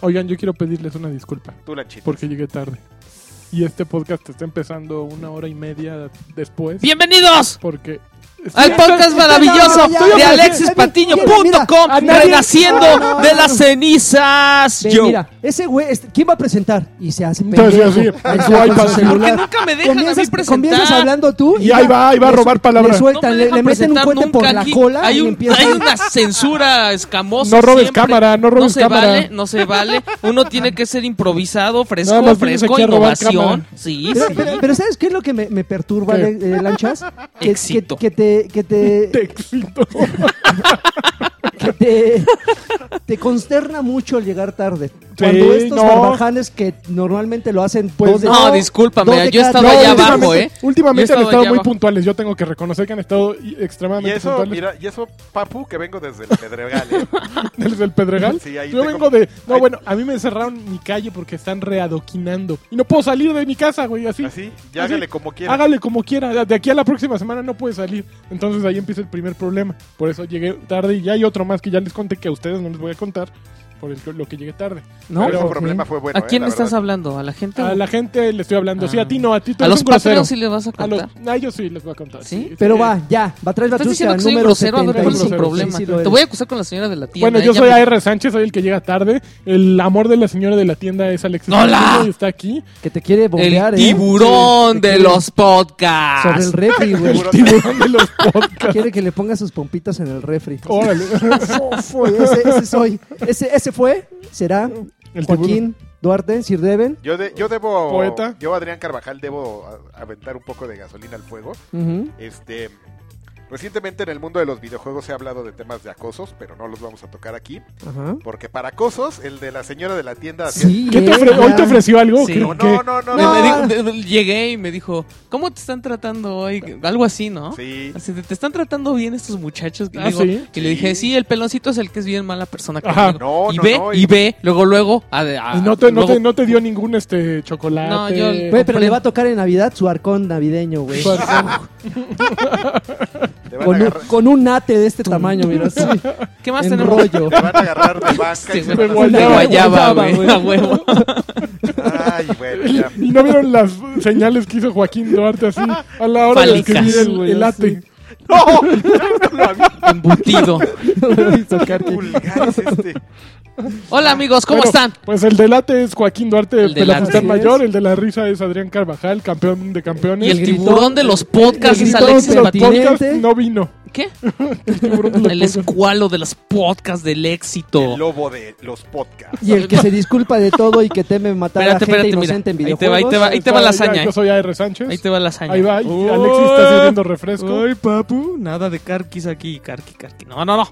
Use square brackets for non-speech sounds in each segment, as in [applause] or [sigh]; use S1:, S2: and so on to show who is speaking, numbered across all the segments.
S1: Oigan, yo quiero pedirles una disculpa
S2: Tú la chitas.
S1: porque llegué tarde. Y este podcast está empezando una hora y media después.
S3: ¡Bienvenidos!
S1: Porque.
S3: Al podcast maravilloso de AlexisPatiño.com
S4: a nadie-
S3: renaciendo de las cenizas.
S4: Ve,
S3: Yo.
S4: mira, ese güey, este, ¿quién va a presentar? Y se hace pendejo.
S1: Entonces, así, en su
S4: Ahí está
S1: iPad.
S4: con su
S3: Porque
S4: celular.
S3: nunca me dejan a mí
S4: Comienzas, comienzas
S3: presentar.
S4: hablando tú
S1: Y ahí va, ahí va a
S4: le su-
S1: robar palabra. [laughs]
S4: Le
S3: No
S4: sueltan,
S3: me
S4: le,
S3: dejan
S4: le meten un
S3: presentar
S4: puente
S3: nunca
S4: por la
S3: aquí.
S4: cola
S3: Hay,
S4: y
S3: un-
S4: empiezan.
S3: hay una censura escamosa.
S1: No robes
S3: siempre.
S1: cámara, no robes
S3: se
S1: cámara.
S3: Vale, no se vale. Uno tiene que ser improvisado,
S1: Nada
S3: fresco,
S1: más vienes
S3: fresco,
S1: aquí a robar
S3: innovación.
S1: cámara.
S3: Sí,
S4: Pero,
S3: sí.
S4: pero- pero ¿sabes qué es lo que me, me perturba,
S1: ¿Qué?
S4: Ale- eh, Lanchas? Que, que,
S3: Éxito.
S4: que te, que, te,
S1: [laughs] Te
S3: [laughs]
S1: excito.
S4: que te, te consterna mucho el llegar tarde. Cuando estos
S1: no.
S4: barbajanes que normalmente lo hacen
S1: Pues
S4: dos de-
S3: No,
S4: dos
S3: discúlpame,
S4: de
S3: yo
S4: cada-
S3: estaba allá
S1: últimamente-
S3: abajo, ¿eh?
S1: Últimamente
S3: Yo
S1: han
S3: estaba
S1: estado
S3: allá
S1: muy
S3: abajo.
S1: puntuales. Yo tengo que reconocer que han estado i-
S2: Y
S1: extremadamente
S2: eso,
S1: puntuales.
S2: mira, y eso, papu, que vengo desde el Pedregal. ¿eh?
S1: [laughs] Desde el Pedregal.
S2: [laughs] Sí, ahí
S1: Yo
S2: tengo-
S1: vengo de. No,
S2: ahí-
S1: bueno, a mí me cerraron mi calle porque están readoquinando. Y no puedo salir de mi casa, güey, así.
S2: Así, ya hágale como quiera.
S1: Hágale como quiera. De aquí a la próxima semana no puede salir. Entonces ahí empieza el primer problema. Por eso llegué tarde y ya hay otro más que ya les conté que a ustedes no les voy a contar. Por el, que- lo que llegué tarde.
S3: No,
S2: Pero ese
S1: ok.
S2: problema fue bueno.
S3: ¿A quién
S2: eh,
S3: me
S2: la
S3: estás
S2: verdad.
S3: hablando? ¿A la gente?
S1: A la gente le estoy hablando. Sí,
S3: Ah.
S1: a ti no, a ti tú
S3: ¿A
S1: eres
S3: los
S1: un grosero.
S3: patrones sí les vas a
S1: a los.
S3: contar?
S1: A ellos sí les voy a contar.
S3: ¿Sí?
S4: Pero va, ya, va a traer la
S3: Estás
S4: tuya,
S3: diciendo que soy un
S4: número
S3: grosero, a ver cuál es el
S4: 75.
S3: problema.
S4: Sí, sí lo
S3: Te voy a
S4: eres.
S3: acusar con la señora de la tienda.
S1: Bueno,
S3: ¿eh?
S1: yo
S3: Ya
S1: soy
S3: me-
S1: AR Sánchez, soy el que llega tarde. El amor de la señora de la tienda es Alexis.
S3: ¡Hola!
S1: Castillo y Está aquí.
S4: Que te quiere bombear,
S3: El
S4: ¿eh?
S3: tiburón
S4: Sí, te
S3: de
S4: quiere-
S3: los
S4: Sobre el
S3: podcasts.
S4: refri, güey.
S2: Seguro-
S1: Tiburón de
S3: [laughs]
S1: los podcasts.
S4: Quiere que le ponga sus pompitas en el refri.
S1: Órale. [laughs]
S4: Sofo, ese, ese soy. Ese, ese fue, será
S1: El tiburón.
S4: Joaquín Duarte, Sir Deben.
S2: Yo, de- yo debo.
S1: Poeta.
S2: Yo, Adrián Carvajal, debo a- aventar un poco de gasolina al fuego.
S4: Ujú.
S2: Este. Recientemente en el mundo de los videojuegos se ha hablado de temas de acosos, pero no los vamos a tocar aquí.
S4: Ajá.
S2: Porque para acosos, el de la señora de la tienda. hacía-
S4: Sí,
S1: ¿Qué te
S4: eh,
S1: ofre-
S4: ya.
S1: ¿Hoy te ofreció algo?
S3: Sí.
S1: ¿Qué-
S2: No,
S1: qué?
S2: no, no, no.
S3: Me-
S4: No.
S3: me dijo- de- de- llegué y me dijo, ¿cómo te están tratando hoy? Algo así, ¿no?
S2: Sí.
S3: Así, ¿te, te están tratando bien estos muchachos? Y,
S1: Ah,
S3: le digo-
S1: sí.
S3: y le dije, sí, el peloncito es el que es bien mala persona
S1: Ajá.
S3: conmigo".
S2: No,
S3: y
S2: no,
S3: ve,
S2: no, y-
S3: y... ve, luego, luego. a- a-
S1: Y no te, no,
S3: luego-
S1: te, no te dio ningún este chocolate.
S3: No,
S1: [laughs]
S3: yo-
S4: Güey, pero le va a tocar en Navidad su arcón navideño, güey.
S1: Su arcón.
S2: Te van, a
S4: Con un,
S2: agarrar,
S4: con un nate de este tamaño,
S1: [laughs]
S4: mira. así,
S3: ¿Qué más
S4: en
S3: tenemos?
S4: rollo.
S2: te van a agarrar de banca.
S3: [laughs] Sí,
S2: y se
S3: güey,
S2: van a-
S1: guay-
S3: de guayaba,
S4: guayaba,
S3: güey.
S4: güey.
S3: a huevo.
S2: [laughs] Ay, bueno,
S3: [laughs]
S2: ya.
S1: Y no vieron las señales que hizo Joaquín Duarte así a la hora
S3: Fálicas,
S1: de escribir el,
S4: güey,
S1: el
S4: así.
S1: ate.
S2: ¡No! ¡Ya no lo había!
S3: Embutido.
S2: vulgar es este?
S3: Hola, amigos, ¿cómo
S1: Pero,
S3: están?
S1: Pues el del ate es Joaquín Duarte,
S3: El
S1: el
S3: del
S1: de la
S3: ate.
S1: Fusión
S4: Así
S1: Mayor,
S4: es.
S1: el de la risa es Adrián Carvajal, campeón de campeones.
S3: Y el
S4: gritón-
S3: tiburón de los podcasts
S4: el
S3: es
S1: gritón
S4: gritón
S3: Alexis
S1: de los
S3: Patiño.
S4: Patiño.
S1: podcasts no vino. [laughs]
S3: ¿Qué?
S1: El tiburón de los
S3: El
S1: podcasts.
S3: escualo de los podcasts del éxito.
S2: El lobo de los podcasts.
S3: [laughs]
S4: Y el que se disculpa de todo y que teme matar
S3: Espérate,
S4: a
S3: espérate,
S4: gente
S3: mira.
S4: inocente
S3: Ahí
S4: en
S3: te va, ahí
S4: videojuegos.
S3: te va, ahí te va la
S1: Está-
S3: hazaña.
S1: Yo soy AR Sánchez.
S3: Ahí te va la hazaña.
S1: Ahí va, y
S3: Uy.
S1: Alexis está sirviendo refresco. Pues
S3: Ay, papu, nada de carquis aquí, carqui, carqui. No, no, no,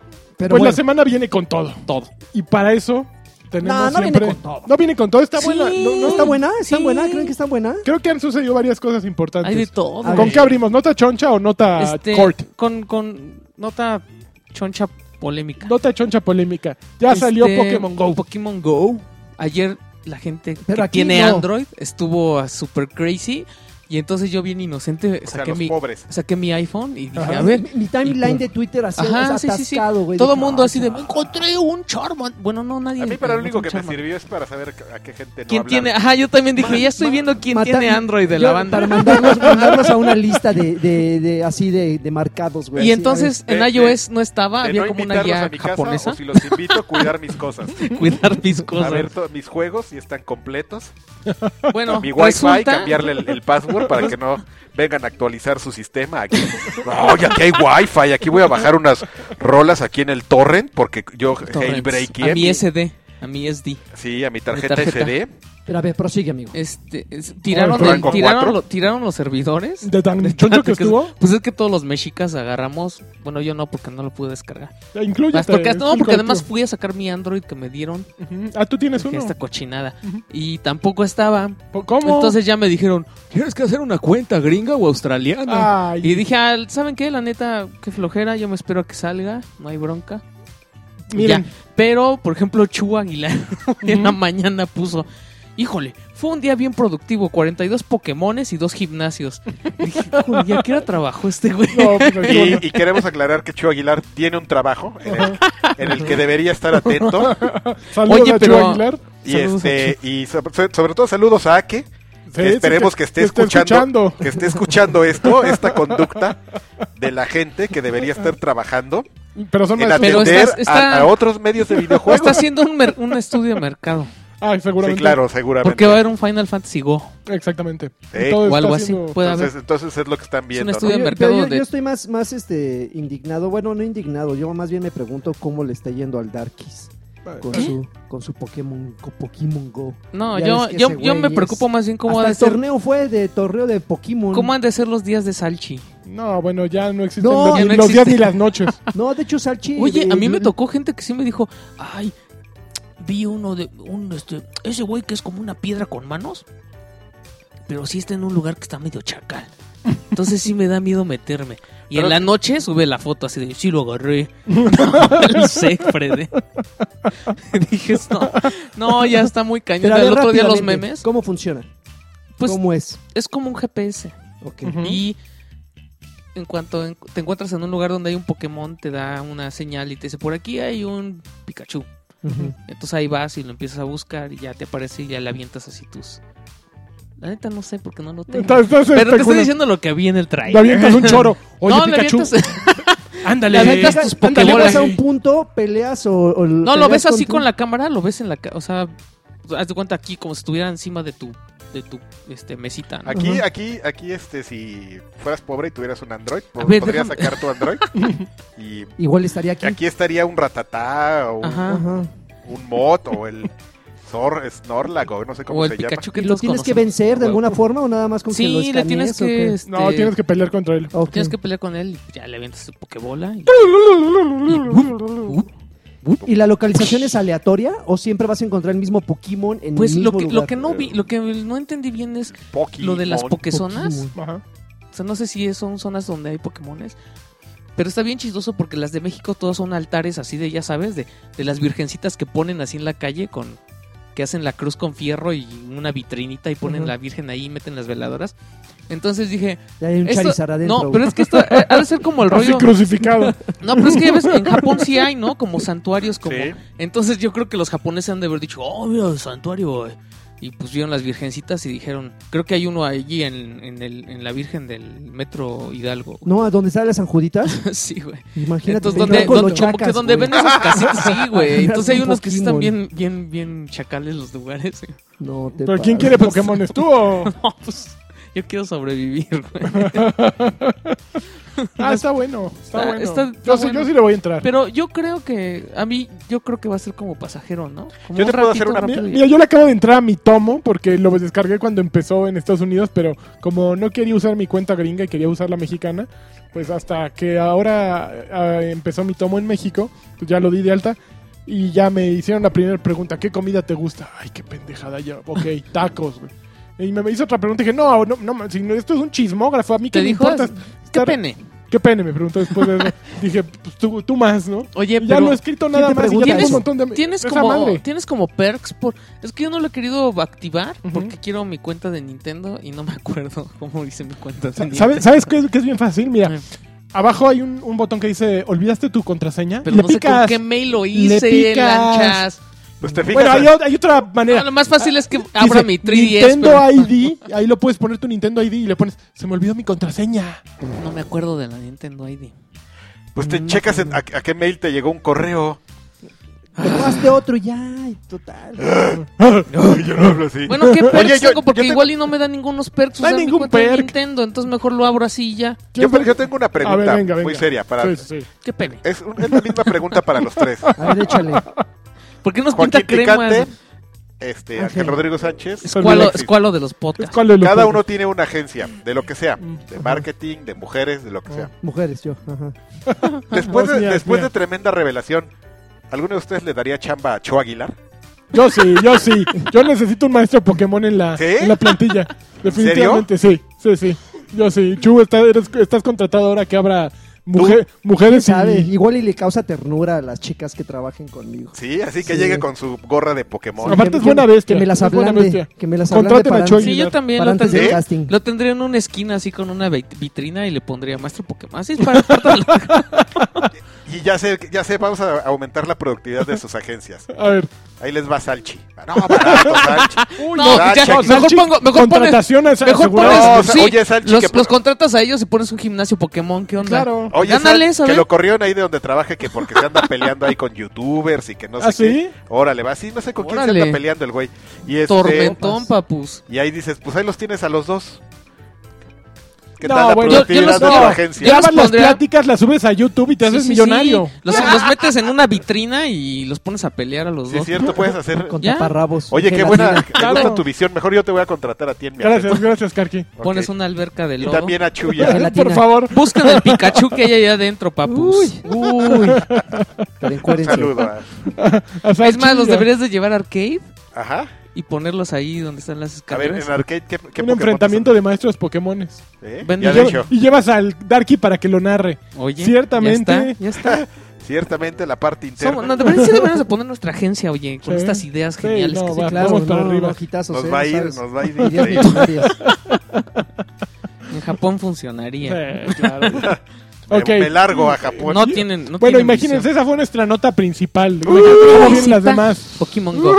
S1: pues
S4: Pero bueno,
S1: la semana viene con todo.
S3: todo.
S1: Y para eso tenemos
S4: No, no viene
S1: siempre...
S4: con todo.
S1: No viene con todo, está
S3: Sí.
S1: buena. No, no.
S4: ¿está buena? ¿Está
S3: Sí.
S4: buena? ¿Creen que está buena?
S1: Creo que han sucedido varias cosas importantes.
S3: Hay de todo.
S4: A
S1: ¿Con
S3: güey.
S4: ver.
S1: qué abrimos? ¿Nota choncha o nota
S3: Este,
S1: court?
S3: Con, con nota choncha polémica.
S1: Nota choncha polémica. Ya
S3: Este,
S1: salió Pokémon Go.
S3: Pokémon Go. Ayer la gente
S4: Pero
S3: que
S4: aquí
S3: tiene
S4: no.
S3: Android estuvo a super crazy. Y entonces yo, bien inocente,
S2: O sea,
S3: saqué,
S2: los
S3: mi,
S2: pobres.
S3: saqué mi iPhone y dije,
S1: Ajá.
S3: a ver.
S4: Mi, mi timeline de Twitter así
S3: Ajá,
S4: o
S3: sí,
S4: sea,
S3: sí, sí.
S4: atascado, güey.
S3: Todo
S4: Dije,
S3: mundo
S4: "Ah,
S3: así de,
S4: ya".
S3: encontré un Charmander. Bueno, no, nadie.
S2: A mí para lo
S3: encontró
S2: único
S3: un
S2: que me
S3: Charmander.
S2: sirvió es para saber a qué gente no
S3: ¿Quién
S2: hablarle.
S3: tiene? Ajá, yo también dije, ya estoy
S4: Ma-
S3: viendo quién
S4: matar-
S3: tiene Android de
S4: yo-
S3: la banda. [laughs]
S4: Para mandarlos, mandarlos a una lista de, de, de- así de, de marcados, güey. eh,
S3: Y
S4: así,
S3: entonces
S2: de-
S3: en
S2: de-
S3: iOS no estaba,
S2: De
S3: había
S2: no
S3: como una
S2: invitarlos
S3: guía
S2: a mi casa
S3: japonesa.
S2: o si los invito, cuidar mis cosas.
S3: [laughs] Cuidar mis
S2: [laughs] A ver
S3: cosas.
S2: to- mis juegos si están completos. [laughs]
S3: Bueno,
S2: mi wifi,
S3: resulta-
S2: cambiarle el, el password para que no vengan a actualizar su sistema
S3: [laughs]
S2: aquí. No, y aquí hay wifi, aquí voy a bajar unas rolas aquí en el torrent porque yo
S3: Torrents.
S2: jailbreaké.
S3: A mi SD, a mi SD.
S2: Sí, a mi tarjeta,
S3: Mi tarjeta.
S2: SD.
S4: a ver. Pero a ver, prosigue, amigo.
S3: Este, es-
S2: el
S3: tiraron, el-
S2: rango cuatro.
S3: tiraron, lo- tiraron los servidores.
S1: De tan choncho que estuvo,
S3: Pues es que todos los mexicas agarramos. Bueno, yo no, porque no lo pude descargar.
S1: incluye.
S3: Las tocadas- no, porque además fui a sacar mi Android que me dieron.
S1: Ah, tú
S3: [laughs]
S1: tienes
S3: Dije,
S1: uno.
S3: esta cochinada.
S1: Ujú.
S3: Y tampoco estaba.
S1: Po- ¿Cómo?
S3: Entonces ya me dijeron, ¿tienes que hacer una cuenta gringa o australiana?
S1: Ay,
S3: Y dije, "Ah, ¿saben qué? La neta, qué flojera, yo me espero a que salga, no hay bronca. Y
S1: miren,
S3: ya. Pero, por ejemplo, Chu Aguilar [laughs] en la
S1: Ujú.
S3: mañana puso, híjole, fue un día bien productivo, 42 Pokémones y dos gimnasios. dije, "Híjole, ¿y a qué hora trabajó este güey? [laughs]
S1: no, pues, aquí
S2: Y,
S1: uno.
S2: y queremos aclarar que Chu Aguilar tiene un trabajo en el, en el que debería estar atento.
S3: [laughs]
S1: Saludos
S3: Oye,
S1: a Chu
S3: pero-
S1: Aguilar.
S2: Y,
S3: Saludos a
S2: este, y so- so- sobre todo saludos a Ake, que
S1: Sí,
S2: esperemos
S1: sí,
S2: que esté
S1: que
S2: escuchando, que esté escuchando esto, esta conducta de la gente que debería estar trabajando
S1: Pero son
S2: en
S1: más...
S3: Pero
S2: atender
S3: estás- está-
S2: a, a otros medios de videojuegos.
S3: [laughs] Está haciendo un, mer- un estudio de mercado.
S1: Ah,
S2: sí,
S1: seguramente.
S2: claro, seguramente.
S3: Porque va a haber un Final Fantasy Go.
S1: Exactamente.
S2: Sí.
S1: Todo
S3: O
S1: está
S3: algo así.
S1: siendo-
S3: Puede haber.
S2: entonces, entonces es lo que están viendo. ¿no?
S4: Pero
S3: estudio-
S4: yo-
S3: mercado
S4: pero yo,
S3: de-
S4: yo estoy más, más este, indignado. Bueno, no indignado. Yo más bien me pregunto cómo le está yendo al Darkies con
S3: ¿Qué?
S4: su, con su Pokémon, con Pokémon Go.
S3: ¿Eh? No,
S4: Ya
S3: yo,
S4: ves que
S3: yo,
S4: ese
S3: yo
S4: güey
S3: me
S4: es-
S3: preocupo más bien cómo,
S4: Hasta
S3: ha de
S4: el
S3: ser-
S4: torneo fue de torneo de Pokémon.
S3: cómo han de ser los días de Salchi.
S1: No, bueno, ya no existen
S4: No,
S1: los,
S3: ya no
S1: los días
S3: existe.
S1: ni las
S3: [laughs]
S1: noches.
S4: No, de hecho Salchi.
S3: Oye,
S4: eh,
S3: a mí me
S4: eh,
S3: tocó gente que sí me dijo, ay, vi uno de un este, ese güey que es como una piedra con manos, pero sí está en un lugar que está medio chacal. Entonces sí me da miedo meterme. Y
S2: Pero-
S3: en la noche sube la foto así de, sí lo
S4: [laughs]
S3: agarré. No sé, Freddy. [laughs] Dije, no, no, ya está muy cañón.
S4: pero a
S3: El
S4: ver,
S3: otro día los
S4: rápidamente,
S3: memes,
S4: ¿Cómo funciona?
S3: pues
S4: ¿Cómo es?
S3: es como un GPS.
S4: Ok.
S1: Ujú.
S3: Y en cuanto en- te encuentras en un lugar donde hay un Pokémon, te da una señal y te dice, por aquí hay un Pikachu.
S4: Ujú.
S3: Entonces ahí vas y lo empiezas a buscar y ya te aparece y ya le avientas así tus... La neta no sé porque no lo tengo.
S1: Estás- estás
S3: Pero te estoy
S1: especulando.
S3: diciendo lo que vi en el
S1: Le
S3: trailer.
S1: avientas un choro. Oye,
S3: [laughs] no, le
S1: Pikachu.
S3: avientas-
S1: Ándale.
S3: le avientas tus
S4: Ándale,
S3: Pokébolas.
S4: vas a un punto, peleas o. o
S3: No, lo
S4: peleas
S3: ves así
S4: tu-
S3: con la cámara, lo ves en la... ca- O sea, haz de cuenta aquí como si estuviera encima de tu, de tu este, mesita. ¿no?
S2: Aquí,
S4: Ajá.
S2: aquí, aquí, este, si fueras pobre y tuvieras un Android,
S3: A
S2: po-
S3: ver,
S2: podrías
S3: déjame-
S2: sacar tu
S3: [laughs]
S2: Android. y
S4: Igual estaría aquí.
S2: aquí estaría un ratatá o un,
S3: Ajá.
S4: Ajá.
S2: un mot o el Zor, Snorlack o no sé cómo
S3: O
S2: se
S3: el Pikachu
S2: llama.
S3: que
S4: ¿Y lo
S3: todos
S4: tienes que
S3: conocemos.
S4: vencer de
S3: Huevo.
S4: alguna forma o nada más con que lo
S3: Sí, le tienes
S4: escanees o qué?
S3: que... este,
S1: No, tienes que pelear contra él.
S4: Ok.
S3: Tienes que pelear con él y ya le avientas su pokebola. y-
S4: ¿Y la localización es aleatoria o siempre vas a encontrar el mismo Pokémon en
S3: Pues
S4: el
S3: lo
S4: mismo
S3: que, lo
S4: lugar?
S3: que no vi, lo que no entendí bien es
S2: Poki,
S3: lo de las
S2: Mon.
S3: pokezonas.
S4: Pokémon.
S1: Ajá.
S3: O sea, no sé si son zonas donde hay pokemones. Pero está bien chistoso porque las de México todas son altares así de, ya sabes, de, de las virgencitas que ponen así en la calle con... Que hacen la cruz con fierro y una vitrinita y ponen
S4: Ujú.
S3: la virgen ahí y meten las veladoras. Entonces dije...
S4: Ya Hay un
S3: esto-
S4: Charizard adentro.
S3: no, pero es que esto eh, ha de ser como el
S1: Así
S3: rollo... [laughs]
S1: crucificado.
S3: No, pero es que ya ves, en Japón
S4: [laughs]
S3: sí hay, ¿no? Como santuarios, como...
S2: Sí.
S3: Entonces yo creo que los japoneses han de haber dicho, oh, mira, el santuario. eh". Y pues vieron las virgencitas y dijeron, creo que hay uno allí en, en el- en la Virgen del Metro Hidalgo. [laughs] güey".
S4: No, a donde sale las Anjuditas.
S3: sí, güey.
S4: Imagínate.
S3: Entonces,
S4: yo
S3: donde,
S4: con
S3: donde-
S4: los
S3: como
S4: chacas,
S3: que donde
S4: güey.
S3: ven esas casitas, sí, güey. Entonces hay
S4: Un
S3: unos que sí están
S4: Pokémon.
S3: bien, bien, bien chacales los lugares. [laughs] güey.
S4: No, te
S1: Pero ¿quién quiere
S4: pases.
S1: Pokémon? ¿Tú
S3: [laughs]
S1: o...?
S3: No, pues yo quiero sobrevivir, güey.
S1: Ah, está bueno. Está,
S3: Está-
S1: bueno.
S3: está-
S1: yo,
S3: está
S1: sí,
S3: bueno.
S1: yo sí le voy a entrar.
S3: Pero yo creo que, a mí, yo creo que va a ser como pasajero, ¿no? Como
S2: Yo
S3: un
S2: te puedo hacer
S3: ratito,
S2: una-
S1: Mira,
S3: rápido y-
S1: mira, yo le acabo de entrar a mi tomo porque lo descargué cuando empezó en Estados Unidos, pero como no quería usar mi cuenta gringa y quería usar la mexicana, pues hasta que ahora ah, empezó mi tomo en México, pues ya lo di de alta y ya me hicieron la primera pregunta, ¿qué comida te gusta? Ay, qué pendejada yo.
S3: [laughs]
S1: Ok, tacos, güey. Y me hizo otra pregunta y dije, no, no, no, si no, esto es un chismógrafo, a mí
S3: ¿Te
S1: qué me
S3: dijo?
S1: importa.
S3: ¿Qué
S1: estar-
S3: pene?
S1: ¿Qué pene? Me preguntó después
S3: [laughs]
S1: de eso. dije, pues tú, tú más, ¿no?
S3: Oye,
S1: Y ya
S3: pero...
S1: no he escrito
S4: ¿quién
S1: nada
S4: te
S1: más y ya
S4: pregunta
S1: tengo un
S4: eso?
S1: montón de...
S3: Tienes
S1: esa
S3: como,
S1: madre.
S3: tienes como perks por... Es que yo no lo he querido activar
S1: Ujú.
S3: porque quiero mi cuenta de Nintendo y no me [laughs] acuerdo cómo hice mi cuenta de Nintendo.
S1: ¿Sabes, ¿Sabes qué, es- qué es bien fácil? Mira,
S3: Eh.
S1: abajo hay un, un botón que dice, ¿olvidaste tu contraseña?
S3: Pero
S1: le
S3: no sé con
S1: picas.
S3: qué mail lo
S1: Le
S3: hice,
S1: picas.
S3: lanchas.
S2: Pues te fijas,
S1: Bueno, hay, o- hay otra
S3: No,
S1: manera. Ah,
S3: lo más fácil es que
S1: Dice,
S3: abra mi 3DS.
S1: Nintendo
S3: pero
S1: ID, ahí lo puedes poner tu Nintendo ID y le pones, se me olvidó mi contraseña.
S3: No me acuerdo de la Nintendo ID.
S2: pues te checas en- a, a qué mail te llegó un correo. [laughs]
S4: Te tomaste otro y ya, y
S1: [laughs]
S4: total.
S2: yo no hablo así.
S3: Bueno, ¿qué perks
S2: Oye, yo-
S3: tengo? Porque
S2: yo tengo-
S3: igual y no me da ningunos perks.
S1: No hay
S3: usar mi
S1: ningún
S3: cuenta de
S1: perk.
S3: Nintendo, entonces mejor lo abro así y ya.
S2: yo, pero yo tengo una pregunta
S1: A ver, venga,
S2: muy
S1: venga.
S2: seria. Para,
S1: Sí, sí, sí.
S3: Qué pene.
S2: es, un- es la misma pregunta para los tres.
S4: A ver, échale.
S3: ¿Por qué nos
S2: Joaquín
S3: pinta crema?
S2: Picante, este, Ángel
S4: Ángel.
S2: Rodrigo Sánchez.
S3: Escualo,
S2: Alexis.
S3: escualo de los
S1: Es
S3: podcasts.
S1: cuál de los
S2: Cada
S1: cuatro.
S2: uno tiene una agencia, de lo que sea, de
S4: Ajá.
S2: marketing, de mujeres, de lo que
S4: [laughs]
S2: sea.
S4: Mujeres, yo. Ajá.
S2: Después,
S1: No,
S2: de,
S1: mía,
S2: después
S1: mía.
S2: de tremenda revelación, ¿alguno de ustedes le daría chamba a Cho Aguilar?
S1: Yo sí, yo sí. Yo necesito un maestro Pokémon en la,
S2: ¿Sí?
S1: en la plantilla. Definitivamente, sí, sí, sí. Yo sí. Chu, está- eres- estás contratado ahora que abra mujer- mujeres
S4: Sabe,
S1: y...
S4: igual y le causa ternura a las chicas que trabajen conmigo.
S2: Sí, así que
S4: Sí.
S2: llegue con su gorra de Pokémon.
S1: Aparte es buena bestia,
S4: Que me las
S1: es buena bestia.
S4: ablande. Que me las ablande
S1: Contraten a
S4: para,
S1: Choy.
S3: Sí, yo también
S4: para
S3: lo
S4: antes
S3: tendría.
S4: del
S2: ¿Sí?
S4: casting.
S3: Lo tendría
S2: [laughs]
S3: en [laughs] una esquina así con una vit- vitrina y le pondría maestro Pokémon. Así es para- para
S2: Y Y ya sé, ya sé, vamos a aumentar la productividad de sus agencias.
S1: A ver.
S2: Ahí les va Salchi. No, barato, Salchi.
S3: [laughs]
S1: Uy,
S3: No,
S2: no,
S3: ya,
S2: chequen.
S3: mejor
S1: Salchi,
S3: pongo, mejor pones,
S1: contratación as-
S3: mejor
S1: asegurada.
S2: No, o
S3: pones,
S2: sea,
S3: sí,
S2: oye, Salchi,
S3: los,
S2: que-
S3: los contratas a ellos y pones un gimnasio Pokémon, ¿qué onda?
S1: Claro.
S2: Oye,
S3: Gánale
S2: Sal,
S3: eso,
S2: que
S3: ¿eh?
S2: lo corrieron ahí de donde trabaja, que porque se anda peleando ahí con youtubers y que no sé
S1: ¿Ah,
S2: qué.
S1: sí?
S2: Órale, va así, no sé con quién se
S3: Órale.
S2: anda peleando el güey. Y este,
S3: Tormentón, papus.
S2: Y ahí dices, pues ahí los tienes a los dos. ¿Qué
S1: No,
S2: tal la
S1: bueno,
S3: yo- yo
S2: productividad
S3: los-
S2: de tu
S3: no,
S2: agencia?
S3: yo-
S1: Grabas
S3: los
S1: las
S3: pondría-
S1: pláticas, las subes a YouTube y te haces
S3: Sí, sí,
S1: millonario.
S3: sí.
S2: [laughs]
S3: Los, los metes en una vitrina y los pones a pelear a los
S2: Sí, es
S3: dos.
S2: cierto, puedes hacer.
S4: Con
S3: ¿Ya?
S4: taparrabos.
S2: Oye, qué
S4: gelatina.
S2: buena. Me gusta
S1: Claro.
S2: tu visión. Mejor yo te voy a contratar a ti en mi
S1: Gracias,
S2: agencia.
S1: gracias, Karki.
S2: Ok.
S3: Pones una alberca de
S2: Y
S3: lodo.
S2: también a
S3: [laughs]
S2: ¿eh? Chuya.
S4: Gelatina.
S1: Por favor.
S3: Buscan el Pikachu que hay allá adentro, papus.
S4: Uy, uy. Pero
S2: Un
S4: encuérense.
S2: saludo. a-
S1: a
S3: [laughs] es más,
S1: Salchi,
S3: los
S1: ya.
S3: deberías de llevar a arcade
S2: Ajá.
S3: y ponerlos ahí donde están las
S2: A ver,
S3: escaleras.
S2: en Arcade, ¿qué, qué
S1: Un enfrentamiento de maestros Pokémones.
S2: ¿Eh? Ya
S3: Vende-
S1: Y lleva-
S2: de hecho,
S1: y llevas al Darky para que lo narre.
S3: Oye,
S1: ciertamente.
S3: Ya está, ya está.
S2: ciertamente la parte interna.
S3: Somos- no, de verdad sí deberíamos de poner nuestra agencia, oye, con
S1: Sí.
S3: estas ideas
S1: Sí,
S3: geniales
S1: no,
S3: que se-
S1: va.
S4: Claro,
S1: Vamos para
S4: no,
S1: arriba.
S4: rojitazos,
S2: nos
S4: eh,
S2: va a ir,
S4: ¿sabes?
S2: nos va a ir
S4: Ideas
S2: increíble.
S4: millonarias.
S3: en Japón funcionaría.
S1: Sí, claro.
S2: Me-
S1: [laughs] Ok.
S2: Me largo a Japón.
S3: No tienen, no
S1: bueno,
S3: tienen
S1: imagínense,
S3: visión.
S1: esa fue nuestra nota principal.
S3: Uh,
S1: Imagínate ¿Cómo vienen las
S3: Visita
S1: demás?
S3: Pokémon Go.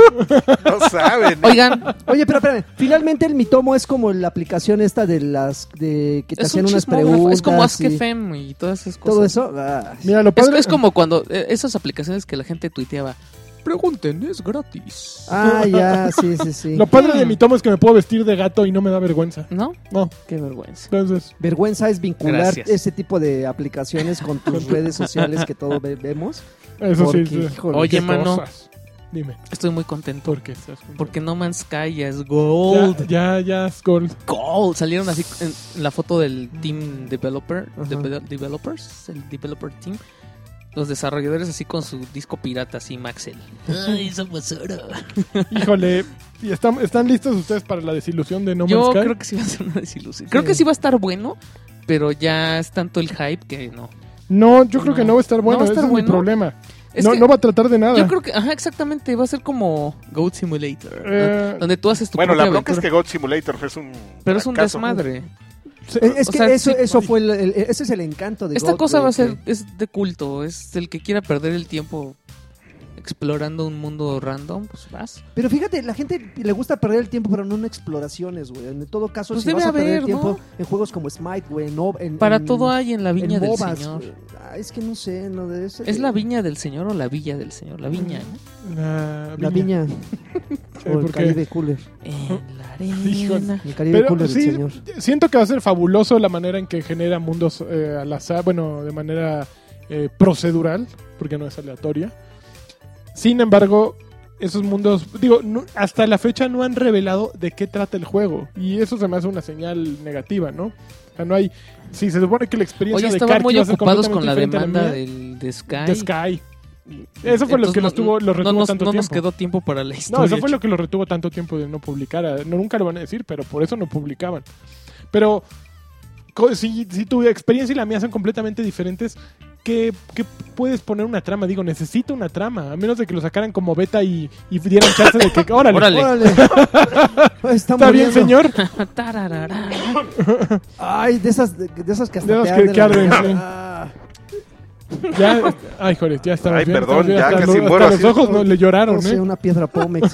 S2: [laughs] No saben.
S3: Oigan,
S4: Oye, pero espérame, finalmente el mitomo es como la aplicación esta de las de que te
S3: es un
S4: hacían unas
S3: chismógrafo,
S4: preguntas.
S3: es como Ask E
S4: y
S3: FM y todas esas cosas.
S4: Todo eso. Ah,
S1: Mira, lo
S3: Es,
S1: padre-
S3: es como cuando eh, esas aplicaciones que la gente tuiteaba, pregunten, es gratis.
S4: Ah,
S1: [laughs]
S4: ya, sí, sí, sí.
S1: Lo padre
S3: Mm.
S1: de mi tomo es que me puedo vestir de gato y no me da vergüenza.
S3: ¿No?
S1: No,
S3: Qué vergüenza.
S1: entonces.
S4: Vergüenza es vincular
S3: Gracias.
S4: ese tipo de aplicaciones
S1: [laughs]
S4: con tus redes sociales que todos ve- vemos.
S1: Eso
S4: porque,
S1: sí. sí.
S4: híjole,
S3: Oye,
S1: Qué
S3: mano.
S1: cosas. Dime,
S3: Estoy muy contento
S1: ¿por qué estás contento?
S3: porque No Man's Sky ya es
S1: Ya-
S3: gold.
S1: Ya, ya, es gold.
S3: Gold. Salieron así en, en la foto del team developer,
S4: Ajá.
S3: devel- developers, el developer team. Los desarrolladores así con su disco pirata, así Maxel. Ay, somos oro. [laughs]
S1: Híjole. ¿Y están, están listos ustedes para la desilusión de No Man's
S3: Yo
S1: Sky?
S3: creo que sí va a ser una desilusión. Creo
S4: Sí.
S3: que sí va a estar bueno, pero ya es tanto el hype que no.
S1: No, yo creo que
S3: No.
S1: no va a estar bueno.
S3: ¿No va a estar
S1: ese es
S3: bueno?
S1: mi problema.
S3: Es
S1: no,
S3: que
S1: no va a tratar de nada.
S3: Yo creo que, ajá, exactamente, va a ser como Goat Simulator.
S1: Eh,
S3: ¿no? Donde tú haces tu
S2: Bueno, la
S3: propia
S2: bronca es uh,
S3: aventura.
S2: que God Simulator es un.
S3: Pero es un
S2: fracaso.
S3: desmadre.
S1: Sí,
S4: Eh, Es, es
S3: O
S4: que
S3: sea,
S4: eso,
S3: sí.
S4: eso fue el, el- ese es el encanto de
S3: Esta
S4: God,
S3: cosa
S4: güey,
S3: va a ser
S4: que-
S3: es de culto. Es el que quiera perder el tiempo explorando un mundo random, pues vas.
S4: Pero fíjate, la gente le gusta perder el tiempo, pero no en exploraciones, güey. En todo caso,
S3: Pues
S4: si vas
S3: debe
S4: a perder
S3: haber,
S4: el tiempo
S3: ¿no?
S4: en juegos como Smite, güey, no, en,
S3: Para
S1: Mm,
S4: en-
S3: todo hay en la
S4: en
S3: viña del
S4: MOBAs,
S3: Señor.
S4: güey. Ah, es que no sé, no de ese-
S3: ¿Es la viña del Señor o la villa del Señor? La viña. ¿no?
S1: La
S4: La
S1: viña.
S3: [laughs]
S4: viña. [laughs]
S1: Sí,
S4: o el
S1: porque-
S4: Caribe Cooler.
S3: En
S1: [laughs]
S3: la
S1: Híjole.
S3: arena.
S4: El Caribe
S1: Pero
S4: Cooler
S1: sí,
S4: del Señor.
S1: siento que va a ser fabuloso la manera en que genera mundos eh, al azar, bueno, de manera eh, procedural, porque no es aleatoria. Sin embargo, esos mundos, digo, no- hasta la fecha no han revelado de qué trata el juego. Y eso se me hace una señal negativa, ¿no? O sea, no hay... Si se supone que la
S3: Oye,
S1: experiencia de
S3: estaban
S1: Karki
S3: muy
S1: va a ser
S3: ocupados con la
S1: completamente diferente a
S3: demanda
S1: mía,
S3: del, de Sky.
S1: de Sky. Eso fue lo
S3: Entonces
S1: que los,
S3: no-
S1: tuvo, los
S3: no
S1: retuvo
S3: nos-
S1: tanto
S3: no
S1: tiempo.
S3: nos quedó tiempo para la historia.
S1: No, eso fue lo que lo retuvo tanto tiempo de no publicar. Ah, no, nunca lo van a decir, pero por eso no publicaban. Pero co- si, si tu experiencia y la mía son completamente diferentes, ¿qué, qué puedes poner una trama? Digo, necesito una trama. A menos de que lo sacaran como beta y, y dieran chance de
S4: [laughs]
S1: que. ¡Órale!
S3: Órale.
S4: Órale. Está,
S1: ¿Está bien,
S4: muriendo.
S1: señor?
S4: [laughs]
S3: Ah, Tararara.
S4: Ay, de esas, de, de esas que hasta
S1: De esas
S4: te
S1: que- que
S4: arden. la Ah,
S1: arden,
S4: boca.
S1: Ya, ay, joder, ya estamos
S2: Ay,
S1: bien,
S2: perdón,
S1: estamos bien.
S2: ya
S1: Hasta
S2: casi
S1: lo-
S2: muero
S1: hasta
S2: así.
S1: los ojos no, le
S4: Ah,
S1: lloraron,
S4: no sé,
S1: ¿eh?
S4: una piedra
S1: [laughs]
S4: Pómex.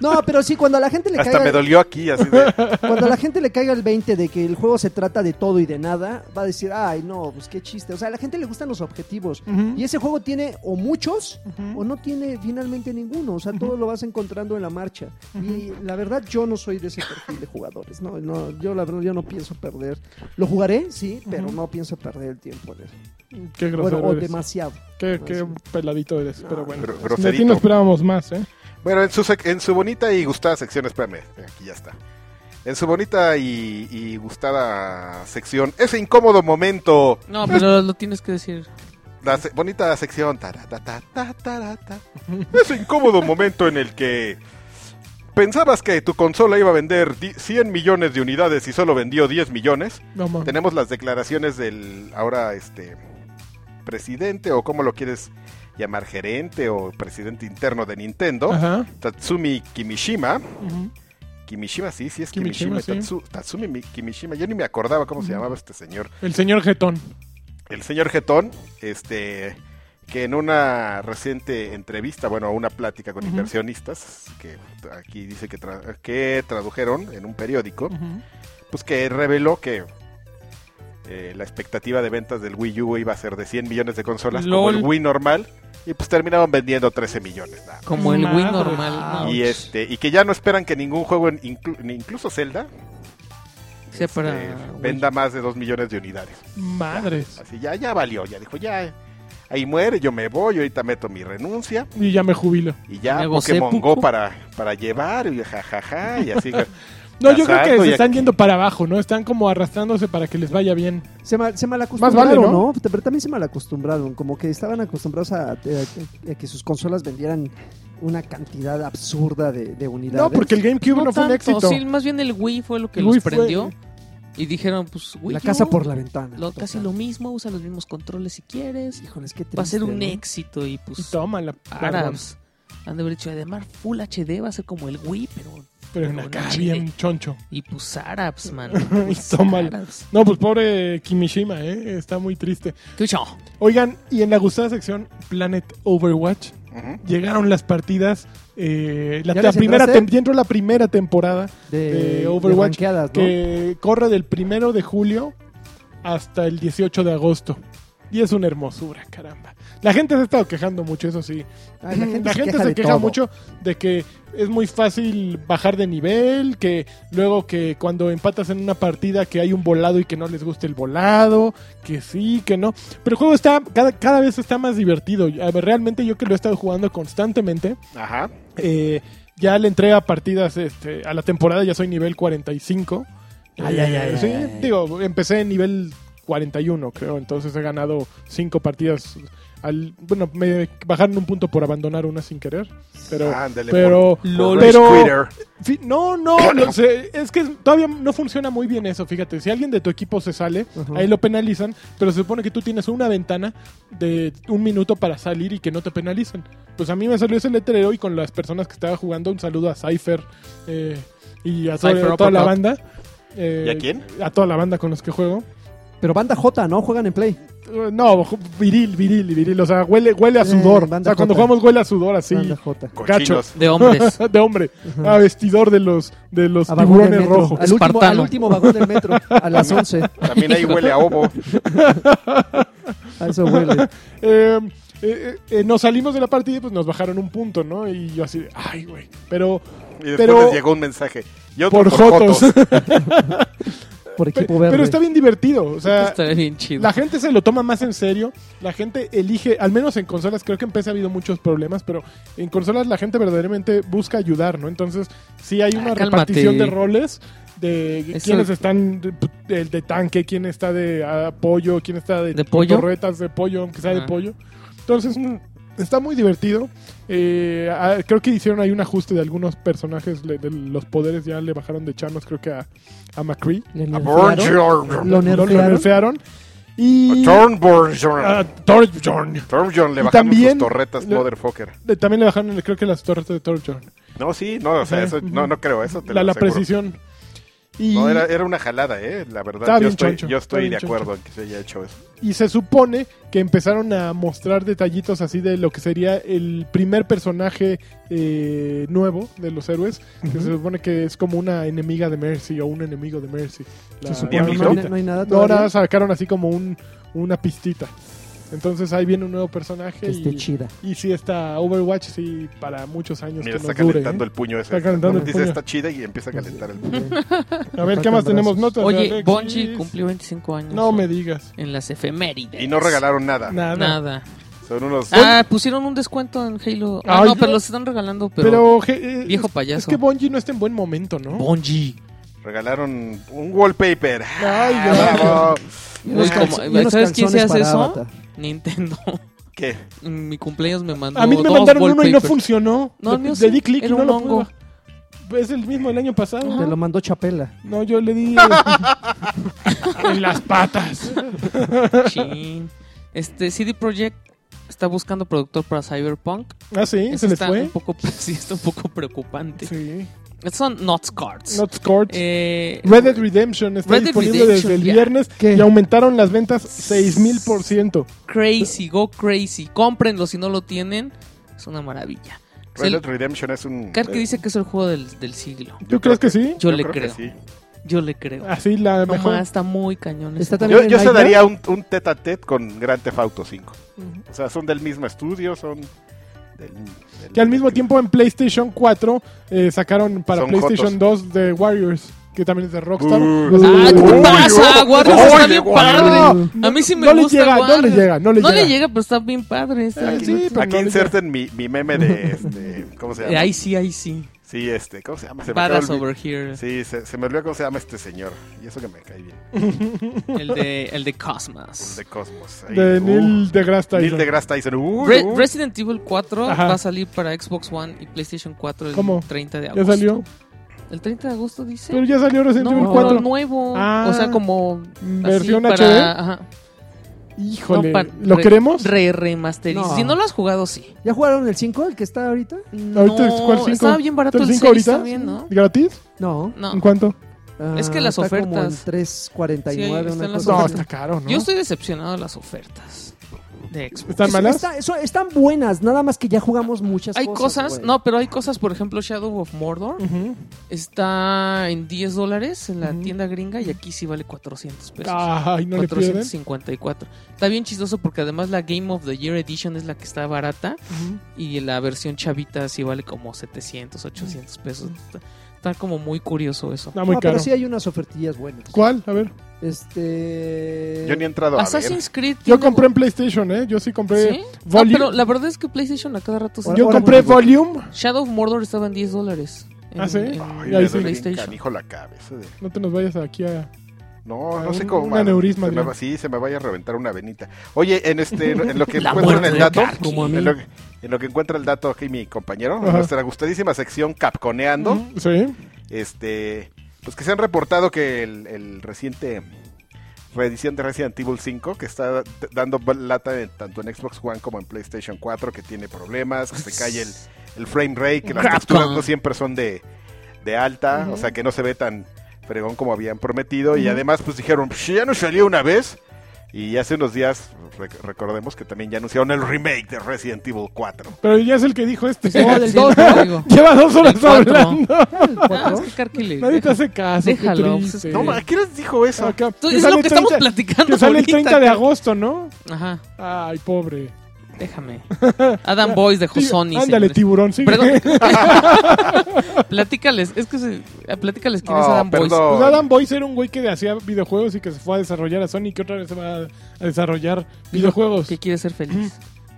S4: No, pero sí, cuando a la gente
S2: [laughs]
S4: le
S2: Hasta me
S4: caiga,
S2: dolió aquí,
S1: [laughs]
S2: así de.
S4: cuando a la gente le caiga el 20 de que el juego se trata de todo y de nada, va a decir, ay, no, pues qué chiste. O sea, a la gente le gustan los objetivos.
S1: Ujú.
S4: Y ese juego tiene o muchos
S1: Ujú.
S4: o no tiene finalmente ninguno. O sea, todo lo vas encontrando en la marcha. Y la verdad, yo no soy de ese perfil de jugadores. No, no, yo la verdad, yo no pienso perder. Lo jugaré, sí, pero
S1: Ujú.
S4: no pienso perder el tiempo. en él.
S1: Qué grosero.
S4: Bueno, o
S1: eres.
S4: demasiado.
S1: Qué, qué peladito eres, pero bueno.
S2: Gro-
S1: De ti no
S2: Groserito.
S1: esperábamos más, ¿eh?
S2: Bueno, en su, sec- en su bonita y gustada sección, espérame, aquí ya está. En su bonita y, y gustada sección, ese incómodo momento,
S3: No, pero lo tienes que decir.
S2: la se- bonita sección, tara, ta, ta, ta, tara, [laughs] ta. ese incómodo momento en el que pensabas que tu consola iba a vender di- 100 millones de unidades y solo vendió 10 millones.
S1: No mames.
S2: Tenemos las declaraciones del ahora este presidente o como lo quieres llamar gerente o presidente interno de Nintendo,
S1: Ajá.
S2: Tatsumi Kimishima.
S1: ujú.
S2: Kimishima, sí, sí es Kimishima.
S1: Kimishima, sí.
S2: Tatsu- Tatsumi Mi- Kimishima. Yo ni me acordaba cómo se llamaba este señor.
S1: El señor Getón.
S2: el señor Getón, este, que en una reciente entrevista, bueno, una plática con
S1: Ujú.
S2: inversionistas, que aquí dice que, tra- que tradujeron en un periódico,
S1: Ujú.
S2: pues que reveló que eh, la expectativa de ventas del Wii U iba a ser de 100 millones de consolas, como
S3: Lol.
S2: el Wii normal, y pues terminaban vendiendo 13 millones. nada más.
S3: Como el Wii
S1: Madre.
S3: normal. no,
S2: Y este, y que ya no esperan que ningún juego, en- inclu- ni incluso Zelda,
S3: sea para
S2: eh,
S3: Wii.
S2: venda más de 2 millones de unidades.
S1: Madres.
S2: Así ya, ya valió, ya dijo, ya, ahí muere, yo me voy, ahorita meto mi renuncia
S1: Y ya me jubilo.
S2: y ya
S3: Me hago
S2: Pokémon
S3: seppuku.
S2: Go para, para llevar y jajaja
S1: [laughs]
S2: y así.
S1: No, yo creo que
S2: Exacto,
S1: se
S2: y
S1: están
S2: aquí-
S1: yendo para abajo, ¿no? Están como arrastrándose para que les vaya bien.
S4: Se, mal, se malacostumbraron,
S1: Más vale, ¿no?
S4: ¿no? Pero también se malacostumbraron, como que estaban acostumbrados a, a- a- a que sus consolas vendieran una cantidad absurda de, de unidades.
S1: No, porque el GameCube no, fue un
S3: tanto,
S1: éxito.
S3: sí, más bien el Wii fue lo que
S1: El Wii
S3: los
S1: fue-
S3: prendió. Y dijeron, pues, Wii
S4: La
S3: U,
S4: casa por la ventana.
S3: lo- casi lo mismo, usa los mismos controles si quieres.
S4: Híjole, es que
S3: va a ser
S4: triste,
S3: un
S4: ¿no?
S3: éxito y
S1: Y
S3: pues
S1: toma la
S3: Arabs han de haber dicho además Full HD va a ser como el Wii pero
S1: Pero en
S3: Pero
S1: acá,
S3: no,
S1: bien choncho.
S3: y
S1: [laughs]
S3: pues Arabs man
S1: Y
S3: Pues,
S1: tómala.
S3: Arabs.
S1: No, pues pobre Kimishima, ¿eh? Está muy triste.
S3: ¿Qué show?
S1: Oigan, y en la gustada sección Planet Overwatch
S2: Ujú.
S1: llegaron las partidas. eh, la,
S4: ¿Ya
S1: la
S4: les
S1: primera
S4: entraste?
S1: tem- ya entró la primera temporada de
S4: de
S1: Overwatch
S4: de ranqueadas, ¿no?
S1: que corre del primero de julio hasta el 18 de agosto. Y es una hermosura, caramba. La gente se ha estado quejando mucho, eso sí.
S4: Ay, la gente,
S1: la
S4: se,
S1: gente
S4: queja
S1: se
S4: de
S1: queja
S4: todo.
S1: mucho de que es muy fácil bajar de nivel, que luego que cuando empatas en una partida que hay un volado y que no les gusta el volado, que sí, que no. Pero el juego está cada, cada vez está más divertido. A ver, Realmente yo que lo he estado jugando constantemente,
S2: Ajá.
S1: eh, ya le entré a partidas este, a la temporada, ya soy nivel 45.
S4: Ay, ay, ay,
S1: Eh, sí,
S4: ay, ay.
S1: digo, empecé en nivel 41, creo, entonces he ganado cinco partidas. Al, bueno, me bajaron un punto por abandonar una sin querer, pero...
S2: Ándale,
S1: pero,
S2: por- por Rage
S1: pero-
S2: Quitter.
S1: fi- no, no,
S4: [coughs]
S1: lo sé, es que todavía no funciona muy bien eso, fíjate, si alguien de tu equipo se sale,
S4: Ujú.
S1: ahí lo penalizan, pero se supone que tú tienes una ventana de un minuto para salir y que no te penalizan. Pues a mí me salió ese letrero y con las personas que estaba jugando, un saludo a Cypher eh, y a toda,
S3: Cypher,
S1: toda la
S3: Uppercut.
S1: banda. eh,
S2: ¿Y a quién?
S1: A toda la banda con los que juego.
S4: Pero banda J, ¿no? Juegan en Play.
S1: Eh, No, ju- viril, viril, viril. O sea, huele, huele a
S4: Eh,
S1: sudor. o
S4: banda
S1: sea, cuando
S4: Jota.
S1: jugamos huele a sudor así.
S4: Banda J.
S2: Cochinos.
S3: de hombres
S1: [laughs] de hombre. A vestidor de los, de los
S4: A vagón del
S1: tiburones
S4: metro.
S1: rojos.
S4: Al último, al
S3: Espartano.
S4: último vagón del metro. A las
S1: [laughs]
S4: 11.
S2: También ahí huele a ovo.
S4: A eso huele.
S1: Eh, eh, eh, nos salimos de la partida y pues nos bajaron un punto, ¿no? Y yo así de, ay, güey. Pero
S2: Y después
S1: Pero-
S2: les llegó un mensaje. Y otro
S1: por,
S2: por,
S1: Jotos.
S2: Jotos.
S1: [laughs]
S4: Por
S1: Pe-
S4: equipo
S1: pero,
S4: verde.
S1: está bien divertido. O sea,
S3: estaría bien chido
S1: la gente se lo toma más en serio. La gente elige, al menos en consolas, creo que en PC ha habido muchos problemas, pero en consolas la gente verdaderamente busca ayudar, ¿no? Entonces, sí hay una
S3: Ah, cálmate.
S1: repartición de roles. De
S3: Eso-
S1: quiénes están de, el de tanque, quién está de apoyo, quién está de,
S3: ¿De pollo?
S1: torretas de pollo, aunque sea de
S3: Ah.
S1: pollo. Entonces, mm, está muy divertido. Eh, ah, creo que hicieron ahí un ajuste de algunos personajes, le- de los poderes ya le bajaron de Chanos, creo que a, a McCree.
S4: Le
S2: A Born
S4: nerfearon.
S2: Jorn.
S1: Lo-
S4: Lo
S1: Lo
S4: nerfearon.
S1: nerfearon. Y
S2: Torn Born Jorn.
S1: a Torbjorn.
S2: Torn Jorn le
S1: Ah, y
S2: bajaron
S1: también-
S2: sus torretas,
S1: le-
S2: motherfucker.
S1: Le- También le bajaron, creo que las torres de Torbjorn.
S2: No, sí, no, o sea,
S1: Ajá,
S2: eso,
S1: ujú.
S2: no, no creo, eso te
S1: La,
S2: lo
S1: la
S2: aseguro.
S1: precisión. Y,
S2: No, era, era una jalada, ¿eh? La
S1: Estaba
S2: verdad, yo
S1: bien
S2: estoy,
S1: choncho,
S2: yo
S1: estaba
S2: estoy
S1: bien
S2: de acuerdo en que se haya hecho eso.
S1: y se supone que empezaron a mostrar detallitos así de lo que sería el primer personaje eh, nuevo de los héroes. Que se supone que es como una enemiga de Mercy o un enemigo de Mercy. La-
S4: Se supone,
S1: la
S4: no, hay-
S1: ahorita.
S4: no hay nada
S1: No, ahora
S4: todavía
S1: sacaron así como un, una pistita. Entonces ahí viene un nuevo personaje.
S4: que esté
S1: Y,
S4: chida.
S1: y sí, está Overwatch, sí, para muchos años.
S2: Mira,
S1: que
S2: está
S1: nos dure,
S2: calentando
S1: ¿eh?
S2: el puño ese.
S1: Está calentando
S2: Dice,
S1: el puño.
S2: está chida y empieza a calentar el puño.
S1: A ver, ¿qué
S4: Faltan
S1: más tenemos?
S4: brazos.
S1: Notas de
S3: oye
S1: Alexis.
S3: Bonchi cumplió 25 años
S1: No
S3: eh,
S1: me digas.
S3: en las efemérides
S2: Y no regalaron nada.
S1: Nada.
S3: nada
S2: Son unos...
S3: ah pusieron un descuento en Halo ah,
S1: Ay,
S3: no pero
S1: yo-
S3: los están regalando pero,
S1: Pero, je- eh,
S3: viejo
S1: es-
S3: payaso.
S1: Es que Bungie no está en buen momento, ¿no?
S3: Bonji
S2: Regalaron un wallpaper.
S1: Ay,
S2: Ah,
S1: gracias.
S2: bravo.
S4: Y unos
S3: Uy, como-
S4: calz- y unos
S3: ¿sabes quién se
S4: calzones
S3: hace
S4: para
S3: eso?
S4: Avatar.
S3: Nintendo [laughs]
S2: ¿Qué?
S3: en mi cumpleaños me mandó
S1: a mí me
S3: dos
S1: mandaron uno y no
S3: wallpapers.
S1: funcionó.
S3: No, el mío
S1: le,
S3: sí,
S1: di clic y
S3: era
S1: no
S3: un
S1: lo pude
S3: hongo.
S1: baj- Es el mismo del año pasado.
S4: Te lo mandó Chapela.
S1: No, yo le
S3: [laughs]
S1: di en las patas. [laughs]
S3: Chin. Este CD Projekt está buscando productor para Cyberpunk.
S1: Ah, sí,
S3: Eso
S1: se les
S3: está [laughs]
S1: fue.
S3: Un poco, sí, está un poco preocupante.
S1: Sí.
S3: Estos son Nuts Cards.
S1: Not scored.
S3: Eh,
S1: Red Dead Redemption está
S3: Red Dead
S1: disponible
S3: Redemption,
S1: desde el
S3: ya.
S1: viernes
S4: ¿Qué?
S1: y aumentaron las ventas 6000%.
S3: Crazy, go crazy. Cómprenlo si no lo tienen. Es una maravilla. Es
S2: Red
S3: el-
S2: Dead Redemption es un... eh,
S3: Karki dice que es el juego del, del siglo.
S1: ¿Tú crees que sí?
S3: Yo, le creo.
S2: que sí.
S3: Yo le creo.
S1: Así la
S3: No
S1: Ah, mejor.
S3: más, está muy cañón. este
S4: Está
S3: ese
S4: también-
S2: Yo,
S4: en
S2: yo se
S4: Nightmare?
S2: daría un, un tete a tete con Grand Theft Auto 5. O sea, son del mismo estudio, son. Del, del-
S1: Que al mismo tiempo en PlayStation 4 eh, sacaron para
S2: Son
S1: PlayStation 2 de Warriors, que también es de Rockstar.
S2: Uh.
S1: Los-
S3: Ah, ¿qué te
S2: Uy,
S3: pasa?
S2: uy,
S3: Warriors está
S2: uy,
S3: bien
S2: uy,
S3: padre.
S1: no,
S3: A mí sí me
S1: no le
S3: gusta.
S1: llega, no le
S3: Warriors.
S1: llega, no le llega.
S3: pero está bien padre. está
S1: Eh,
S3: bien.
S1: sí, pero
S2: Aquí
S1: no le
S2: inserten mi, mi meme de. Este, ¿Cómo se
S3: Eh,
S2: llama?
S3: ahí sí, ahí sí.
S2: Sí, este. ¿Cómo se llama? Se me
S3: Badass
S2: acaba de olvid-
S3: over here.
S2: Sí, se, se me olvidó cómo se llama este señor. Y eso que me cae bien.
S3: El de, el de
S2: Un
S3: Cosmos.
S2: de Cosmos. ahí,
S1: De
S2: uh,
S1: Neil deGrasse
S2: Neil
S1: Tyson.
S2: deGrasse Tyson. uh,
S3: Re-
S2: uh.
S3: Resident Evil 4
S1: Ajá.
S3: va a salir para Xbox One y PlayStation 4 el
S1: ¿Cómo?
S3: 30 de
S1: Ya
S3: agosto.
S1: salió.
S3: ¿El 30 de agosto dice?
S1: Pero ya salió Resident
S3: no,
S1: Evil
S3: no,
S1: 4.
S3: nuevo.
S1: Ah.
S3: o sea, como.
S1: Versión
S3: así
S1: HD.
S3: para- ajá.
S1: Híjole.
S3: No, pa-
S1: ¿Lo
S3: re-
S1: queremos?
S3: Re remasterizado.
S4: No.
S3: Si no lo has jugado, sí.
S4: ¿Ya jugaron el 5, el que está ahorita?
S1: ¿Ahorita es
S3: No,
S1: cuál 5?
S3: Estaba bien barato el 5
S1: 5 ahorita?
S3: también, ¿no?
S1: ¿Gratis?
S4: No.
S3: No.
S1: ¿En cuánto?
S4: Ah,
S3: Es que las
S4: está como en
S3: ofertas-
S4: 3.49,
S3: Sí,
S4: una
S3: están las
S4: cosa
S1: No,
S4: así.
S1: está caro, ¿no?
S3: Yo estoy decepcionado de las ofertas de Xbox.
S1: ¿Están
S4: Es-
S1: malas?
S4: está- eso- están buenas, nada más que ya jugamos muchas
S3: Hay
S4: cosas.
S3: cosas,
S4: güey.
S3: no, pero hay cosas, por ejemplo, Shadow of Mordor
S1: Ujú.
S3: está en 10 dólares en la
S1: Ujú.
S3: tienda gringa y aquí sí vale 400 pesos.
S1: Ay, Ah, no le pierden.
S3: 454. Está bien chistoso porque además la Game of the Year Edition es la que está barata y la versión chavita sí vale como 700, 800 pesos. Está, está como muy curioso eso.
S1: Está muy
S4: No,
S1: caro.
S4: Ah, Pero sí hay unas ofertillas buenas.
S1: ¿Cuál? A ver.
S4: Este.
S2: Yo ni he entrado a ver.
S3: Assassin's Creed.
S1: Yo
S3: tiene-
S1: compré en PlayStation, ¿eh? Yo sí compré.
S3: ¿Sí? Ah,
S1: Volu-
S3: pero la verdad es que PlayStation a cada rato se-
S1: Yo
S4: Ahora
S1: compré
S4: voy a-
S1: Volume.
S3: Shadow of Mordor estaba en 10 dólares. en-
S1: ¿Ah, sí?
S3: en
S2: Ay,
S1: Y
S2: me
S1: ahí
S2: duele
S1: sí.
S2: bien
S3: PlayStation.
S2: canijo la cabeza. de-
S1: No te nos vayas aquí a.
S2: No,
S1: Ah,
S2: no sé
S1: un-
S2: cómo.
S1: un
S2: mano.
S1: aneurisma,
S2: Se me
S1: Adrián.
S2: va- sí, se me vaya a reventar una venita. Oye, en este, en lo que
S3: [laughs] La
S2: encuentran
S3: muerte
S2: el
S3: de
S2: dato,
S3: Karki. Como a mí.
S2: en lo, que- en lo que encuentra el dato aquí mi compañero, en
S1: Ajá.
S2: nuestra gustadísima sección Capconeando,
S1: Ujú, Sí.
S2: este, pues que se han reportado que el, el reciente reedición de Resident Evil 5, que está d- dando lata en- tanto en Xbox One como en PlayStation 4, que tiene problemas, que se cae el, el frame rate, que las
S3: Capcom.
S2: texturas no siempre son de, de alta, o sea que no se ve tan fregón como habían prometido, y además pues dijeron, "Pues, ya no salió una vez, y hace unos días, rec- recordemos que también ya anunciaron el remake de Resident Evil 4.
S1: Pero ya es el que dijo este. [laughs]
S3: No, del
S4: Sí,
S3: dos,
S4: ¿no?
S3: te [laughs] digo.
S1: Lleva dos horas
S3: El cuatro.
S1: hablando.
S3: Ah, es que Karki le
S1: [laughs] Nadie te
S3: deja.
S1: hace caso. qué
S3: Déjalo,
S1: triste.
S3: pues, es que-
S2: No, ¿a qué les dijo eso?
S1: Acá,
S3: Tú-
S1: Ah, que
S3: es
S1: sale
S3: lo
S1: el
S3: que estamos
S1: 30
S3: platicando.
S1: Que sale el
S3: ahorita,
S1: 30 de
S3: que-
S1: agosto, ¿no?
S3: Ajá,
S1: Ay, pobre.
S3: déjame.
S1: [laughs]
S3: Adam Boyce dejó
S1: Tib-
S3: Sony.
S1: Ándale,
S3: señores.
S1: tiburón, sí.
S3: Perdón. platícales, es que se, eh, platícales quién es
S2: Oh,
S3: Adam Boyce.
S1: [laughs]
S2: perdón.
S1: Pues Adam Boyce era un güey que hacía videojuegos y que se fue a desarrollar a Sony, que otra vez se va a a desarrollar videojuegos.
S3: Que quiere ser feliz.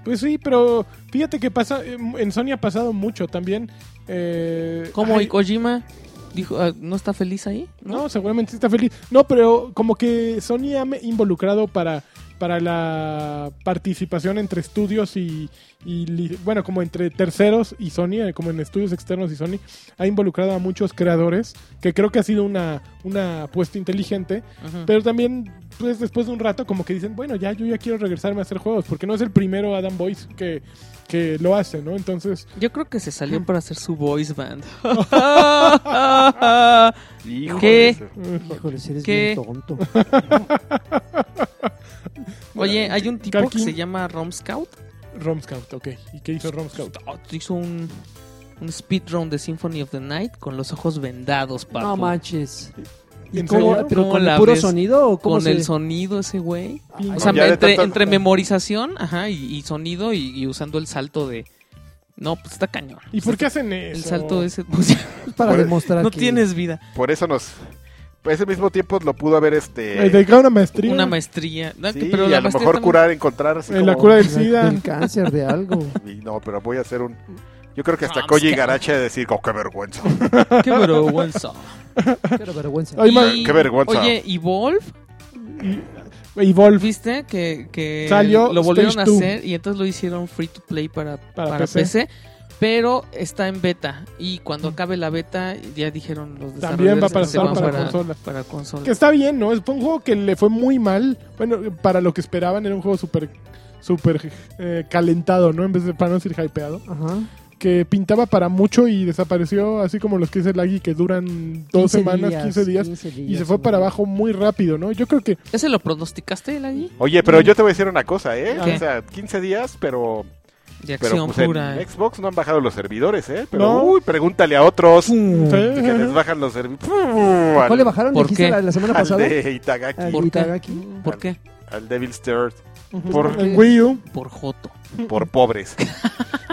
S1: Pues sí, pero fíjate que pasa, en Sony ha pasado mucho también. Eh,
S3: ¿Cómo
S1: ay,
S3: y Kojima dijo, ah, no está feliz ahí?
S1: No, seguramente sí está feliz. No, pero como que Sony ha me- involucrado para, para la participación entre estudios y, y li- bueno, como entre terceros y Sony, eh, como en estudios externos y Sony, ha involucrado a muchos creadores, que creo que ha sido una, una apuesta inteligente,
S3: Ujú.
S1: pero también pues después de un rato como que dicen, bueno, ya yo ya quiero regresarme a hacer juegos, porque no es el primero Adam Boyce que, que lo hace, ¿no? Entonces,
S3: Yo creo que se salió para hacer su voice band.
S1: [laughs]
S3: [laughs]
S2: Híjole,
S3: ¿Qué?
S1: eh,
S4: Híjole, si eres
S3: ¿Qué? [laughs]
S4: bien tonto.
S3: Oye, hay un tipo que
S1: Karkin.
S3: se llama Rom Scout.
S1: Rom Scout, ok. ¿Y qué hizo Rom Scout?
S3: Oh, Hizo un, un speedrun de Symphony of the Night con los ojos vendados, papu.
S4: No manches. ¿Y
S1: ¿En
S4: cómo,
S1: serio?
S4: ¿Pero
S3: ¿Cómo
S4: con
S3: la
S4: el puro
S3: ves?
S4: sonido o cómo
S3: con
S4: se-
S3: el sonido ese güey.
S1: Ay,
S3: O sea,
S2: Ya de
S3: entre,
S2: tanto-
S3: entre memorización ajá, y, y sonido y, y usando el salto de... No, pues está cañón.
S1: ¿Y por qué hacen
S3: El
S1: eso?
S3: salto ese... pues,
S4: para
S2: Por-
S4: demostrar
S3: no
S4: que-
S3: tienes vida.
S2: Por eso nos. Por ese mismo tiempo lo pudo haber
S1: Eh,
S2: este.
S1: dedicar una maestría.
S3: Una maestría. No,
S2: sí,
S3: que- pero
S2: y
S3: la
S2: a lo
S3: maestría
S2: mejor
S3: también-
S2: curar, encontrar. así
S1: En la
S4: oh,
S2: como-
S1: cura del SIDA.
S4: del cáncer
S1: [laughs]
S4: de algo.
S2: Y no, pero voy a hacer un. Yo creo que hasta
S3: Vamos,
S2: Koji
S3: que-
S2: Garache de decir, oh, qué vergüenza.
S3: Qué vergüenza.
S4: Pero vergüenza.
S1: Ay, ma-
S3: Y-
S2: Qué vergüenza.
S3: Oye, Evolve,
S1: Evolve.
S3: ¿viste? Que, que
S1: Salió
S3: lo volvieron a
S1: Stage two.
S3: hacer y entonces lo hicieron free to play para, para,
S1: Para
S3: PC.
S1: PC.
S3: Pero está en beta. Y cuando acabe la beta, ya dijeron los
S1: También va
S3: desarrolladores
S1: para
S3: que se
S1: estar
S3: van
S1: para consola.
S3: para consola.
S1: Que está bien, ¿no? Es un juego que le fue muy mal. Bueno, para lo que esperaban era un juego súper súper eh, calentado, ¿no? En vez de para no decir hypeado.
S4: Ajá.
S1: que pintaba para mucho y desapareció, así como los que dice Laggy, que duran dos
S4: 15
S1: semanas,
S4: días,
S1: 15 días,
S4: 15
S1: y se
S4: días,
S1: fue para
S4: ¿no?
S1: abajo muy rápido, ¿no? Yo creo que
S3: ¿Ya se lo pronosticaste, Lagui?
S2: Oye, pero yo te voy a decir una cosa, ¿eh?
S3: ¿Qué?
S2: O sea, 15 días, pero,
S3: De
S2: pero
S3: acción
S2: pues,
S3: pura. ¿eh?
S2: en Xbox no han bajado los servidores, ¿eh? Pero,
S1: No.
S2: uy, pregúntale a otros
S1: Sí.
S2: que les bajan los servidores.
S4: ¿Cuál
S2: ¿Cuál
S4: le bajaron?
S3: ¿Por
S4: ¿Dijiste
S3: qué?
S4: la, la semana
S2: Al
S4: pasada? Ah,
S2: de Itagaki,
S4: Al
S3: ¿Por qué?
S4: Itagaki.
S3: ¿Por qué?
S2: al Devil's Third,
S1: por
S2: ¿Por
S1: en Wii U.
S3: Por Joto.
S2: por pobres.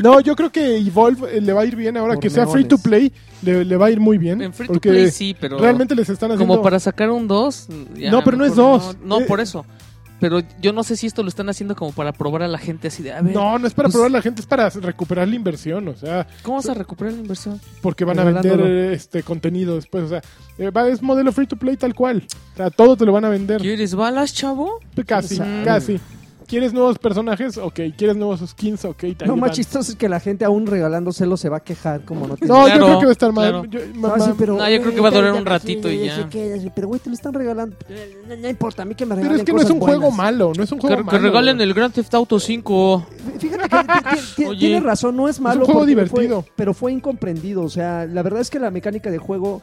S1: No, yo creo que Evolve eh, le va a ir bien ahora
S4: Por
S1: que sea free
S4: neones.
S1: to play, le, le va a ir muy bien.
S3: En Free to
S1: ¿Mm? porque
S3: Play sí, pero.
S1: realmente les están haciendo.
S3: Como para sacar un 2.
S1: No, pero no es dos.
S3: No,
S1: Eh,
S3: por eso. Pero yo no sé si esto lo están haciendo como para probar a la gente así de. A ver,
S1: No, no es para
S3: Pues-
S1: probar la gente, es para recuperar la inversión, o sea,
S3: ¿cómo vas a recuperar la inversión?
S1: porque van a vender
S4: Regalándolo.
S1: eh, este contenido después, o sea, eh, va- es modelo free to play tal cual. O sea, todo te lo van a vender.
S3: ¿Quieres balas, chavo?
S1: Casi,
S4: Exacto.
S1: casi. ¿Quieres nuevos personajes? Ok. ¿Quieres nuevos skins? Ok. te
S4: Lo
S1: ayudan.
S4: más chistoso es que la gente aún regalándoselo se va a quejar como no tiene-
S1: No,
S3: Claro,
S1: yo creo que va a estar mal.
S3: claro.
S1: Yo- ma-
S4: No, sí,
S1: ma-
S4: pero,
S3: No, yo creo que va a
S4: eh,
S3: durar un
S4: quédate aquí,
S3: ratito y
S4: eh,
S3: ya.
S4: sí, quédate, Pero güey, te lo están regalando. Eh, No, no importa, a mí que me
S1: pero
S4: regalen
S1: es que no es
S4: cosas
S1: un juego
S4: buenas.
S1: malo, no es un
S3: Que,
S1: juego
S3: que
S1: malo.
S3: regalen el Grand Theft Auto 5.
S4: Fíjate que ti- ti- ti-
S3: Oye.
S4: tiene razón, no es malo.
S1: juego
S4: porque
S1: divertido.
S4: fue- pero fue incomprendido. O sea, la verdad es que la mecánica de juego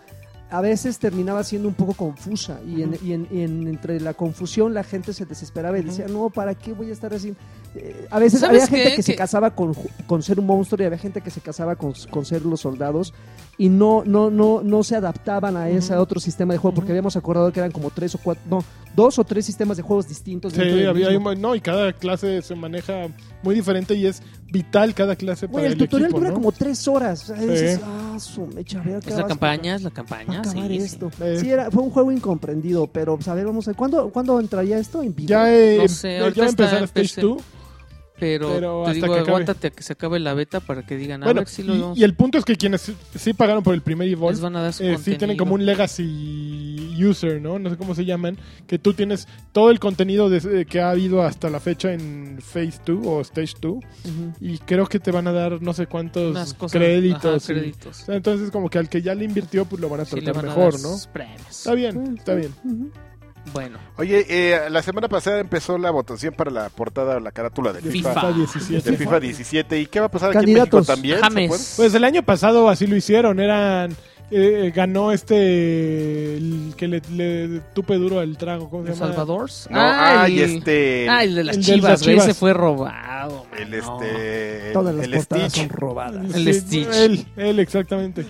S4: a veces terminaba siendo un poco confusa. Y, en, y en- y en- entre la confusión la gente se desesperaba y decía, no, ¿para qué voy a estar así? Eh, a veces
S3: ¿Sabes
S4: había gente
S3: qué?
S4: que, se
S3: Que-
S4: casaba con, ju- con ser un monstruo y había gente que se casaba con, con ser los soldados. Y no, no, no, no se adaptaban a ese otro sistema de juego porque habíamos acordado que eran como tres o cuatro, no, dos o tres sistemas de juegos distintos.
S1: Sí,
S4: dentro del
S1: había-
S4: mismo.
S1: hay un- no, y cada clase se maneja muy diferente y es vital cada clase
S4: Güey,
S1: para
S4: el tutorial
S1: equipo,
S4: dura
S1: ¿no?
S4: como tres horas. O sea,
S1: Sí.
S4: dices, ah, su mecha, a ver, ¿qué
S3: Es
S4: vas
S3: la
S4: a-
S3: campaña, es la
S4: va a
S3: campaña. sí,
S4: acabar
S3: sí.
S4: esto.
S1: Eh.
S4: Sí, era, fue un juego incomprendido, pero pues, a ver, vamos a ¿cuándo, ¿cuándo entraría esto en vivo?
S1: Ya, eh,
S3: No sé,
S1: ya
S3: ahorita
S1: va a empezar
S3: está en
S1: Stage
S3: PC.
S1: 2.
S3: Pero,
S1: Pero
S3: te
S1: hasta
S3: digo,
S1: que acabe.
S3: aguántate a que se acabe la beta para que digan, a
S1: Bueno,
S3: ver si lo
S1: y-
S3: vemos.
S1: y, el punto es que quienes sí- sí pagaron por el primer
S3: Les
S1: Evolve,
S3: van a dar su
S1: eh, sí tienen
S3: contenido.
S1: como un legacy user, ¿no? No sé cómo se llaman, que tú tienes todo el contenido de- eh, que ha habido hasta la fecha en Phase 2 o Stage 2
S4: Ujú.
S1: y creo que te van a dar no sé cuántos
S3: Unas cosas-
S1: créditos.
S3: ajá,
S1: y-
S3: créditos.
S1: o sea, entonces como que al que ya le invirtió pues lo van a
S3: Sí,
S1: tratar
S3: le van a
S1: mejor,
S3: dar
S1: ¿no?
S3: sus Pues, premios.
S1: Está bien, está bien.
S4: Ujú.
S3: Bueno,
S2: Oye, eh, la semana pasada empezó la votación para la portada o la carátula de
S1: De
S2: FIFA.
S3: FIFA.
S1: 17.
S2: De Este, FIFA 17. ¿Y qué va a pasar
S4: Candidatos.
S2: aquí en México también?
S3: James.
S1: Pues el año pasado así lo hicieron, eran eh, ganó este el que le, le tupe duro al trago, ¿cómo se
S3: ¿El
S1: llama?
S3: Salvador?
S2: ¿Se puede? No, ay, este...
S3: Ah, el de las
S1: eh, El de las
S3: chivas, güey.
S1: chivas.
S3: Ese fue robado, mano.
S2: el este...
S4: Todas las
S2: el
S4: portadas
S2: Stitch.
S4: son robadas.
S3: El Stitch.
S1: Él, él, exactamente.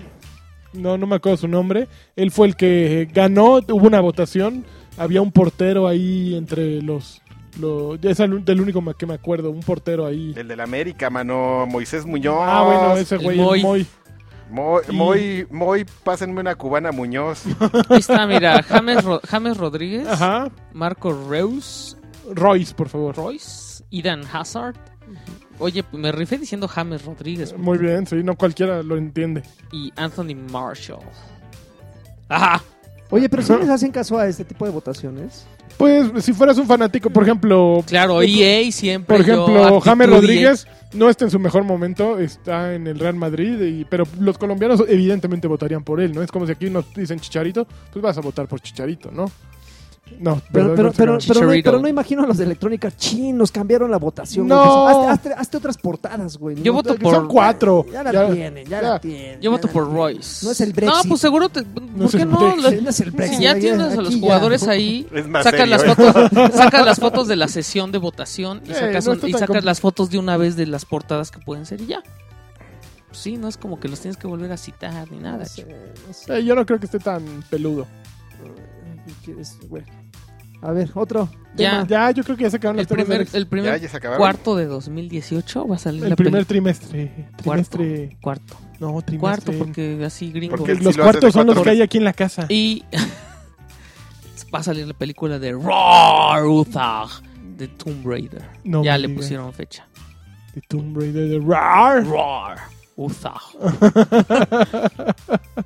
S1: No, no me acuerdo su nombre. Él fue el que eh, ganó, hubo una votación, había un portero ahí entre los... los es el, del único ma- que me acuerdo, un portero ahí.
S2: El del América, mano. Moisés Muñoz.
S1: Ah, bueno, ese
S3: el
S1: güey, el
S3: Moy.
S1: Moy.
S2: Moy,
S1: Sí.
S2: Moy, Moy, pásenme una cubana Muñoz.
S3: Ahí está, mira. James, Ro- James Rodríguez,
S1: Ajá.
S3: Marco Reus,
S1: Royce, por favor.
S3: Royce, Idan Hazard. Oye, me rifé diciendo James Rodríguez
S1: Muy bien, sí, no cualquiera lo entiende.
S3: y Anthony Marshall. Ajá.
S4: Oye, pero si les hacen caso a este tipo de votaciones.
S1: Pues si fueras un fanático, por ejemplo,
S3: Claro, EA siempre.
S1: por
S3: yo,
S1: ejemplo,
S3: actitud
S1: James
S3: EA.
S1: Rodríguez no está en su mejor momento, está en el Real Madrid, y, pero los colombianos evidentemente votarían por él, ¿no? Es como si aquí nos dicen Chicharito, pues vas a votar por Chicharito, ¿no? No,
S4: Pero,
S1: perdón, no,
S4: pero, pero,
S1: no.
S4: pero no,
S3: Chicharito.
S4: pero no imagino a los de electrónica. Chin, nos cambiaron la votación. güey.
S1: No.
S4: Hazte, hazte- hazte otras portadas, güey.
S3: Yo voto
S1: Que son
S3: por-
S1: cuatro.
S4: Ya la
S1: Ya-
S4: tienen, ya,
S1: ya.
S4: la tienen.
S3: Yo
S4: ya
S3: voto
S4: la
S3: por
S4: tienen.
S3: Royce.
S4: No es el Brexit.
S3: No, pues seguro. Te, ¿Por
S1: es
S3: qué
S1: el
S3: no?
S1: Brexit.
S3: Los-
S4: No es el Brexit.
S3: Si ya
S4: güey,
S3: tienes a
S4: aquí
S3: los
S4: ya. [laughs]
S1: [laughs]
S3: jugadores ahí,
S2: Es más
S3: sacas
S2: serio,
S3: las
S2: ¿eh?
S3: fotos, sacas las fotos de las sesión de votación y
S1: Eh,
S3: sacas,
S1: no
S3: un-
S1: está
S3: y
S1: tan
S3: sacas
S1: compli-
S3: las fotos de una vez de las portadas que pueden ser y ya. Sí, no es como que los tienes que volver a citar ni nada.
S4: No sé, no sé.
S1: Eh, yo no creo que esté tan peludo.
S4: ¿Qué quieres, güey? A ver,
S1: [laughs]
S4: otro.
S3: Ya.
S1: Ya, yo creo que ya se acabaron
S3: El
S1: los temas
S3: primer,
S1: del-
S3: el
S2: Ya,
S3: primer
S2: ya se acabaron.
S3: cuarto de 2018 va a salir
S1: el
S3: la
S1: primer
S3: primer
S1: trimestre.
S3: Cuarto.
S1: Trimestre.
S3: cuarto.
S1: No, trimestre.
S3: Cuarto, porque así gringo.
S2: Porque
S1: Los
S2: Sí, lo hace
S1: cuartos
S2: de
S1: son los
S2: cuatro.
S1: que hay aquí en la casa.
S3: Y [laughs] va a salir la película de Roar Uthag de Tomb Raider.
S1: No
S3: ya
S1: me
S3: le
S1: digas.
S3: pusieron
S1: [laughs]
S3: fecha.
S1: The Tomb Raider de Roar.
S3: Roar
S1: [laughs]
S3: Uthag.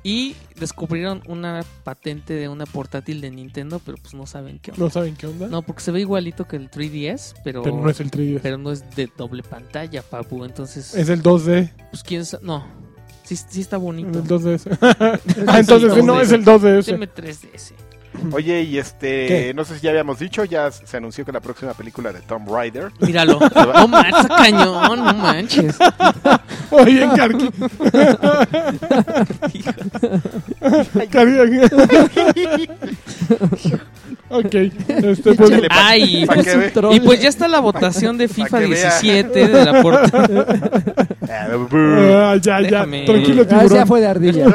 S3: y descubrieron una patente de una portátil de Nintendo, pero pues no saben qué onda.
S1: No saben qué onda.
S3: No, porque se ve igualito que el 3DS, pero,
S1: Pero no es el 3
S3: pero no es de doble pantalla, papu. Entonces,
S1: Es el 2D.
S3: pues quién sabe. No, sí, sí está bonito.
S4: [laughs]
S1: El 2DS. ah, entonces sí, no es el
S3: Deme
S1: 2DS.
S3: 3DS.
S2: Oye, y este,
S1: ¿Qué?
S2: no sé si ya habíamos dicho, ya se anunció que la próxima película de Tom
S3: [laughs]
S2: Rider
S3: Míralo. No manches, cañón, no manches.
S1: Oye, [laughs] Carqui. Carqui. [laughs] ok. Este, pues,
S2: Échale pa-
S3: Ay.
S2: pa' que ve-
S3: Y pues ya está la votación de FIFA
S2: que vea.
S3: 17 de la porta.
S2: Ah, bu-
S1: ah, ya, ya.
S3: Déjame.
S1: Tranquilo,
S4: Ah, ese ya
S1: tiburón.
S4: fue
S1: [laughs]
S4: de ardilla.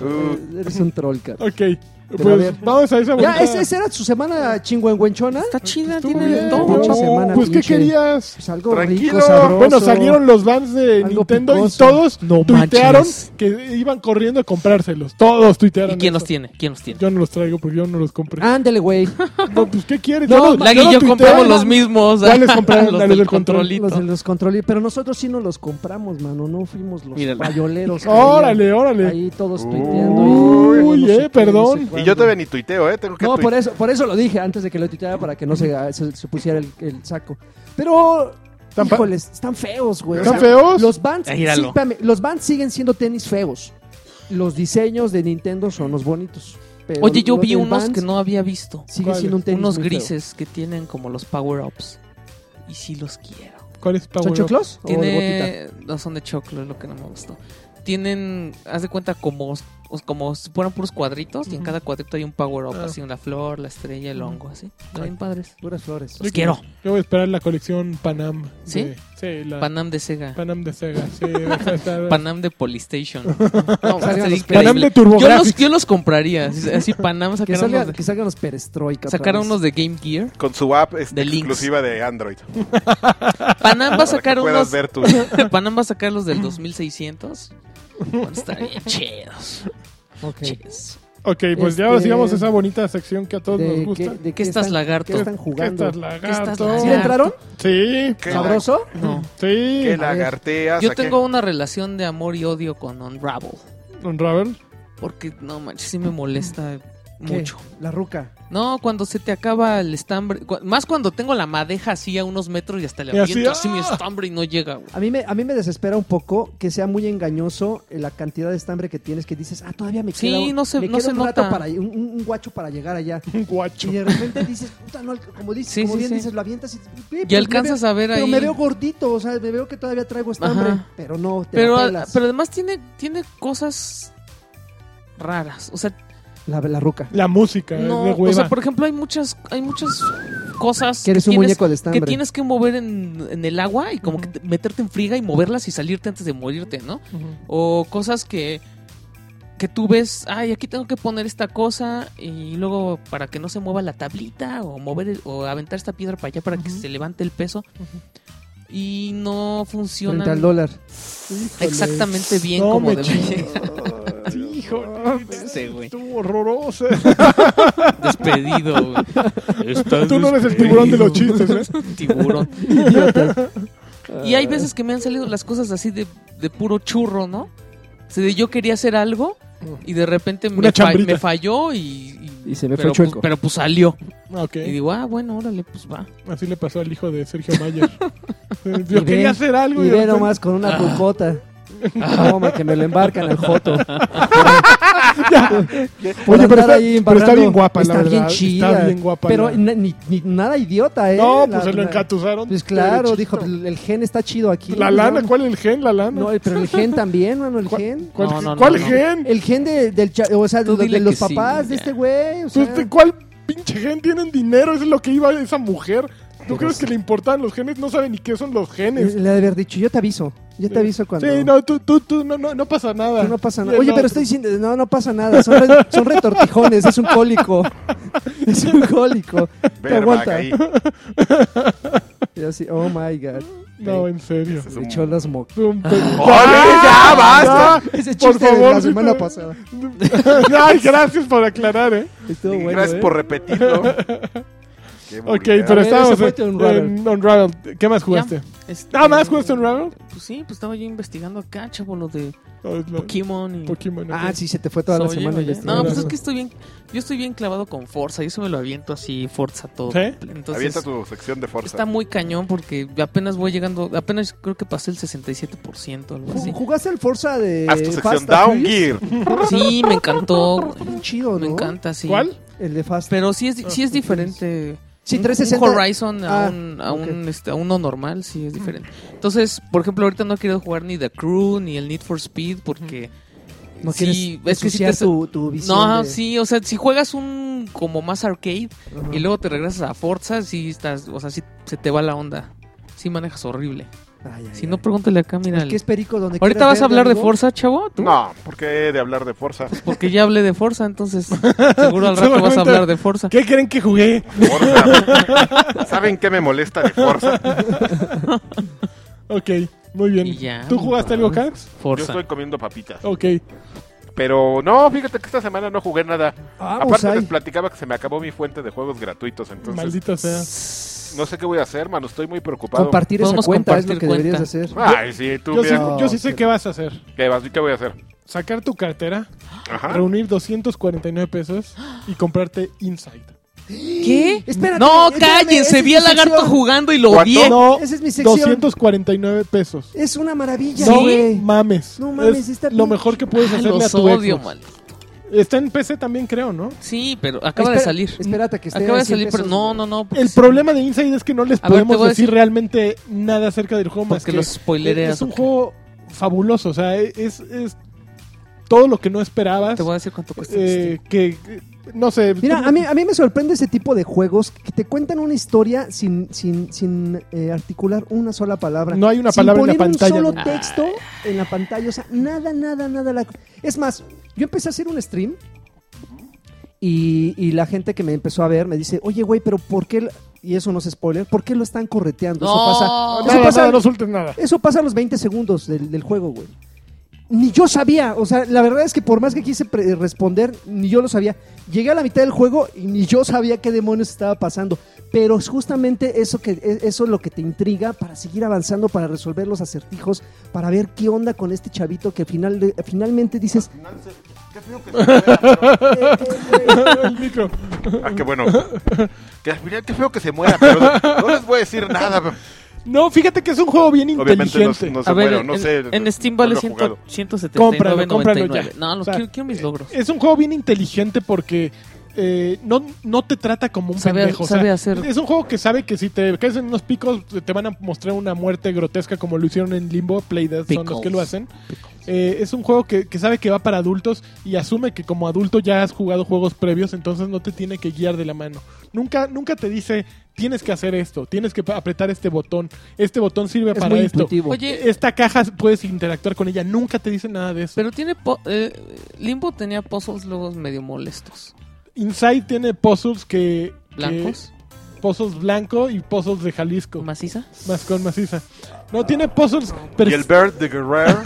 S2: bu-
S4: Eres un troll, cara.
S1: Ok.
S4: Pero a ver.
S1: Pues vamos a esa
S4: Ya,
S1: bonita-
S4: esa, esa era su semana chingüengüenchona.
S3: Está chida,
S4: Estuvo
S3: tiene
S4: bien,
S3: todo.
S4: ¿no? pinche semana,
S1: Pues, ¿qué
S4: pinche.
S1: querías?
S4: Pues algo
S2: Tranquilo.
S4: rico, sabroso.
S1: Bueno, salieron los vans de
S4: Algo
S1: Nintendo
S4: picoso.
S1: y todos
S3: No
S1: tuitearon
S3: manches.
S1: que iban corriendo a comprárselos. Todos tuitearon.
S3: ¿Y quién
S1: eso.
S3: los tiene? ¿Quién los tiene?
S1: Yo no los traigo porque yo no los compré.
S4: Ándele, güey.
S1: No, pues, ¿qué quieres?
S4: No,
S1: Yo
S3: Lag y
S1: yo
S3: yo
S1: tuiteé.
S3: compramos los mismos. [laughs]
S1: ¿Cuáles compraron?
S3: Los
S1: Dale
S3: del
S1: del control.
S3: controlito.
S4: Los de los controlé, pero nosotros sí nos los compramos, mano. No fuimos los
S3: Mírala.
S4: payoleros. que
S1: Órale,
S4: había.
S1: órale.
S4: Ahí todos
S2: Uy.
S4: tuiteando. y-
S1: Uy,
S4: no sé
S1: eh,
S4: qué, no
S1: perdón.
S4: sé
S1: Y
S2: Y
S4: cuándo.
S2: yo todavía ni tuiteo, ¿eh? Tengo que
S4: No,
S2: tuit-
S4: por eso, por eso lo dije antes de que lo tuiteara para que no se, se- se pusiera el, el saco. Pero,
S1: Tan pa-
S4: híjoles, están feos, güey. O
S1: ¿Están
S4: sea,
S1: feos?
S4: Los Vans,
S3: Ahí, dalo.
S4: sí, espérame, los Vans siguen siendo tenis feos. Los diseños de Nintendo son los bonitos. pero
S3: Oye, yo
S4: los
S3: vi
S4: del
S3: unos
S4: Vans
S3: que no había visto.
S4: Sigue
S1: ¿Cuáles?
S4: siendo un tenis
S3: Unos
S4: muy feo.
S3: grises que tienen como los power-ups. Y sí los quiero.
S1: ¿Cuál es Power
S4: ¿Son
S1: Up?
S4: choclos o de botita?
S3: Tiene... No son de choclo, es lo que no me gustó. Tienen, haz de cuenta, como, os- como si fueran puros cuadritos. Y en
S1: Ujú.
S3: cada cuadrito hay un power-up.
S1: Ah.
S3: Así, una flor, la estrella, el hongo, así. Están bien padres.
S4: Puras flores.
S3: Los quiero.
S1: Yo voy a esperar la colección Panam.
S3: ¿Sí?
S1: de- sí, la
S3: Panam de Sega.
S1: Panam de Sega.
S3: [laughs]
S1: Sí, va a estar-
S3: Panam de Polystation. No, va a estar
S4: Panam
S1: Panam de
S3: increíble. Yo los,
S1: TurboGrafx.
S3: yo los compraría. Así, así Panam
S4: Que
S3: sacaron
S4: salgan,
S3: unos de,
S4: que salgan los perestroika. otra
S3: sacaron
S4: vez.
S3: unos de Game
S4: [laughs]
S3: Gear.
S2: Con su app este,
S3: De links.
S2: exclusiva de Android.
S3: Panam va a
S2: Para
S3: sacar
S2: que puedas
S3: unos.
S2: ver tu...
S3: [laughs] Panam va a sacar los del 2600. Van a estar bien chidos.
S4: Ok.
S3: chidos.
S1: Ok, pues ya
S4: Este-
S1: sigamos a esa bonita sección que a todos nos
S4: ¿De
S1: gusta.
S4: de
S3: ¿Qué estás,
S4: están-
S3: lagarto?
S4: ¿Qué están
S1: ¿Qué
S4: jugando?
S1: estás lagarto?
S3: ¿Qué estás
S4: ¿Sí
S3: lagarto?
S4: le entraron?
S1: Sí,
S2: ¿Qué
S4: ¿Sabroso?
S3: No.
S1: sí.
S2: ¿Qué
S4: la-
S2: lagarteas? ¿A
S3: Yo
S2: qué-
S3: tengo una relación de amor y odio con Unravel.
S1: Unravel.
S3: Porque no manches, sí me molesta mucho.
S4: Mm. ¿Qué? La ruca.
S3: No, cuando se te acaba el estambre. cu- Más cuando tengo la madeja así a unos metros y hasta le
S1: Y así,
S3: aviento así, mi
S1: ¡ah!
S3: estambre y no llega. güey.
S4: A mí, me, a mí me desespera un poco que sea muy engañoso eh, la cantidad de estambre que tienes que dices, ah, todavía me
S3: Sí,
S4: queda, un-
S3: no se-
S4: me
S3: no
S4: queda
S3: se
S4: un,
S3: nota.
S4: rato para, un, un- un guacho para llegar allá.
S1: Un guacho.
S4: Y de repente dices, puta, no, alca- como, dices,
S3: Sí,
S4: como
S3: sí,
S4: bien
S3: sí.
S4: dices, lo avientas y...
S3: Y alcanzas a ver ahí.
S4: Pero me veo gordito, o sea, me veo que todavía traigo estambre.
S3: Ajá.
S4: Pero no, te
S3: pero,
S4: la
S3: a-
S4: pelas.
S3: pero además tiene, tiene cosas raras. O sea,
S4: La, la ruca.
S1: La música es de
S3: no,
S1: hueva.
S3: o sea, por ejemplo, hay muchas, hay muchas cosas
S4: Que eres un
S3: tienes-
S4: muñeco de
S3: que
S4: estambre.
S3: tienes que mover en, en el agua y como que te- meterte en friga y moverlas y salirte antes de morirte, ¿no?
S1: Ujú.
S3: O cosas que, que tú ves, ay, aquí tengo que poner esta cosa y luego para que no se mueva la tablita o mover el- o aventar esta piedra para allá para que se levante el peso. Y no
S4: Frente al
S3: funciona
S4: dólar.
S1: Híjole.
S3: exactamente bien
S1: No
S3: como
S1: me
S3: debería.
S1: chingas. Híjole.
S3: Este, güey.
S1: Estuvo
S3: [laughs]
S1: horroroso.
S3: Despedido, güey.
S2: Ah,
S1: Tú no eres el tiburón de los chistes, ¿eh?
S2: [laughs]
S3: Tiburón. Y hay veces que me han salido las cosas así de, de puro churro, ¿no? O sea, de yo quería hacer algo y de repente me,
S1: Una
S3: fa-
S1: chambrita.
S3: me falló y,
S4: Y se me fue
S3: pero, pues,
S4: chueco.
S3: pero pues salió.
S1: Ok.
S3: Y digo, ah, bueno, órale, pues va.
S1: Así le pasó al hijo de Sergio
S4: [laughs]
S1: Mayer. Yo
S4: Y
S1: quería
S4: ve-
S1: hacer algo
S4: Y
S1: de
S4: ve
S1: repente-
S4: nomás con una rucota. No, ma, que me lo embarcan al joto.
S1: [laughs]
S4: Por
S1: Oye, pero
S4: andar
S1: está, pero
S4: ahí
S1: está
S4: embarrando.
S1: bien guapa,
S4: Está
S1: la verdad.
S4: bien chida.
S1: Está bien guapa.
S4: Pero
S1: la-
S4: na- ni, ni nada idiota, ¿eh?
S1: No,
S4: La-
S1: pues se lo
S4: la-
S1: encatuzaron.
S4: Pues claro,
S1: derechito.
S4: dijo, el el gen está chido aquí.
S1: La
S4: ¿no?
S1: lana, ¿cuál el gen? La lana.
S4: No, el- pero el gen también, mano, el gen.
S1: ¿Cuál,
S3: No, no, no,
S1: cuál
S3: no.
S1: gen?
S4: El gen de, del cha- o sea, de,
S3: Tú
S4: de
S3: dile
S4: los
S3: que sí,
S4: papás de
S3: ya.
S4: este güey. O sea,
S1: Pues, ¿de ¿Cuál pinche gen? Tienen dinero, eso es lo que iba esa mujer. ¿Tú
S4: Pero
S1: crees
S4: sí.
S1: que le importan los genes? No sabe ni qué son los genes.
S4: le ha de haber dicho, yo te aviso. Yo te aviso cuando.
S1: Sí, no, tú, tú, tú, no, no, no pasa nada.
S4: No pasa
S1: Y
S4: nada.
S1: el
S4: Oye, pero
S1: otro,
S4: estoy diciendo, no, no pasa nada. Son, re- son retortijones, es un
S3: [laughs]
S4: cólico. Es un cólico. Te
S2: Ver,
S4: aguanta.
S2: Mac, ahí.
S4: Y así, oh my god.
S1: No, en serio.
S2: Es
S4: Le
S2: un-
S4: echó las mo-
S1: Un pe-
S2: [laughs] ¡Ole, ya,
S1: [laughs]
S2: basta!
S4: Ese
S1: Por
S4: chiste de
S1: favor,
S4: la
S1: sí,
S4: semana
S1: pero-
S4: pasada.
S1: Ay, gracias por aclarar, ¿eh?
S4: Estuvo bueno.
S2: Gracias
S4: ¿eh?
S2: por repetirlo. Qué
S1: Ok,
S2: vulgar.
S1: pero
S4: A ver, ese
S1: estábamos
S4: fue
S1: en-
S4: tu Unravel.
S1: en Unravel. ¿Qué más jugaste?
S3: Este,
S1: ¿Nada más jugaste Unravel?
S3: Pues sí, pues estaba yo investigando acá, chavo, lo de
S1: Oh, es lo-
S3: Pokémon y...
S1: Pokémon. ok.
S4: Ah, sí, se te fue toda la
S3: Soy
S4: semana.
S3: yo,
S4: y ya
S3: ¿eh?
S4: está.
S3: No, pues
S1: Claro.
S3: es que estoy bien. Yo estoy bien clavado con Forza. Yo se me lo aviento así, Forza todo.
S1: ¿Sí?
S3: Entonces,
S2: Avienta tu sección de Forza.
S3: está muy cañón porque apenas voy llegando. Apenas creo que pasé el 67%. Algo
S4: Ju-
S1: [laughs]
S3: así.
S4: ¿Jugaste el Forza de
S2: Haz tu sección
S4: Fast and
S2: Down
S4: Furious?
S2: Gear.
S3: Sí, me encantó. güey.
S4: Bien chido, ¿no?
S3: Me encanta, sí.
S1: ¿Cuál?
S4: El de Fast.
S3: Pero sí es,
S1: Ah,
S3: sí es
S1: ok.
S3: diferente.
S4: Sí,
S3: Un-
S4: 360.
S3: Un Horizon a,
S4: Ah,
S3: un, a,
S4: ok.
S3: un, este, a uno normal, sí es diferente. Entonces, por ejemplo, ahorita no he querido jugar ni The Crew ni el Need for Speed porque.
S4: no
S3: sí,
S4: quieres
S3: es que sí te-
S4: ensuciar tu, tu visión.
S3: No,
S4: de-
S3: sí, o sea, si juegas un como más arcade
S4: Ajá.
S3: y luego te regresas a Forza, sí estás, o sea, sí se te va la onda. Sí manejas horrible.
S4: Ay, ay,
S3: Si no,
S4: ay.
S3: pregúntale acá, mira.
S4: Es que es perico donde
S3: Ahorita
S4: quieras
S3: vas a
S4: verlo,
S3: hablar de
S4: amigo.
S3: Forza, chavo, ¿Tú?
S2: No, ¿por qué he de hablar de Forza?
S3: Porque ya hablé de
S2: [laughs]
S3: Forza, entonces seguro al rato vas a
S1: Seguramente.
S3: hablar de Forza.
S1: ¿Qué creen que jugué?
S2: Forza. ¿Saben qué me molesta de Forza?
S1: Ok, muy bien.
S3: Y ya,
S1: ¿Tú jugaste algo, Cax?
S2: Yo
S3: Forza.
S2: estoy comiendo papitas.
S1: Ok.
S2: Pero no, fíjate que esta semana no jugué nada.
S4: Ah, pues
S2: Aparte
S4: ay.
S2: les platicaba que se me acabó mi fuente de juegos gratuitos, entonces
S1: Maldito sea.
S2: no sé qué voy a hacer, mano, estoy muy preocupado.
S4: Compartir esa
S3: Podemos
S4: cuenta es lo
S3: compartir
S4: que
S3: cuenta.
S4: deberías hacer.
S2: Ay, sí, tú
S1: Yo sí,
S2: mira,
S4: No,
S1: yo sí sé
S4: qué-
S1: qué vas a hacer.
S2: ¿qué vas? ¿Qué voy a hacer?
S1: Sacar tu cartera,
S2: Ajá.
S1: reunir 249 pesos y comprarte Inside.
S3: ¿Qué?
S4: Espérate,
S3: no,
S4: espérame, esa
S3: cállense,
S4: es
S3: vi
S4: mi
S3: al lagarto
S4: sección.
S3: jugando y lo ¿eh?
S2: ¿Cuánto?
S3: odié.
S1: No,
S4: Esa es mi sección.
S1: 249 pesos.
S4: Es una maravilla,
S1: No
S4: güey.
S1: mames.
S4: No mames,
S1: es
S4: está
S1: lo
S4: bien
S1: mejor que puedes
S3: Ah,
S1: hacerle a
S3: los
S1: tu
S3: odio,
S1: Xbox.
S3: mal.
S1: Está en PC también, creo, ¿no?
S3: Sí, pero acaba
S4: Espera-
S3: de salir.
S4: Espérate que esté
S3: Acaba
S4: a
S3: de
S4: 100
S3: salir, pero
S4: pesos,
S3: no,
S4: güey.
S3: no, no. porque
S1: El
S3: Pues sí-
S1: problema de Inside es que no les
S3: A ver, te
S1: podemos
S3: voy a
S1: decir
S3: decir-
S1: realmente nada acerca del juego más
S3: Porque
S1: que
S3: lo spoilereas.
S1: es un
S3: ok.
S1: juego fabuloso, o sea, e-, es, es todo lo que no esperabas.
S3: Te voy a decir cuánto cuesta. este. en Steam.
S1: eh, que eh, no sé,
S4: Mira,
S1: tú-
S4: a mí, a mí me sorprende ese tipo de juegos que te cuentan una historia sin, sin, sin eh, articular una sola palabra.
S1: No hay una
S4: Sin
S1: palabra en la
S4: poner
S1: pantalla,
S4: Un
S1: güey.
S4: solo texto en la pantalla. O sea, nada, nada, nada. la- Es más, yo empecé a hacer un stream y, y la gente que me empezó a ver me dice, oye, güey, pero ¿por qué? el-" Y eso no es spoiler. ¿Por qué lo están correteando? Eso pasa
S3: No.
S1: nada,
S4: eso pasa- Eh,
S1: nada, no sueltes nada.
S4: eso pasa a los 20 segundos del, del juego, güey. Ni yo sabía, o sea, la verdad es que por más que quise pre- responder, ni yo lo sabía. Llegué a la mitad del juego y ni yo sabía qué demonios estaba pasando. Pero es justamente eso, que, e- eso es lo que te intriga para seguir avanzando, para resolver los acertijos, para ver qué onda con este chavito que al final de- finalmente dices,
S2: Qué feo que se [laughs]
S4: eh,
S2: muera,
S1: [laughs]
S2: pero-
S1: El micro.
S2: Ah, qué bueno. Que al final qué feo que se muera, pero no les voy a decir nada. pero-
S1: No, fíjate que es un juego bien
S2: Obviamente no,
S1: inteligente.
S2: no se
S3: A ver,
S2: muero, no
S3: en,
S2: sé.
S3: en Steam
S2: no
S3: vale
S2: lo he
S3: 100
S2: jugado.
S3: 179.99.
S1: Cómpralo, cómpralo ya.
S3: No, no,
S1: O sea, eh,
S3: quiero, quiero mis logros.
S1: Es un juego bien inteligente porque eh, no, no te trata como un
S3: Sabe-
S1: pendejo. o sea,
S3: sabe hacer-
S1: Es un juego que sabe que si te caes en unos picos te van a mostrar una muerte grotesca como lo hicieron en Limbo. Playdead son los
S3: Pickles.
S1: que lo hacen. Eh, es un juego que, que sabe que va para adultos y asume que como adulto ya has jugado juegos previos, entonces no te tiene que guiar de la mano. Nunca, nunca te dice tienes que hacer esto, tienes que pa- apretar este botón, este botón sirve
S4: es
S1: para
S4: muy
S1: esto.
S4: intuitivo.
S3: Oye,
S1: Esta caja puedes interactuar con ella, nunca te dice nada de eso.
S3: pero tiene. po- eh, Limbo tenía puzzles luego medio molestos.
S1: Inside tiene puzzles que.
S3: Blancos,
S1: que- puzzles blanco y puzzles de Jalisco. Más,
S3: maciza.
S1: con maciza. No, tiene puzzles. Pero
S2: Y el Bird de Guerrero.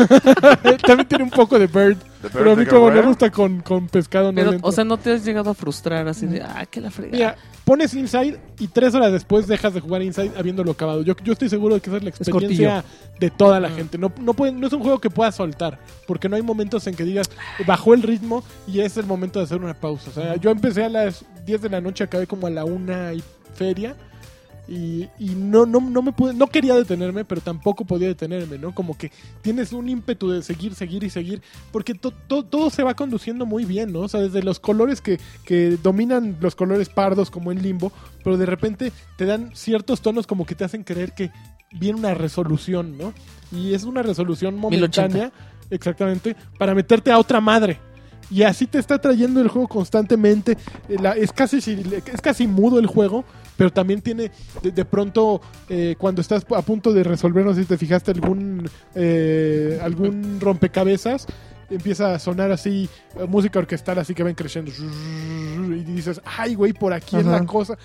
S1: [laughs] también tiene un poco de Bird.
S2: The Bird
S1: Pero a mí,
S2: de
S1: como no
S2: Guerrero.
S1: gusta con, con pescado, no
S3: Pero,
S1: le
S3: o
S1: entro.
S3: sea, no te has llegado a frustrar así de. Ah, que la fregada.
S1: Mira, pones Inside y tres horas después dejas de jugar Inside habiéndolo acabado. Yo, yo estoy seguro de que esa es la experiencia de toda la gente. No, no, pueden- no es un juego que puedas soltar, porque no hay momentos en que digas, bajó el ritmo y es el momento de hacer una pausa. O sea, yo empecé a las 10 de la noche, acabé como a la una y feria. Y, y no, no, no me pude, no quería detenerme, pero tampoco podía detenerme, ¿no? Como que tienes un ímpetu de seguir, seguir y seguir, porque to- to- todo se va conduciendo muy bien, ¿no? O sea, desde los colores que, que dominan los colores pardos como en limbo, pero de repente te dan ciertos tonos como que te hacen creer que viene una resolución, ¿no? Y es una resolución
S3: 1080.
S1: momentánea, exactamente, para meterte a otra madre. Y así te está trayendo el juego constantemente. Eh, la- es, casi, si- es casi mudo el juego, pero también tiene de, de pronto eh, cuando estás a punto de resolver, no sé si te fijaste algún, eh, algún rompecabezas, empieza a sonar así eh, música orquestal, así que ven creciendo. Y dices, ay, güey, por aquí es la
S4: Ajá.
S1: cosa.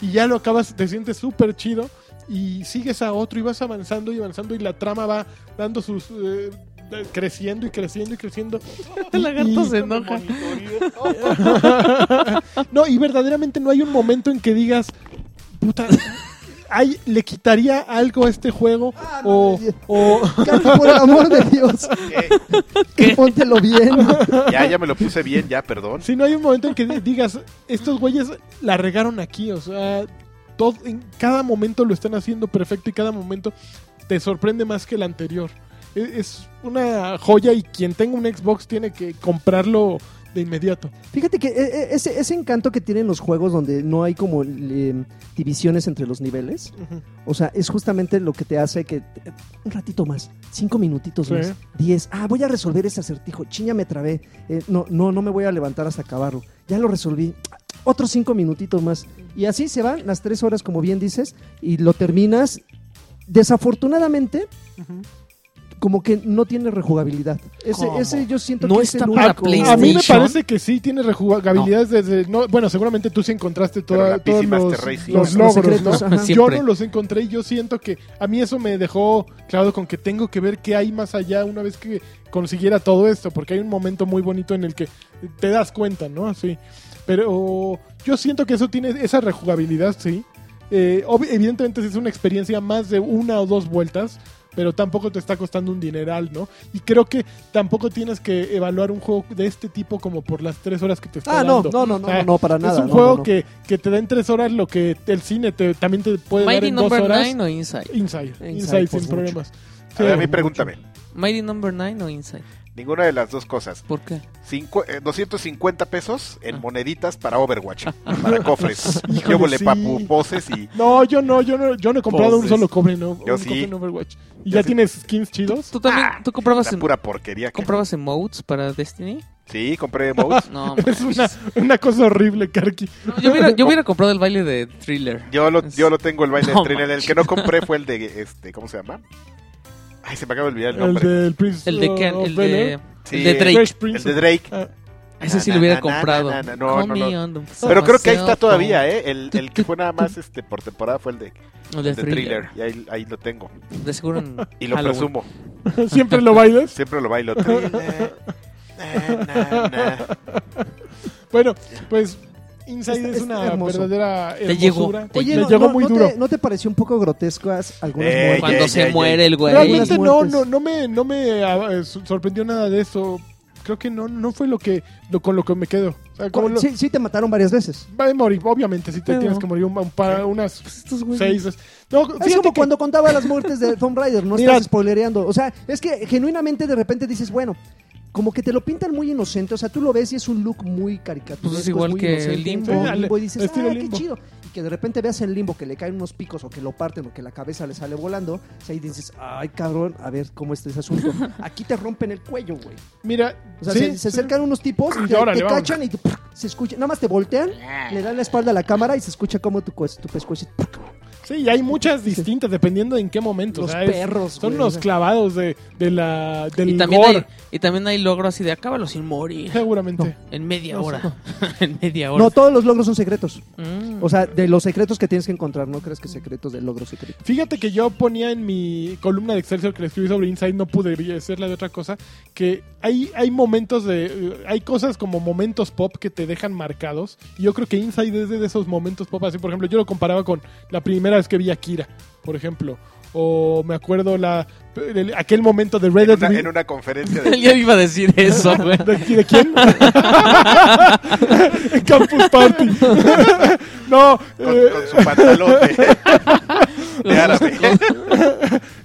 S1: Y ya lo acabas, te sientes súper chido y sigues a otro y vas avanzando y avanzando y la trama va dando sus... eh, creciendo y creciendo y creciendo
S3: El lagarto
S1: Y-
S3: se enoja.
S1: no, y verdaderamente no hay un momento en que digas, puta, ay, le quitaría algo a este juego
S4: Ah, no,
S1: o,
S4: no, no.
S1: o
S4: Capi, por el amor de Dios,
S5: Eh,
S4: póntelo bien.
S5: ya, ya me lo puse bien, ya, perdón.
S1: si no hay un momento en que digas, estos güeyes la regaron aquí, o sea, todo, en cada momento lo están haciendo perfecto y cada momento te sorprende más que el anterior. E- Es, una joya y quien tenga un Xbox tiene que comprarlo de inmediato.
S4: Fíjate que eh, eh, ese, ese encanto que tienen los juegos donde no hay como eh, divisiones entre los niveles, o sea, es justamente lo que te hace que eh, un ratito más, cinco minutitos
S1: Sí.
S4: más, diez, ah, voy a resolver ese acertijo, chinga, me trabé, eh, no, no, no me voy a levantar hasta acabarlo, ya lo resolví, otros cinco minutitos más. Y así se van las tres horas, como bien dices, y lo terminas. Desafortunadamente, como que no tiene rejugabilidad. Ese,
S3: ¿Cómo?
S4: ese yo siento
S3: No
S4: que es el
S3: está para
S4: único-
S1: A mí me
S3: PlayStation.
S1: parece que sí tiene rejugabilidades desde no, bueno, seguramente tú sí encontraste
S5: Pero
S1: toda-
S5: la PC
S1: todos los,
S5: Master Race,
S1: los logros,
S4: sí. Los
S1: ¿no?
S4: secretos, ajá.
S1: Yo
S3: Siempre.
S1: no los encontré y yo siento que a mí eso me dejó claro con que tengo que ver qué hay más allá una vez que consiguiera todo esto, porque hay un momento muy bonito en el que te das cuenta, ¿no? Así. Pero yo siento que eso tiene esa rejugabilidad, sí. Eh, ob- evidentemente es una experiencia más de una o dos vueltas, pero tampoco te está costando un dineral, ¿no? Y creo que tampoco tienes que evaluar un juego de este tipo como por las tres horas que te está
S4: Ah, no,
S1: dando.
S4: no, no, no,
S1: O sea,
S4: no, no, para nada.
S1: Eh, es un
S4: no,
S1: juego
S4: no, no.
S1: Que, que te da en tres horas lo que el cine te, también te puede dar
S3: Mighty
S1: en dos
S3: Number
S1: horas.
S3: 9 o Inside.
S1: Inside,
S4: Inside,
S1: Inside,
S4: por
S1: sin
S4: mucho.
S1: problemas.
S5: A ver, a mí
S1: Sí,
S5: pregúntame.
S3: Mighty Number 9 o Inside.
S5: Ninguna de las dos cosas.
S3: ¿Por qué?
S5: Cincu- eh, 250 pesos en
S3: Ah.
S5: moneditas para Overwatch,
S1: [laughs]
S5: para cofres.
S1: Híjole,
S5: Yo volé
S1: sí.
S5: papu poses y
S1: No, yo no, yo no, yo no he comprado
S5: Pues,
S1: un solo cobre, no.
S5: yo
S1: un
S5: sí.
S1: cofre en Overwatch. ¿Y
S5: Yo
S1: ya
S5: sí.
S1: tienes skins chidos?
S3: ¿Tú también
S5: Ah,
S3: tú comprabas,
S5: la
S3: en,
S5: pura porquería. que-
S3: comprabas emotes para Destiny?
S5: Sí, compré emotes.
S3: [laughs] No,
S1: Es
S3: mames.
S1: una, una cosa horrible, Karki.
S3: No, yo, hubiera, yo hubiera comprado el baile de Thriller.
S5: Yo lo, yo lo tengo el baile
S3: No
S5: de thriller. El que no compré fue el de este, ¿cómo se llama? Ay, se me acaba de olvidar el
S1: El
S5: nombre.
S1: del Prince
S3: El de,
S1: of
S3: Ken- el
S1: Bel-Air.
S3: de,
S5: Sí,
S3: el de Drake.
S1: Fresh
S5: El
S1: Prince
S5: de
S1: of-
S5: Drake.
S1: Ah,
S3: Ese sí
S5: Na,
S3: lo hubiera
S5: na, na,
S3: comprado. Oh,
S5: na, na, no,
S3: Call
S5: no,
S3: me
S5: no.
S3: on the
S5: Pero creo que ahí está
S3: myself
S5: todavía, ¿eh? El, el
S3: Tu,
S5: que
S3: tu,
S5: fue nada más este por temporada fue el de,
S3: phone. El
S5: el
S3: de
S5: de
S3: thriller.
S5: thriller. Y ahí, ahí lo tengo.
S3: De seguro en
S5: Y lo
S3: Halloween.
S5: presumo.
S1: Siempre lo bailas.
S5: Siempre lo bailo. Thriller. Na, na, na.
S1: Bueno, pues Inside
S4: Está-
S1: es
S4: está
S1: una
S4: hermoso.
S1: verdadera
S3: Te llegó,
S1: hermosura.
S3: te
S1: Oye,
S3: llegó.
S1: le llegó muy
S4: no
S1: duro.
S4: Te, ¿No te pareció un poco grotescas algunas
S5: Eh,
S4: muertes?
S3: Cuando
S5: Yeah,
S3: se
S5: yeah,
S3: muere
S5: yeah.
S3: el güey.
S1: Realmente
S4: Las
S1: no,
S4: muertes.
S1: no, no me, no me ah, eh, so- sorprendió nada de eso. Creo que no, no fue lo que lo, con lo que me quedo. O sea, como lo-
S4: Sí, sí te mataron varias veces.
S1: va a morir, obviamente, si te
S3: Pero-
S1: tienes que morir un, un par- unas
S3: Pues estos güeyes.
S1: seis. No,
S4: Es
S1: fíjate
S4: como
S1: que-
S4: cuando contaba las muertes de Tomb Raider, no
S1: [laughs] Mira.
S4: estás spoilereando. O sea, es que genuinamente de repente dices, bueno, como que te lo pintan muy inocente. O sea, tú lo ves y es un look muy caricaturesco.
S3: Pues es igual
S4: muy
S3: que
S4: inocente,
S3: Limbo.
S4: muy
S1: Sí,
S4: limbo y
S1: al-
S4: dices,
S1: estilo
S4: ah,
S1: Limbo".
S4: qué chido. Y que de repente veas el limbo, que le caen unos picos o que lo parten o que la cabeza le sale volando. O sea, y dices, ay, cabrón, a ver cómo está
S1: [laughs]
S4: ese asunto. Aquí te rompen el cuello, güey.
S1: Mira,
S4: O sea,
S1: sí,
S4: se, se acercan unos tipos,
S1: Y
S4: te,
S1: órale,
S4: te
S1: vámonos.
S4: cachan y te- se escucha. Nada más te voltean, le dan la espalda a la cámara y se escucha como tu, cues- tu pescuezo.
S1: sí, y hay muchas distintas dependiendo en qué momento.
S4: Los
S1: o sea, es-
S4: perros,
S1: son
S4: güey, o
S1: los
S4: sea.
S1: clavados de, de la, del
S3: Y también,
S1: gore,
S3: hay, y también hay logro así de acábalo sin morir.
S1: seguramente.
S3: En media
S1: No,
S3: hora. [laughs] en media hora.
S4: No, todos los logros son secretos.
S3: Mm.
S4: O sea, de los secretos que tienes que encontrar, no crees que secretos del logro secreto.
S1: Fíjate que yo ponía en mi columna de Excelsior que le escribí sobre Inside, no pude hacerla de otra cosa, que hay, hay momentos de... eh, Hay cosas como momentos pop que te dejan marcados. Y yo creo que Inside es de esos momentos pop. Así, por ejemplo, yo lo comparaba con la primera vez que vi a Kira, por ejemplo. O me acuerdo la el- aquel momento de Red
S5: En
S1: Dead
S5: una,
S1: Red-
S5: en una conferencia
S3: [laughs]
S5: de
S3: Yo iba a decir
S1: [laughs]
S3: eso, güey.
S1: ¿De, de quién? en Campus Party. [laughs] no, eh,
S5: [laughs] con, con su pantalón de, de
S3: [laughs]
S5: árabe.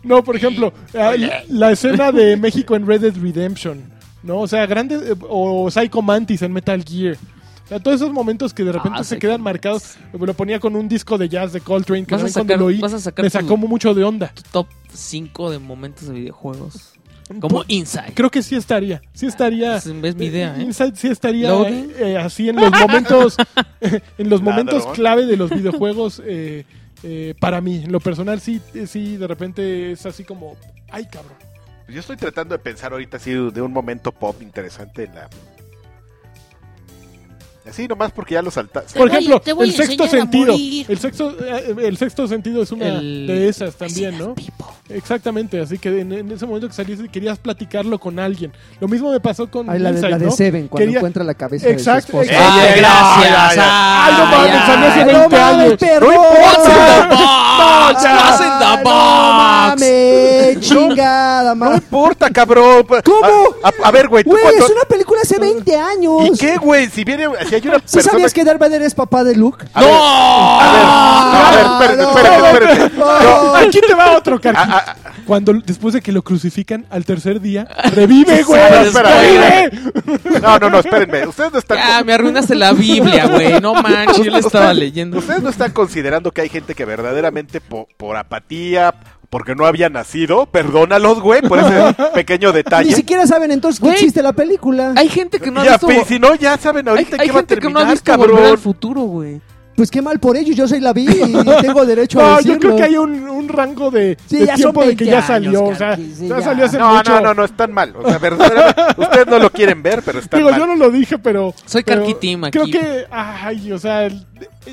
S1: No, por ejemplo, eh, la, la escena
S3: [laughs]
S1: de México en Red Dead Redemption, ¿no? O sea, grandes eh, o Psycho Mantis en Metal Gear. O sea, todos esos momentos que de repente
S3: Ah,
S1: se
S3: Psycho
S1: quedan
S3: Mantis.
S1: marcados. Lo ponía con un disco de jazz de Coltrane que
S3: Vas a
S1: también cuando
S3: sacar-
S1: lo oí
S3: vas a sacar
S1: me
S3: tu-
S1: sacó mucho de onda.
S3: Top 5 de momentos de videojuegos. Como Inside.
S1: Creo que sí estaría, sí estaría.
S3: Es- es mi idea, ¿eh?
S1: Inside sí estaría
S3: Loading.
S1: eh, así en los momentos, [laughs] en los momentos
S5: Ladrón.
S1: clave de los videojuegos. eh, eh, para mí, en lo personal sí, sí, de repente es así como, ay, cabrón.
S5: Yo estoy tratando de pensar ahorita así de un momento pop interesante en la. Así nomás porque ya lo saltaste.
S1: Por
S6: voy-
S1: ejemplo,
S6: te voy
S1: el
S6: a
S1: sexto
S6: enseñar a
S1: sentido.
S6: morir.
S1: El sexto, eh, el sexto sentido es una
S3: El-
S1: de esas también, ¿no?
S3: Resident Evil.
S1: Exactamente, así que en, en ese momento que saliste querías platicarlo con alguien. Lo mismo me pasó con
S4: Ay, la, de,
S1: Inside,
S4: la de
S1: ¿no?
S4: Seven, cuando
S1: Quería-
S4: encuentra la cabeza
S1: Exacto,
S4: de su esposa.
S1: exacto.
S3: ¡Ay,
S2: ya, ya,
S3: gracias!
S2: ya.
S1: ¡Ay, no mames! Salió hace
S4: Ay,
S1: 20
S4: mames,
S1: años.
S4: perdón.
S3: ¡What's in the
S4: [laughs]
S3: box?
S1: ya.
S3: ¡What's in the
S4: Ay,
S3: box?
S4: No mames, chingada
S2: No
S4: madre.
S2: importa, cabrón. Pues,
S4: ¿Cómo?
S2: A, a- a ver, güey, tú
S4: Güey,
S2: cuando-
S4: es una película hace 20 años.
S2: ¿Y qué, güey? Si viene, si hay una
S4: ¿Sí
S2: persona
S4: sabías que Darth Vader es papá de Luke?
S2: A ver, a ver,
S4: Ah,
S2: espérate,
S4: no.
S2: espérate, espérate.
S1: [laughs] No, Aquí te va otro,
S2: Ah,
S1: carnal. Cuando después de que lo crucifican al tercer día, revive, güey.
S3: Espera,
S2: espera,
S1: ¡Revive!
S2: No, no, no, espérenme. Ustedes no están.
S3: Ya, me arruinaste
S2: [laughs]
S3: la Biblia, güey. No manches, yo la estaba leyendo.
S2: Ustedes no están considerando que hay gente que verdaderamente po- por apatía, porque no había nacido, perdónalos, güey, por
S3: [laughs]
S2: ese pequeño detalle.
S4: Ni siquiera saben entonces que
S3: Güey.
S4: existe la película.
S3: Hay gente que no ha
S2: Ya,
S3: visto...
S2: pe- si no, ya saben
S3: Hay,
S2: ahorita
S3: hay
S2: que va a
S3: gente que no ha
S2: terminar,
S3: visto Volver al
S2: cabrón.
S3: futuro, güey.
S4: Pues qué mal por ellos, yo soy la vi y tengo derecho a
S1: [laughs] No,
S4: decirlo.
S1: yo creo que hay un, un rango de,
S4: Sí,
S1: de
S4: ya son
S1: tiempo de que
S4: 20
S1: ya salió.
S4: años,
S1: o sea,
S4: Karki, sí,
S1: ya
S4: ya.
S1: salió hace
S2: No,
S1: mucho.
S2: no, no, no, están mal. O sea, verdaderamente, ustedes no lo quieren ver, pero están
S1: Digo,
S2: mal.
S1: yo no lo dije, pero.
S3: Soy
S1: pero
S3: carquitima
S1: Creo
S3: aquí.
S1: que. Ay, o sea, el-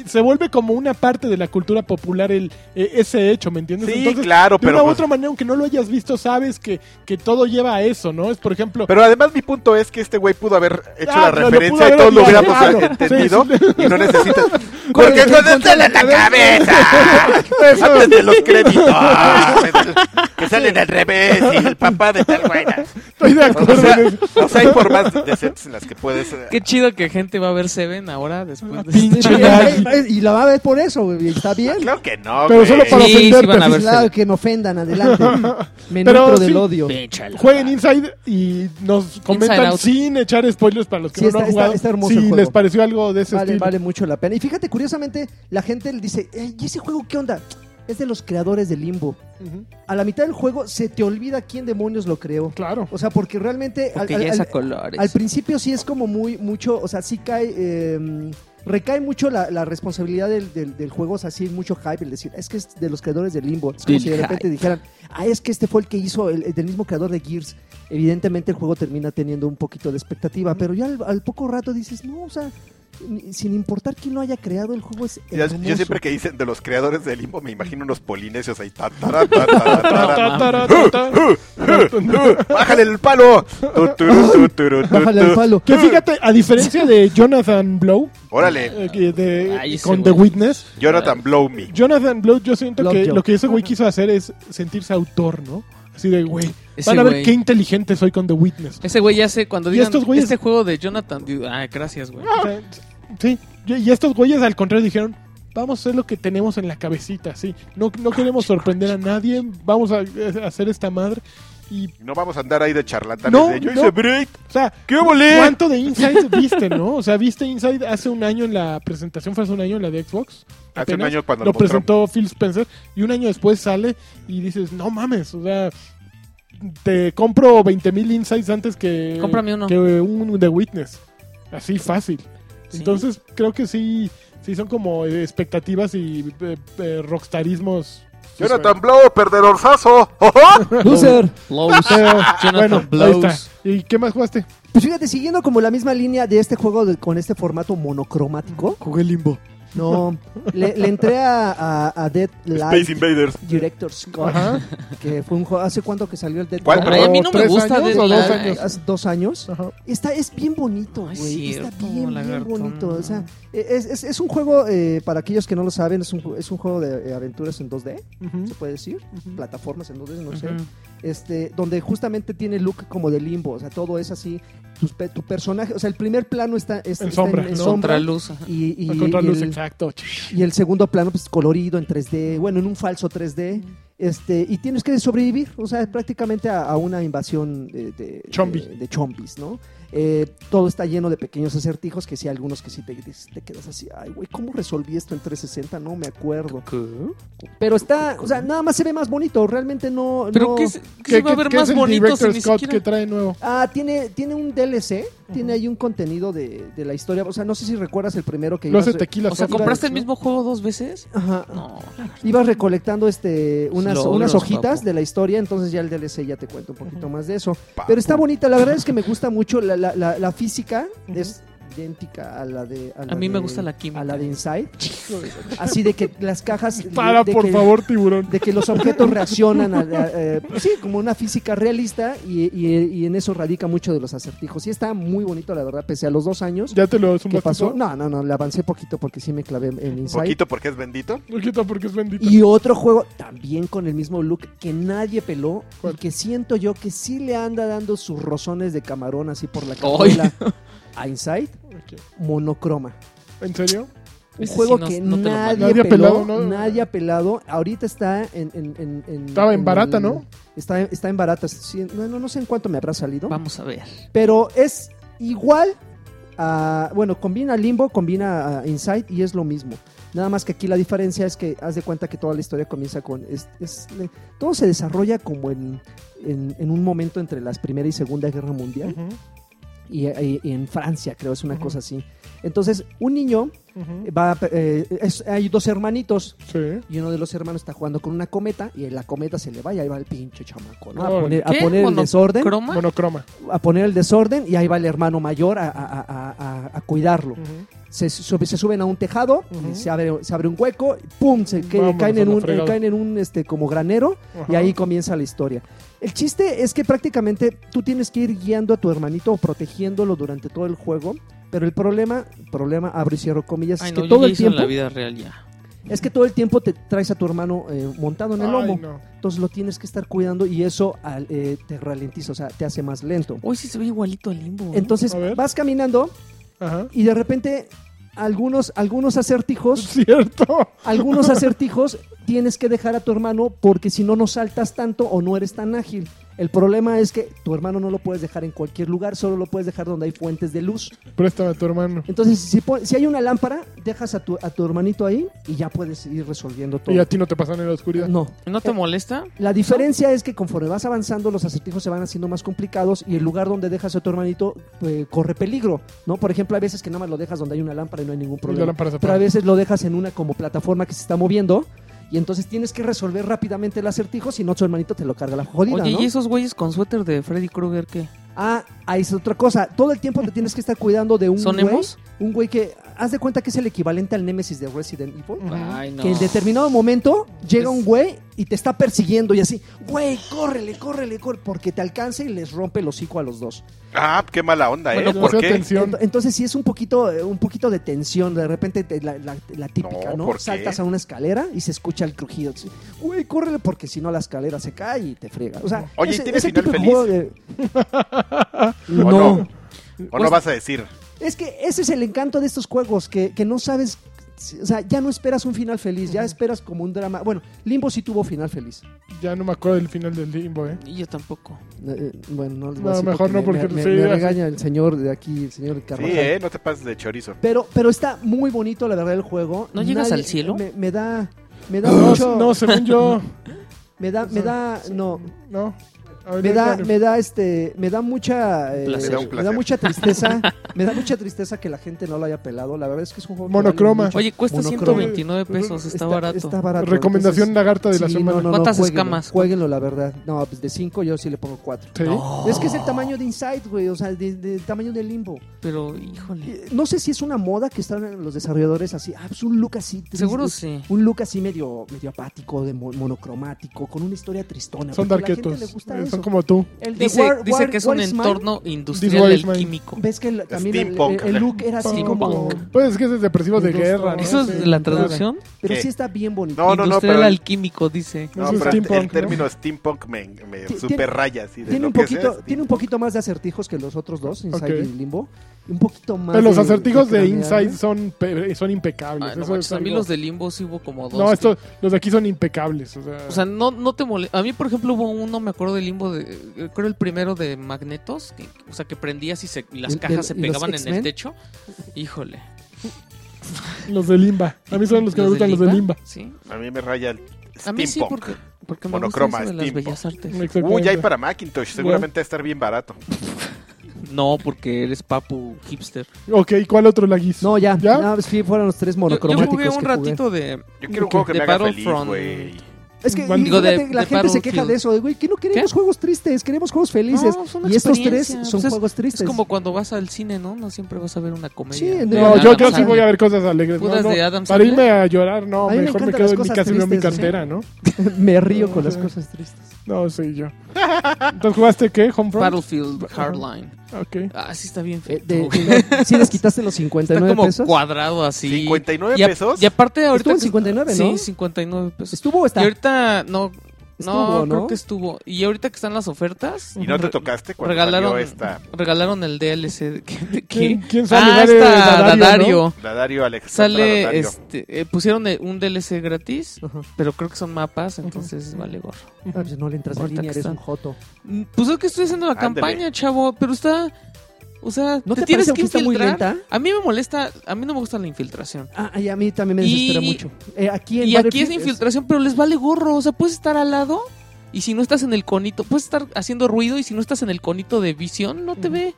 S1: se vuelve como una parte de la cultura popular el eh, ese hecho, ¿me entiendes?
S2: Sí, claro,
S1: de
S2: pero
S1: una u
S2: pues-
S1: otra manera, aunque no lo hayas visto, sabes que, que todo lleva a eso, ¿no? Es, por ejemplo.
S2: Pero además mi punto es que este güey pudo haber hecho
S1: Ah, lo-
S2: la
S1: lo pudo
S2: referencia
S1: haber
S2: y todos lo
S1: olvidado,
S2: hubiéramos
S1: claro.
S2: entendido
S1: Sí, sí.
S2: y
S1: [laughs]
S2: no necesitas... Porque con esto en la cabeza, antes de los créditos,
S1: [laughs]
S2: que salen al revés y el papá de tal güey.
S1: estoy de
S2: O
S1: acuerdo.
S2: sea,
S1: en eso.
S2: o sea, hay formas decentes en las que puedes... eh,
S3: Qué chido que gente va a ver Seven ahora después de...
S1: Ah, Pinche
S3: este-
S1: Nagi.
S4: Y la va a ver por eso, güey, está bien.
S2: Claro que no,
S1: Pero
S2: güey.
S1: solo para
S3: Sí, sí
S1: ofenderte.
S3: van a ver.
S4: Claro, que no
S1: [laughs]
S4: ofendan, adelante. Me
S1: Pero
S4: nutro del
S1: sí,
S4: odio.
S3: Péchalo.
S1: Jueguen Inside y nos
S3: Inside
S1: comentan
S3: Out.
S1: sin echar spoilers para los que
S4: Sí,
S1: no
S4: está-
S1: lo han
S4: está-
S1: jugado.
S4: está hermoso
S1: si
S4: el juego.
S1: les pareció algo de ese
S4: Vale,
S1: estilo.
S4: vale mucho la pena. Y fíjate, curiosamente, la gente le dice, "Ey, ¿y ese juego qué onda? Es de los creadores de Limbo.
S1: Ujú,
S4: A la mitad del juego se te olvida quién demonios lo creó.
S1: Claro.
S4: O sea, porque realmente al-
S3: Porque
S4: al,
S3: ya es a
S4: al-
S3: colores.
S4: al principio sí es como muy mucho, o sea, sí cae, eh, recae mucho la, la responsabilidad del, del- del juego, o sea, sí mucho hype, el decir, es que es de los creadores de Limbo. Es como
S3: Del
S4: si de repente
S3: hype.
S4: dijeran, ah, es que este fue el que hizo, el, el del mismo creador de Gears. Evidentemente el juego termina teniendo un poquito de expectativa, pero ya al, al poco rato dices, no, o sea, ni- sin importar quién lo haya creado, el juego es
S2: Yo,
S4: hermoso.
S2: yo siempre que dicen de los creadores de Limbo me imagino unos polinesios ahí. ta, tará, ta,
S1: [laughs]
S2: tará,
S1: Ta,
S2: tará.
S1: ta, ta, ta.
S2: [laughs] ¡Bájale el palo! Tu, tu, tu, tu, tu,
S4: Bájale al
S2: tu.
S4: palo.
S1: Que fíjate, a diferencia de Jonathan Blow,
S2: Órale.
S1: eh, que de-
S3: Ay, ese
S1: con The
S3: güey.
S1: Witness,
S2: Jonathan Blow Me.
S1: Jonathan Blow, yo siento
S4: Blow
S1: que
S4: Joe.
S1: lo que ese güey quiso hacer es sentirse autor, ¿no? Así de, güey,
S3: Ese
S1: van a ver
S3: güey.
S1: qué inteligente soy con The Witness.
S3: Ese güey ya sé cuando
S1: Y
S3: digan
S1: estos güeyes-
S3: este juego de Jonathan. Dew- Ah, gracias, güey.
S1: O sea, sí, y y estos güeyes al contrario dijeron, vamos a hacer lo que tenemos en la cabecita, sí. No, no queremos sorprender a nadie, vamos a, a hacer esta madre. Y,
S2: No vamos a andar ahí de charlatanes.
S1: No,
S2: de, yo
S1: no.
S2: hice break.
S1: o sea,
S2: ¡Qué volé!
S1: ¿cuánto de Inside viste, no? O sea, viste Inside hace un año en la presentación, fue hace un año en la de Xbox.
S2: Hace un
S1: apenas.
S2: año cuando
S1: lo
S2: lo mostraron.
S1: presentó Phil Spencer y un año después sale y dices, no mames, o sea, te compro 20 mil insights antes que,
S3: Cómprame uno.
S1: que un The Witness. Así fácil.
S3: Sí.
S1: Entonces creo que sí, sí son como eh, expectativas y eh, eh, rockstarismos.
S2: Jonathan Blow,
S5: [laughs]
S2: perdedorzazo.
S4: Loser.
S3: Blows.
S1: Pero,
S3: [laughs] Jonathan
S1: bueno, ahí
S3: Blows.
S1: está. ¿Y qué más jugaste?
S4: Pues fíjate, siguiendo como la misma línea de este juego de- con este formato monocromático,
S1: Jugué Limbo.
S4: no, le, le entré a, a- a Dead
S2: Space
S4: Light
S2: Invaders.
S4: Director Scott,
S1: Ajá.
S4: que fue un juego. ¿Hace cuánto que salió el Dead
S2: ¿Cuál?
S4: Light?
S3: Ay, a mí no me
S1: ¿Tres
S3: gusta eh.
S1: años
S3: Dead
S1: o dos
S3: Light.
S1: años? Ah.
S4: Hace dos años.
S1: Ajá.
S4: Está, es bien bonito,
S3: No es
S4: güey. Está
S3: cierto,
S4: bien, bien
S3: lagarto,
S4: bonito.
S3: no.
S4: O sea, e, es, es- es un juego, eh, para aquellos que no lo saben, es un, ju- es un juego de eh, aventuras en 2D, se
S1: Ujú.
S4: puede decir.
S1: Ujú.
S4: Plataformas en 2D, no sé.
S3: Ujú.
S4: este, donde justamente tiene look como de limbo, o sea, todo es así, tus pe- tu, personaje, o sea, el primer plano está, es-
S1: En
S4: está
S1: sombra, ¿no?
S4: sombra,
S3: Contraluz. ajá.
S4: y, y-
S1: A contraluz,
S4: y el,
S1: exacto.
S4: y el segundo plano pues colorido en 3D, bueno, en un falso 3D, este, y tienes que sobrevivir, o sea, prácticamente a, a una invasión eh, de,
S1: Chombi.
S4: de, de chombis, ¿no? Eh, todo está lleno de pequeños acertijos que sí, algunos que sí te, te quedas así, ay, güey, ¿cómo resolví esto en 360? No me acuerdo. Pero está, o sea, nada más se ve más bonito, realmente no...
S3: Pero
S4: no-
S3: qué, se- qué se va a ver
S1: es
S3: más
S1: el
S3: bonito si
S1: Director
S3: ni
S1: Scott
S3: siquiera...
S1: que trae nuevo?
S4: Ah, tiene, tiene un DLC, tiene ahí un contenido de, de la historia. O sea, no sé si recuerdas el primero que
S1: Lo hace
S4: ibas re-
S1: tequila.
S3: O sea,
S1: Scott.
S3: ¿compraste el
S4: ¿no?
S3: mismo juego dos veces?
S4: Ajá.
S3: No.
S4: Ibas recolectando este unas,
S3: Logros,
S4: unas hojitas
S3: papu.
S4: de la historia, entonces ya el DLC ya te cuento un poquito más de eso. Pero está bonita, la verdad es que me gusta mucho la, la- la- la física, es idéntica a la de. la
S3: A mí me
S4: de-
S3: gusta la química.
S4: A la de Inside. Así de que las cajas.
S1: Para,
S4: de
S1: por
S4: que-
S1: favor, tiburón.
S4: De que los objetos reaccionan, a, la- eh, pues sí, como una física realista y, y- y en eso radica mucho de los acertijos. Y está muy bonito, la verdad, pese a los dos años.
S1: ¿Ya te lo
S4: ¿Qué
S1: zumbaste
S4: pasó?
S1: todo?
S4: No, no, no, le avancé poquito porque sí me clavé en Inside.
S5: Poquito porque es bendito.
S1: Poquito porque es bendito.
S4: Y otro juego también con el mismo look que nadie peló
S1: ¿Cuál?
S4: y que siento yo que sí le anda dando sus rozones de camarón así por la cajuela a Inside,
S1: Ok.
S4: monocroma.
S1: ¿En serio?
S4: Un
S3: Ese
S4: juego
S3: sí no-
S4: que
S3: no te lo
S4: nadie,
S3: mando.
S1: Nadie ha
S4: peló,
S1: pelado, ¿no?
S4: nadie ha pelado. Ahorita está en... en- en- en-
S1: Estaba en barata,
S4: el-
S1: ¿no?
S4: Está, está en barata. sí, no, no- no sé en cuánto me habrá salido.
S3: Vamos a ver.
S4: Pero es igual a. Bueno, combina Limbo, combina a Inside y es lo mismo. Nada más que aquí la diferencia es que haz de cuenta que toda la historia comienza con. es- es- le- todo se desarrolla como en, en, en un momento entre la Primera y Segunda Guerra Mundial
S1: Ujú,
S4: y, y- y en Francia, creo, es una
S1: Ujú.
S4: cosa así. Entonces, un niño
S1: ujú.
S4: va. eh, es- hay dos hermanitos
S1: Sí.
S4: y uno de los hermanos está jugando con una cometa y la cometa se le va y ahí va el pinche chamaco, ¿no? A
S1: Órale.
S4: poner, a
S3: ¿Qué?
S4: poner el
S3: ¿Mono-
S4: desorden
S3: croma?
S1: Monocroma.
S4: a poner el desorden y ahí va el hermano mayor a, a- a- a- a cuidarlo.
S3: Mm.
S1: Ujú.
S4: Se, sub- se suben a un tejado,
S1: Ujú.
S4: se, abre, se abre un hueco, ¡pum! Se que-
S1: Vámonos
S4: caen,
S1: a
S4: en
S1: la
S4: un, eh,
S1: fregada.
S4: caen en un este como granero y
S1: Ajá.
S4: ahí comienza la historia. El chiste es que prácticamente tú tienes que ir guiando a tu hermanito o protegiéndolo durante todo el juego, pero el problema, problema abro y cierro comillas,
S3: Ay,
S4: es
S3: no,
S4: que
S3: yo
S4: todo
S3: ya
S4: el
S3: hice en
S4: tiempo
S3: la vida real ya.
S4: es que todo el tiempo te traes a tu hermano eh, montado en el
S1: Ay,
S4: lomo,
S1: no.
S4: entonces lo tienes que estar cuidando y eso al- eh, te ralentiza, o sea, te hace más lento.
S3: Hoy sí se ve igualito al limbo. ¿eh? ¿no?
S4: Entonces
S1: A ver.
S4: vas caminando
S1: Ajá.
S4: y de repente algunos, algunos acertijos,
S1: [laughs] Cierto. [laughs]
S4: algunos acertijos tienes que dejar a tu hermano porque si no no saltas tanto o no eres tan ágil. El problema es que tu hermano no lo puedes dejar en cualquier lugar, solo lo puedes dejar donde hay fuentes de luz.
S1: Préstame a tu hermano.
S4: Entonces, si, pon- si hay una lámpara, dejas a tu, a tu hermanito ahí y ya puedes ir resolviendo todo.
S1: Y a ti no te pasan en la oscuridad.
S4: No.
S3: ¿No te molesta?
S4: La diferencia es que conforme vas avanzando, los acertijos se van haciendo más complicados y el lugar donde dejas a tu hermanito eh, corre peligro, ¿no? Por ejemplo, hay veces que nada más lo dejas donde hay una lámpara y no hay ningún
S1: Y la
S4: problema.
S1: lámpara se
S4: Pero a
S1: apaga.
S4: veces lo dejas en una como plataforma que se está moviendo y entonces tienes que resolver rápidamente el acertijo, si no tu hermanito te lo carga la jodida,
S3: Oye,
S4: ¿no?
S3: ¿y esos güeyes con suéter de Freddy Krueger qué?
S4: Ah, ahí es otra cosa. Todo el tiempo te tienes que estar cuidando de un
S3: ¿Son
S4: güey,
S3: emos?
S4: un güey que haz de cuenta que es el equivalente al némesis de Resident Evil.
S1: Ujú.
S3: Ay, no.
S4: Que en determinado momento llega
S3: Es-
S4: un güey y te está persiguiendo y así, güey, córrele, córrele, córrele, porque te alcanza y les rompe el hocico a los dos.
S5: Ah, qué mala onda, ¿eh?
S1: Bueno, pues,
S5: ¿Por
S1: demasiada
S5: qué?
S1: tensión.
S4: Ent- Entonces sí es un poquito, eh, un poquito de tensión, de repente te- la, la- la típica,
S5: No,
S4: ¿no?
S5: ¿por qué?
S4: Saltas a una escalera y se escucha el crujido. Sí, Güey, córrele porque si no la escalera se cae y te friega. O sea,
S5: Oye, ¿y tiene final
S4: tipo de
S5: feliz?
S4: juego de-
S5: ¿O
S4: no.
S5: no? ¿O no vas a decir?
S4: Es que ese es el encanto de estos juegos, que, que no sabes, o sea, ya no esperas un final feliz, ya esperas como un drama. Bueno, Limbo sí tuvo final feliz.
S1: Ya no me acuerdo del final del limbo, ¿eh?
S3: Y yo tampoco.
S4: Eh, eh, Bueno, no les voy
S1: No,
S4: a decir
S1: mejor no,
S4: me-
S1: porque
S4: me, me-
S1: sí,
S4: me
S1: ya sé.
S4: regaña el señor de aquí, el señor Carvajal.
S5: Sí, ¿eh? No te pases de chorizo.
S4: pero, pero está muy bonito, la verdad, el juego.
S3: ¿No llegas al cielo?
S4: Me, me da, me da mucho,
S1: No, no, según
S4: [laughs]
S1: yo.
S4: me da, me da, no,
S1: No. A ver,
S4: me da,
S1: déjame.
S4: me da este, me da mucha, eh,
S3: placer.
S5: Me da un
S4: me da
S5: placer.
S4: mucha tristeza, me da mucha tristeza que la gente no lo haya pelado. La verdad es que es un juego que vale
S1: Monocroma.
S4: mucho.
S3: Oye, cuesta
S4: Monocromo.
S3: 129 pesos, está, barato.
S4: está barato.
S1: Recomendación
S4: Entonces,
S1: lagarta de la
S4: sí,
S1: semana.
S4: no, no, no,
S3: ¿Cuántas
S4: jueguenlo,
S3: escamas?
S4: Jueguenlo, la verdad. No, pues de 5 yo sí le pongo 4.
S1: Sí.
S4: Es que es el tamaño de Inside, güey, o sea, de- del tamaño de Limbo.
S3: Pero, híjole.
S4: Eh, No sé si es una moda que están los desarrolladores así, ah, pues un look así. triste,
S3: Seguro sí.
S4: Un look así medio, medio apático, de mo- monocromático, con una historia tristona.
S1: Son
S4: porque a la gente
S1: darquetos.
S4: le gusta
S1: Eh, Son
S4: eso.
S1: como tú.
S4: El de
S3: Dice,
S4: War-
S3: dice
S4: War-
S3: que es
S4: War
S3: un
S4: is Mine,
S3: entorno
S1: This
S3: industrial
S1: War is mine.
S3: alquímico.
S4: Ves que el- también el,
S5: Steampunk.
S4: el look era así
S3: Steampunk.
S4: Ah, como...
S1: Pues es que es de depresivos de
S4: Industrial.
S1: guerra. ¿no?
S3: ¿Eso
S1: Sí.
S3: es la traducción?
S4: Pero
S5: ¿Qué?
S4: sí está bien bonito.
S5: No, no, no,
S3: industrial
S5: pero el,
S3: alquímico, dice.
S1: No,
S5: no,
S1: es
S5: pero el-
S1: steampunk,
S5: el
S1: ¿no?
S5: término steampunk me, me
S4: Ti- tiene-
S5: super raya, así de
S4: Tiene
S5: lo
S4: un,
S5: que sea
S4: poquito,
S5: steampunk.
S4: tiene un poquito más de acertijos que los otros dos, Inside
S1: Ok.
S4: y Limbo. Un poquito más.
S1: Pero los
S4: de-
S1: acertijos de
S4: cranear,
S1: Inside
S4: ¿no?
S1: son, pe- son impecables.
S3: Ay, no
S1: Eso
S3: manches,
S1: es
S3: a mí
S1: algo-
S3: los de Limbo sí hubo como dos.
S1: No,
S3: que-
S1: estos, los de aquí son impecables. O sea,
S3: O sea, no, no te molesta. A mí, por ejemplo, hubo uno, me acuerdo de Limbo, de, eh, creo el primero de Magnetos, que, o sea, que prendías y, se- y las
S4: ¿El-
S3: cajas
S4: del-
S3: se
S4: y los
S3: pegaban en el
S4: X-Men?
S3: techo. Híjole.
S1: los de Limba. A mí son los que me gustan, los de Limba.
S3: Sí.
S5: A mí me raya el
S3: A mí sí,
S5: steampunk.
S3: porque, porque me
S5: Monocroma,
S3: gusta eso de las
S5: steampunk.
S3: bellas artes.
S1: Exactamente.
S5: Uy, ya hay para Macintosh, seguramente va a estar bien barato.
S3: No, porque eres papu hipster.
S1: Ok, ¿cuál otro laguis?
S4: No, ya.
S1: ¿Ya?
S4: No, sí, fueron los tres
S3: Yo, yo
S4: monocromáticos.
S3: jugué
S4: que
S3: un ratito de...
S5: Yo quiero un juego que
S3: de
S5: me haga feliz,
S3: Battlefront.
S5: güey.
S4: Es que
S1: Bueno,
S4: y
S3: digo, de-
S4: fíjate, la
S3: de
S4: gente se
S3: Battlefield.
S4: queja de eso, de, güey, que no queremos
S3: ¿Qué?
S4: juegos tristes, queremos juegos felices.
S3: No, son
S4: y estos tres
S3: experiencias.
S4: son
S3: Pues es-
S4: juegos tristes.
S3: Es como cuando vas al cine, ¿no? No siempre vas a ver una comedia.
S4: Sí,
S3: de
S1: No,
S4: Adam
S1: yo, yo sí
S3: Sandler.
S1: voy a ver cosas alegres. No,
S3: Puras
S1: no,
S3: de Adam
S1: Para
S3: Sandler.
S1: irme a llorar, no,
S4: A mí me
S1: mejor me
S4: encantan
S1: quedo
S4: las
S1: en mi
S4: cosas
S1: casa y veo mi
S4: tristes, sí.
S1: cartera, ¿no?
S4: [laughs] Me río con
S1: No,
S4: las
S1: sí.
S4: cosas tristes.
S1: No, soy yo. ¿Entonces jugaste qué? ¿Homefront?
S3: Battlefield
S1: Ajá.
S3: Hardline.
S1: Ok.
S3: Ah, sí está bien
S4: Eh,
S3: feo.
S4: de-
S3: güey. [laughs]
S4: de- ¿Sí les quitaste los
S3: Está
S4: 59
S3: como
S4: pesos?
S3: cuadrado así.
S5: ¿59
S3: y a-
S5: pesos?
S3: Y aparte ahorita...
S4: Estuvo en
S3: que-
S4: 59,
S3: Sí,
S4: ¿no?
S3: 59 pesos.
S4: ¿Estuvo o
S3: Y
S4: está?
S3: ahorita no...
S4: Estuvo,
S3: no,
S4: ¿no?
S3: creo que estuvo. Y ahorita que están las ofertas,
S5: Y no te tocaste cuando
S3: regalaron,
S5: salió esta
S3: regalaron el DLC. de- ¿Qué? de
S1: ¿Quién,
S3: qué?
S1: quién sale?
S3: Ah,
S1: Dale,
S3: está
S1: Dadario, ¿no?
S3: Dadario.
S5: Dadario Alex.
S3: Sale,
S5: Dadario.
S3: este, eh, pusieron eh, un DLC gratis,
S4: Ajá.
S3: pero creo que son mapas, entonces vale gorro.
S4: Ah, pues no le entras a
S3: Ahorita
S4: línea,
S3: que
S4: eres
S3: está.
S4: un joto.
S3: Mm, Pues es que estoy haciendo la
S5: Ándale.
S3: campaña, chavo, pero está... O sea,
S4: ¿No te,
S3: tienes
S4: parece
S3: que
S4: que está muy
S3: infiltrar.
S4: lenta?
S3: A mí me molesta, a mí no me gusta la infiltración.
S4: Ah, y a mí también me desespera
S3: Y-
S4: mucho. Eh, aquí en
S3: Y aquí es
S4: Battlefield
S3: infiltración, pero les vale gorro. O sea, puedes estar al lado y si no estás en el conito, puedes estar haciendo ruido y si no estás en el conito de visión, no te
S4: Ujú.
S3: ve.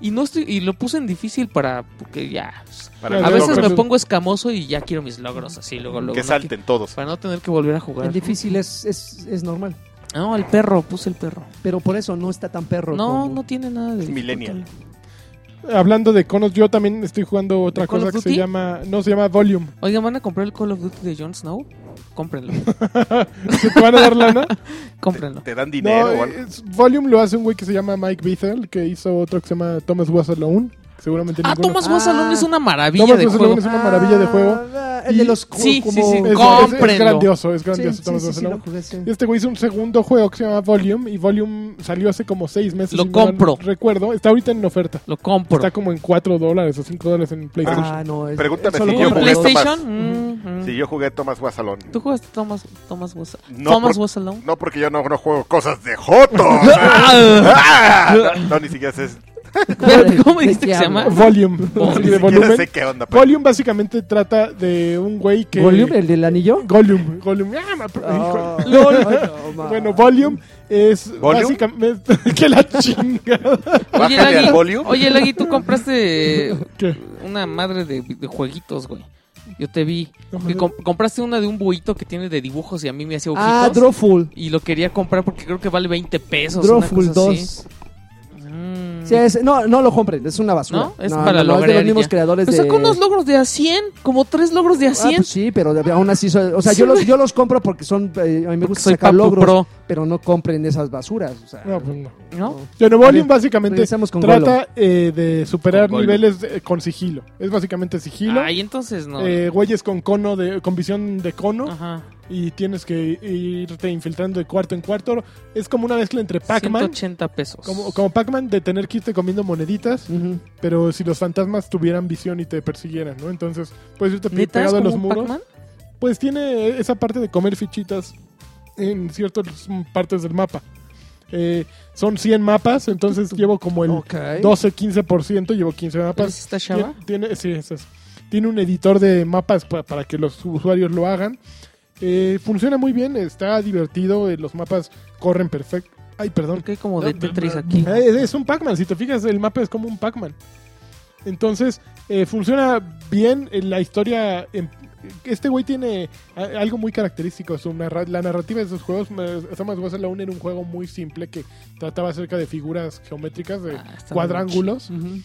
S3: Y no estoy, y lo puse en difícil para porque ya. pues,
S5: Para
S1: A
S3: a
S5: los
S3: veces
S5: logros.
S3: me pongo escamoso y ya quiero mis logros así, luego, luego.
S5: Que
S3: ¿no?
S5: salten todos.
S3: Para no tener que volver a
S4: El
S3: jugar.
S4: difícil es, es, es normal.
S3: No, el perro, puse el perro.
S4: Pero por eso no está tan perro.
S3: No,
S4: como-
S3: no tiene nada de.
S5: Millennial.
S1: Hablando de conos, yo también estoy jugando otra
S3: ¿De Call
S1: cosa
S3: of
S1: que se
S3: Duty?
S1: llama... No, se llama Volume. [laughs]
S3: Oigan, ¿van a comprar el Call of Duty de Jon Snow?
S4: [laughs]
S3: Cómprenlo,
S1: ¿Se te van a dar
S5: [laughs]
S1: lana?
S3: cómprenlo.
S5: ¿Te dan dinero
S1: No, eh,
S5: o algo?
S1: es- Volume lo hace un güey que se llama Mike Bethel, que hizo otro que se llama Thomas Was Alone. Seguramente
S3: Ah,
S1: ninguno-
S3: Thomas Wasalón
S4: Ah.
S3: es una maravilla
S1: Thomas
S3: de
S1: Was
S3: juego.
S1: Alone es una maravilla de juego.
S4: Ah, el de
S1: Y-
S4: los co-
S3: Sí, sí,
S4: como-
S3: sí,
S1: Es- es- Es,
S3: Cómprenlo.
S1: grandioso, es grandioso
S4: Sí, sí,
S1: Thomas
S4: sí,
S1: Was
S4: sí, lo
S1: Alone.
S4: jugué, sí.
S1: Y Este güey hizo un segundo juego que se llama Volume y Volume salió hace como seis meses.
S3: Lo
S1: si no mal
S3: compro.
S1: Recuerdo, está ahorita en oferta.
S3: Lo compro.
S1: Está como en 4 dólares o 5 dólares en PlayStation.
S4: Ah, no, es-
S5: Pregúntame
S1: solo
S5: si
S1: con
S5: yo
S3: ¿En
S1: Ujú.
S5: jugué
S3: PlayStation?
S5: Tomás.
S3: Mm, mm.
S5: Si yo jugué Tomás Guasalón.
S3: ¿Tú jugaste Thomas, Thomas Was
S5: No,
S3: Thomas
S5: por-
S1: [laughs]
S3: Was Alone?
S5: No, porque yo no, no juego cosas de
S3: [laughs]
S5: Joto. Ah, no, no, ni siquiera sé,
S3: Espérate, ¿Cómo
S4: ¿De
S3: dijiste
S4: qué
S3: que se
S4: hablas?
S3: llama?
S1: Volume. Así
S3: Volume.
S5: ni
S1: de
S5: siquiera
S1: volumen.
S5: sé qué onda. pues. pero-
S1: Volume básicamente trata de un güey que.
S4: ¿Volume? ¿El del anillo?
S1: Gollum. Gollum. Ah, ma- hijo-
S3: [laughs]
S4: LOL. [laughs]
S1: Bueno,
S4: pues,
S1: Volume es
S5: ¿Volume?
S1: básicamente. [laughs] que la chingada.
S3: Oye,
S5: Bájale al
S3: Lagui,
S5: volumen.
S3: oye, Lagui, tú compraste eh,
S1: [laughs] ¿Qué?
S3: una madre de, de jueguitos, güey. Yo te vi.
S1: No,
S3: Que
S1: madre.
S3: com- compraste una de un buito que tiene de dibujos y a mí me hacía ojitos.
S4: Ah, Drawful.
S3: Y lo quería comprar porque creo que vale 20 pesos. una
S4: Drawful
S3: cosa
S4: 2.
S3: así. Mm.
S4: Sí, es- no, no lo compren, es una basura.
S3: ¿No? Es para
S4: no, es de
S3: lograr
S4: los mismos
S3: ya.
S4: creadores
S3: Pero
S4: de...
S3: sacó unos logros de a 100, como tres logros de a
S4: Ah,
S3: 100.
S4: pues sí, pero de- aún así, soy- o sea, yo los, yo los compro porque son, eh, a mí me
S3: Porque
S4: gusta
S3: soy
S4: sacar
S3: Papu
S4: logros,
S3: Pro,
S4: pero no compren esas basuras. O sea,
S1: No, pues no.
S3: ¿no?
S1: Bueno, Volume
S4: Bien,
S1: básicamente
S4: regresamos con
S1: trata eh, de superar
S5: Con Gollum.
S1: niveles eh, con sigilo. Es básicamente sigilo.
S3: Ay, entonces no. Ah.
S1: eh, güeyes con cono de, con visión de cono
S3: Ajá.
S1: y tienes que irte infiltrando de cuarto en cuarto. Es como una mezcla entre Pac-Man,
S3: 180 pesos.
S1: como, como Pac-Man de tener que irte comiendo moneditas,
S4: Ujú.
S1: pero si los fantasmas tuvieran visión y te persiguieran, ¿no? Entonces puedes irte pe-
S3: ¿Neta es
S1: pegado a
S3: como
S1: los
S3: un
S1: muros.
S3: Pac-Man?
S1: Pues tiene esa parte de comer fichitas en ciertas mm, partes del mapa. Eh, son 100 mapas, entonces llevo como el
S4: Ok.
S1: 12-15%, llevo 15
S3: ¿Pero
S1: mapas.
S3: sí está chava?
S1: Tiene, tiene- sí, eso es. Tiene un editor de mapas pa- para que los usuarios lo hagan. Eh, funciona muy bien, está divertido, eh, los mapas corren perfecto. Ay, perdón.
S3: Porque hay como de Tetris aquí. Ah,
S1: Eh, es un Pac-Man, si te fijas, el mapa es como un Pac-Man. Entonces, eh, funciona bien eh, la historia. em- este güey tiene a- algo muy característico. Su narra- la narrativa de sus juegos, me- Thomas Wassel aún era un juego muy simple que trataba acerca de figuras geométricas, de
S3: Ah, está
S1: cuadrángulos
S3: Ujú.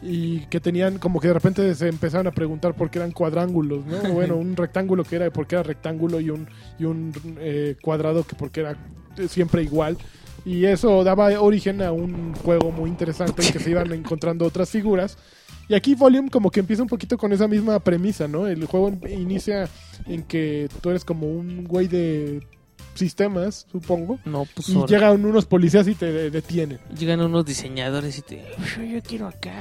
S1: y que tenían como que de repente se empezaron a preguntar por qué eran cuadrángulos, ¿no? Bueno, un rectángulo que era porque era rectángulo y un, y un eh, cuadrado que porque era eh, siempre igual. Y eso daba origen a un juego muy interesante en que se iban encontrando otras figuras. Y aquí Volume como que empieza un poquito con esa misma premisa, ¿no? El juego em- inicia en que tú eres como un güey de sistemas, supongo.
S3: No, pues
S1: Y
S3: ahora.
S1: llegan unos policías y te detienen.
S3: Llegan unos diseñadores y te. Yo, yo
S1: [laughs]
S3: quiero acá.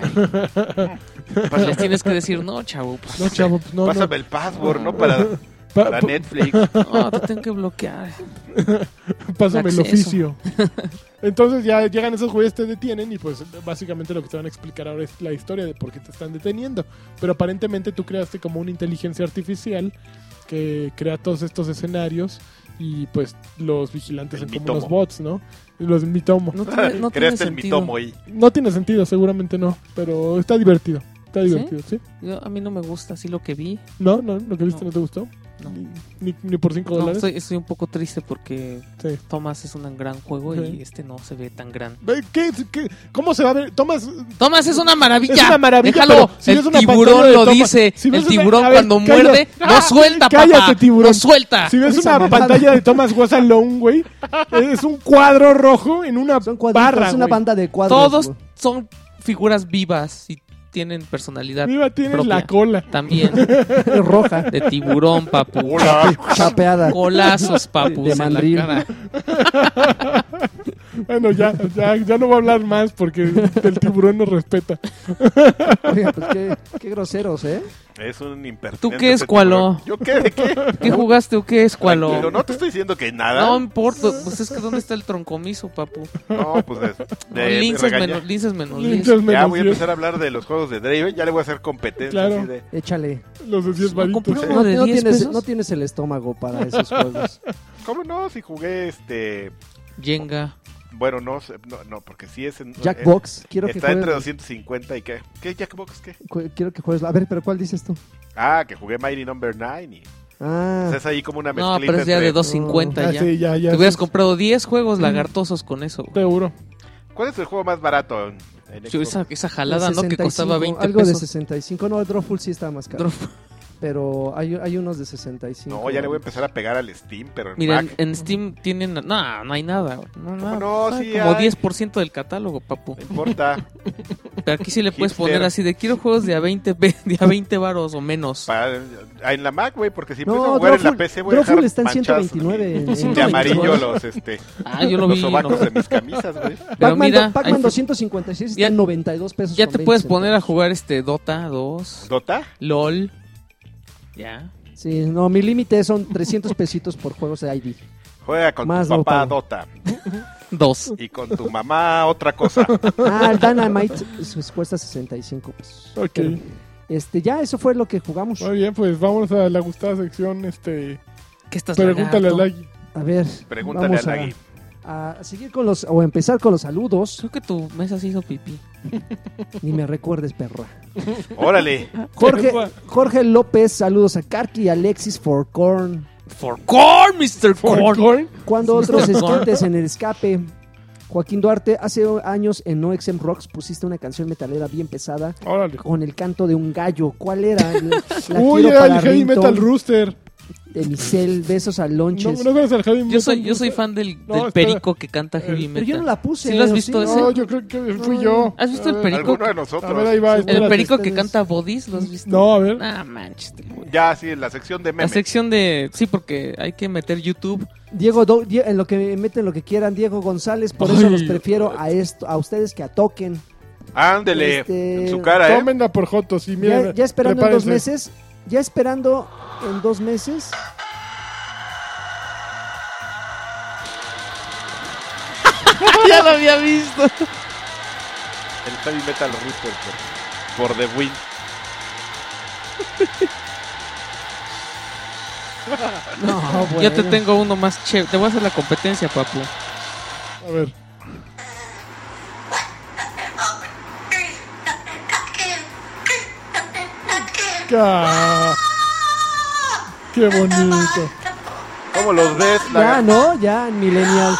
S3: Pues les tienes que decir, no, chavo. Pues,
S1: No, chavo, pues no, no.
S5: Pásame el password, ¿no? Para,
S1: Pa-
S5: para
S1: pa-
S5: Netflix.
S3: [laughs] [laughs] no, te tengo que bloquear.
S1: Pásame el
S3: Acceso. [laughs]
S1: oficio. Entonces ya llegan esos güeyes, te detienen y pues básicamente lo que te van a explicar ahora es la historia de por qué te están deteniendo. Pero aparentemente tú creaste como una inteligencia artificial que crea todos estos escenarios y pues los vigilantes
S5: El
S1: son como unos
S5: mitomo.
S1: bots, ¿no? Los mitomo.
S3: No tiene, no tiene
S5: Creaste el
S3: sentido.
S5: mitomo ahí.
S1: No tiene sentido, seguramente no, pero está divertido. Está divertido, ¿sí?
S3: Yo- a mí no me gusta así lo que vi.
S1: ¿No? ¿No? ¿Lo que viste no,
S3: No.
S1: te gustó? ni, ni- ni por 5
S3: No,
S1: dólares.
S3: estoy, estoy un poco triste porque
S1: Sí.
S3: Thomas es un gran juego
S1: Sí.
S3: y este no se ve tan gran.
S1: Ve, ¿Qué, qué- cómo se va a ver? Tomas.
S3: Thomas es una maravilla.
S1: Es una maravilla,
S3: Déjalo.
S1: pero si
S3: el
S1: ves una pantalla
S3: tiburón
S1: de
S3: lo
S1: Thomas-
S3: dice.
S1: si ves
S3: el
S1: una-
S3: tiburón
S1: a ver,
S3: cuando
S1: calla.
S3: muerde no
S1: Ah,
S3: suelta,
S1: cállate,
S3: papá.
S1: tiburón.
S3: No suelta.
S1: Si ves
S4: Esa
S1: una
S4: mamada.
S1: pantalla de Thomas Was Alone, güey, es un cuadro rojo en una
S4: Son cuadros,
S1: barra.
S4: es una
S1: güey.
S4: banda de cuadros.
S3: Todos
S4: güey.
S3: son figuras vivas y tienen personalidad
S1: Mira, tienes la
S3: propia.
S1: cola.
S3: también
S4: roja,
S3: de tiburón, papu.
S4: [laughs]
S5: [laughs]
S4: chapeada.
S3: Colazos, papu.
S4: De
S3: en la
S4: mandril.
S3: cara.
S1: Bueno, ya, ya, ya no voy a hablar más porque el tiburón nos respeta.
S4: [laughs] Oiga, pues qué, qué groseros, ¿eh?
S2: Es un impertinente.
S3: ¿Tú qué es,
S2: ese
S3: Cualo?
S2: tiburón. ¿Yo qué? ¿De qué?
S3: ¿Qué jugaste o qué es,
S2: Pero
S3: cualo?
S2: no te estoy diciendo que nada.
S3: No importa, pues es que ¿dónde está el troncomiso, papu?
S2: No, pues es.
S3: No,
S2: de-
S3: linces,
S2: regaña-
S3: menos, linces menos linces.
S1: Entonces,
S2: Ya
S1: menos
S2: voy a
S1: diez,
S2: empezar a hablar de los juegos de Draven. Ya le voy a hacer competencia.
S1: Claro.
S2: así de-
S4: Échale.
S1: los de 10
S3: No,
S1: varitos.
S3: compré-
S4: No,
S3: de
S4: no
S3: 10
S4: tienes,
S3: pesos?
S4: no tienes el estómago
S2: [laughs]
S4: para esos juegos.
S2: ¿Cómo no? Si jugué este.
S3: Jenga.
S2: Bueno, no, sé, no, no, porque sí es. en- es-
S4: Jackbox, quiero que
S2: Está entre
S4: juegues.
S2: 250 y qué. ¿Qué Jackbox? ¿Qué?
S4: cu- Quiero que juegues. A ver, pero ¿cuál dices tú?
S2: Ah, que jugué Mighty Number 9. Y,
S4: Ah,
S2: pues, es ahí como una mezclita.
S3: No, pero es ya
S2: entre-
S3: de 250
S1: Ah,
S3: ya.
S1: sí, ya, ya.
S3: Te hubieras
S1: sí,
S3: comprado 10 juegos lagartosos con eso. güey.
S1: Seguro.
S2: ¿Cuál es el juego más barato? En, en
S3: Yo,
S2: Xbox?
S3: esa, esa jalada, ¿no? Que
S4: 65,
S3: costaba 20
S4: Algo de
S3: pesos.
S4: 65. No, el Drawful sí está más caro.
S3: Drop.
S4: Pero hay, hay unos de 65.
S2: No, ya le voy a empezar a pegar al Steam, pero en
S3: Mira, en,
S2: Mac.
S3: en Steam tienen... No, no hay nada. güey. No, nada.
S2: no?
S3: Ay,
S2: Sí
S3: como
S2: hay.
S3: 10% del catálogo, papu.
S2: [laughs] No
S3: [laughs]
S2: importa.
S3: Pero aquí sí le puedes
S2: Hipster.
S3: poner así de quiero juegos de a 20, pe- de a 20 varos o menos.
S2: Para- ah, en la Mac, güey, porque si
S4: No,
S2: empiezo a jugar en la
S4: Drawful-
S2: PC, voy a
S4: Drawful
S2: dejar
S4: está en
S2: manchadas
S4: 129 en-
S2: de- de amarillo los, este,
S3: Ah, yo lo
S2: los
S3: vi.
S2: sobacos
S3: no.
S2: de mis camisas, güey.
S3: Pero
S4: Pac-Man
S3: mira,
S4: do- Pac-Man
S3: ahí fue-
S4: 256 está
S3: Ya-
S4: en 92
S3: [laughs]
S4: pesos.
S3: ya
S4: con
S3: te
S4: 20
S3: puedes poner a
S4: centavos.
S3: jugar este Dota 2,
S2: ¿Dota?
S3: LOL. Ya.
S4: Sí, no, mi límite son 300 pesitos por juegos de ID.
S2: Juega con
S4: Más
S2: tu
S4: no
S2: papá
S4: pago.
S2: Dota
S3: Dos.
S2: y con tu mamá otra cosa.
S4: Ah, el Dynamite pues, cuesta 65 pesos.
S1: Ok.
S4: Pero,
S3: pues,
S4: este, ya, eso fue lo que jugamos.
S1: Muy bien, pues vamos a la gustada sección. Este,
S3: ¿Qué estás
S1: pregúntale a
S3: lagarto?
S1: Lagui.
S4: A ver,
S2: Pregúntale
S4: vamos
S2: a
S4: a-
S2: Lagui.
S4: A, seguir con los, o empezar con los saludos.
S3: Creo que tu mesa se hizo pipí.
S4: Ni me recuerdes, perra.
S2: Órale.
S3: Ah,
S4: Jorge,
S1: Perra.
S4: Jorge López, saludos a Karki y Alexis Forcorn.
S3: For corn, Mr. Corn.
S1: Corn.
S4: Cuando otros
S3: Sí, Forcorn.
S4: esquites en el escape. Joaquín Duarte, hace años en No Exem Rocks pusiste una canción metalera bien pesada
S1: Órale.
S4: con el canto de un gallo. ¿Cuál era?
S1: [laughs]
S4: La, la
S1: Uy,
S4: quiero
S1: era
S4: para
S1: el Heavy
S4: Ringtone.
S1: Metal Rooster.
S4: de Micel, besos a
S1: No,
S4: Lonches.
S1: no conoces al Heavy Metal
S3: Yo soy, yo soy
S1: Rooster?
S3: fan del,
S1: No, espera.
S3: del
S1: Eh,
S3: perico que canta heavy
S4: Pero
S3: metal.
S4: yo no la puse.
S3: ¿Sí lo has
S4: ¿o
S3: visto ese?
S1: No, yo creo que fui yo.
S3: ¿Has visto
S1: A
S3: el
S1: ver,
S3: perico?
S2: Alguno de
S1: A ver, ahí
S2: nosotros.
S1: va.
S3: El
S1: espérate.
S3: perico que
S4: ustedes.
S3: canta bodies, ¿lo has visto?
S1: No, a ver.
S3: Ah, manches. te-
S2: Ya, sí, en la sección de
S3: La
S2: memes.
S3: sección de... Sí, porque hay que meter YouTube.
S4: Diego, Do- Die- en lo que meten lo que quieran, Diego González, por eso
S1: Ay.
S4: los prefiero a esto, a ustedes que a Token.
S2: Ándele.
S4: Este,
S2: En su cara, ¿eh?
S1: Tómenla por Jotos y miren.
S4: Ya, ya esperando en dos
S1: prepárense.
S4: meses, ya esperando en dos meses.
S3: [laughs] ya lo había visto.
S2: El heavy metal rooster por, por The Win.
S4: No, Oh, bueno.
S3: Yo te tengo uno más chévere. Te voy a hacer la competencia, papu.
S1: A ver. Ca- Qué bonito.
S2: ¿Cómo los ves?
S4: Ya,
S2: lagarto?
S4: no, ya, Millennials.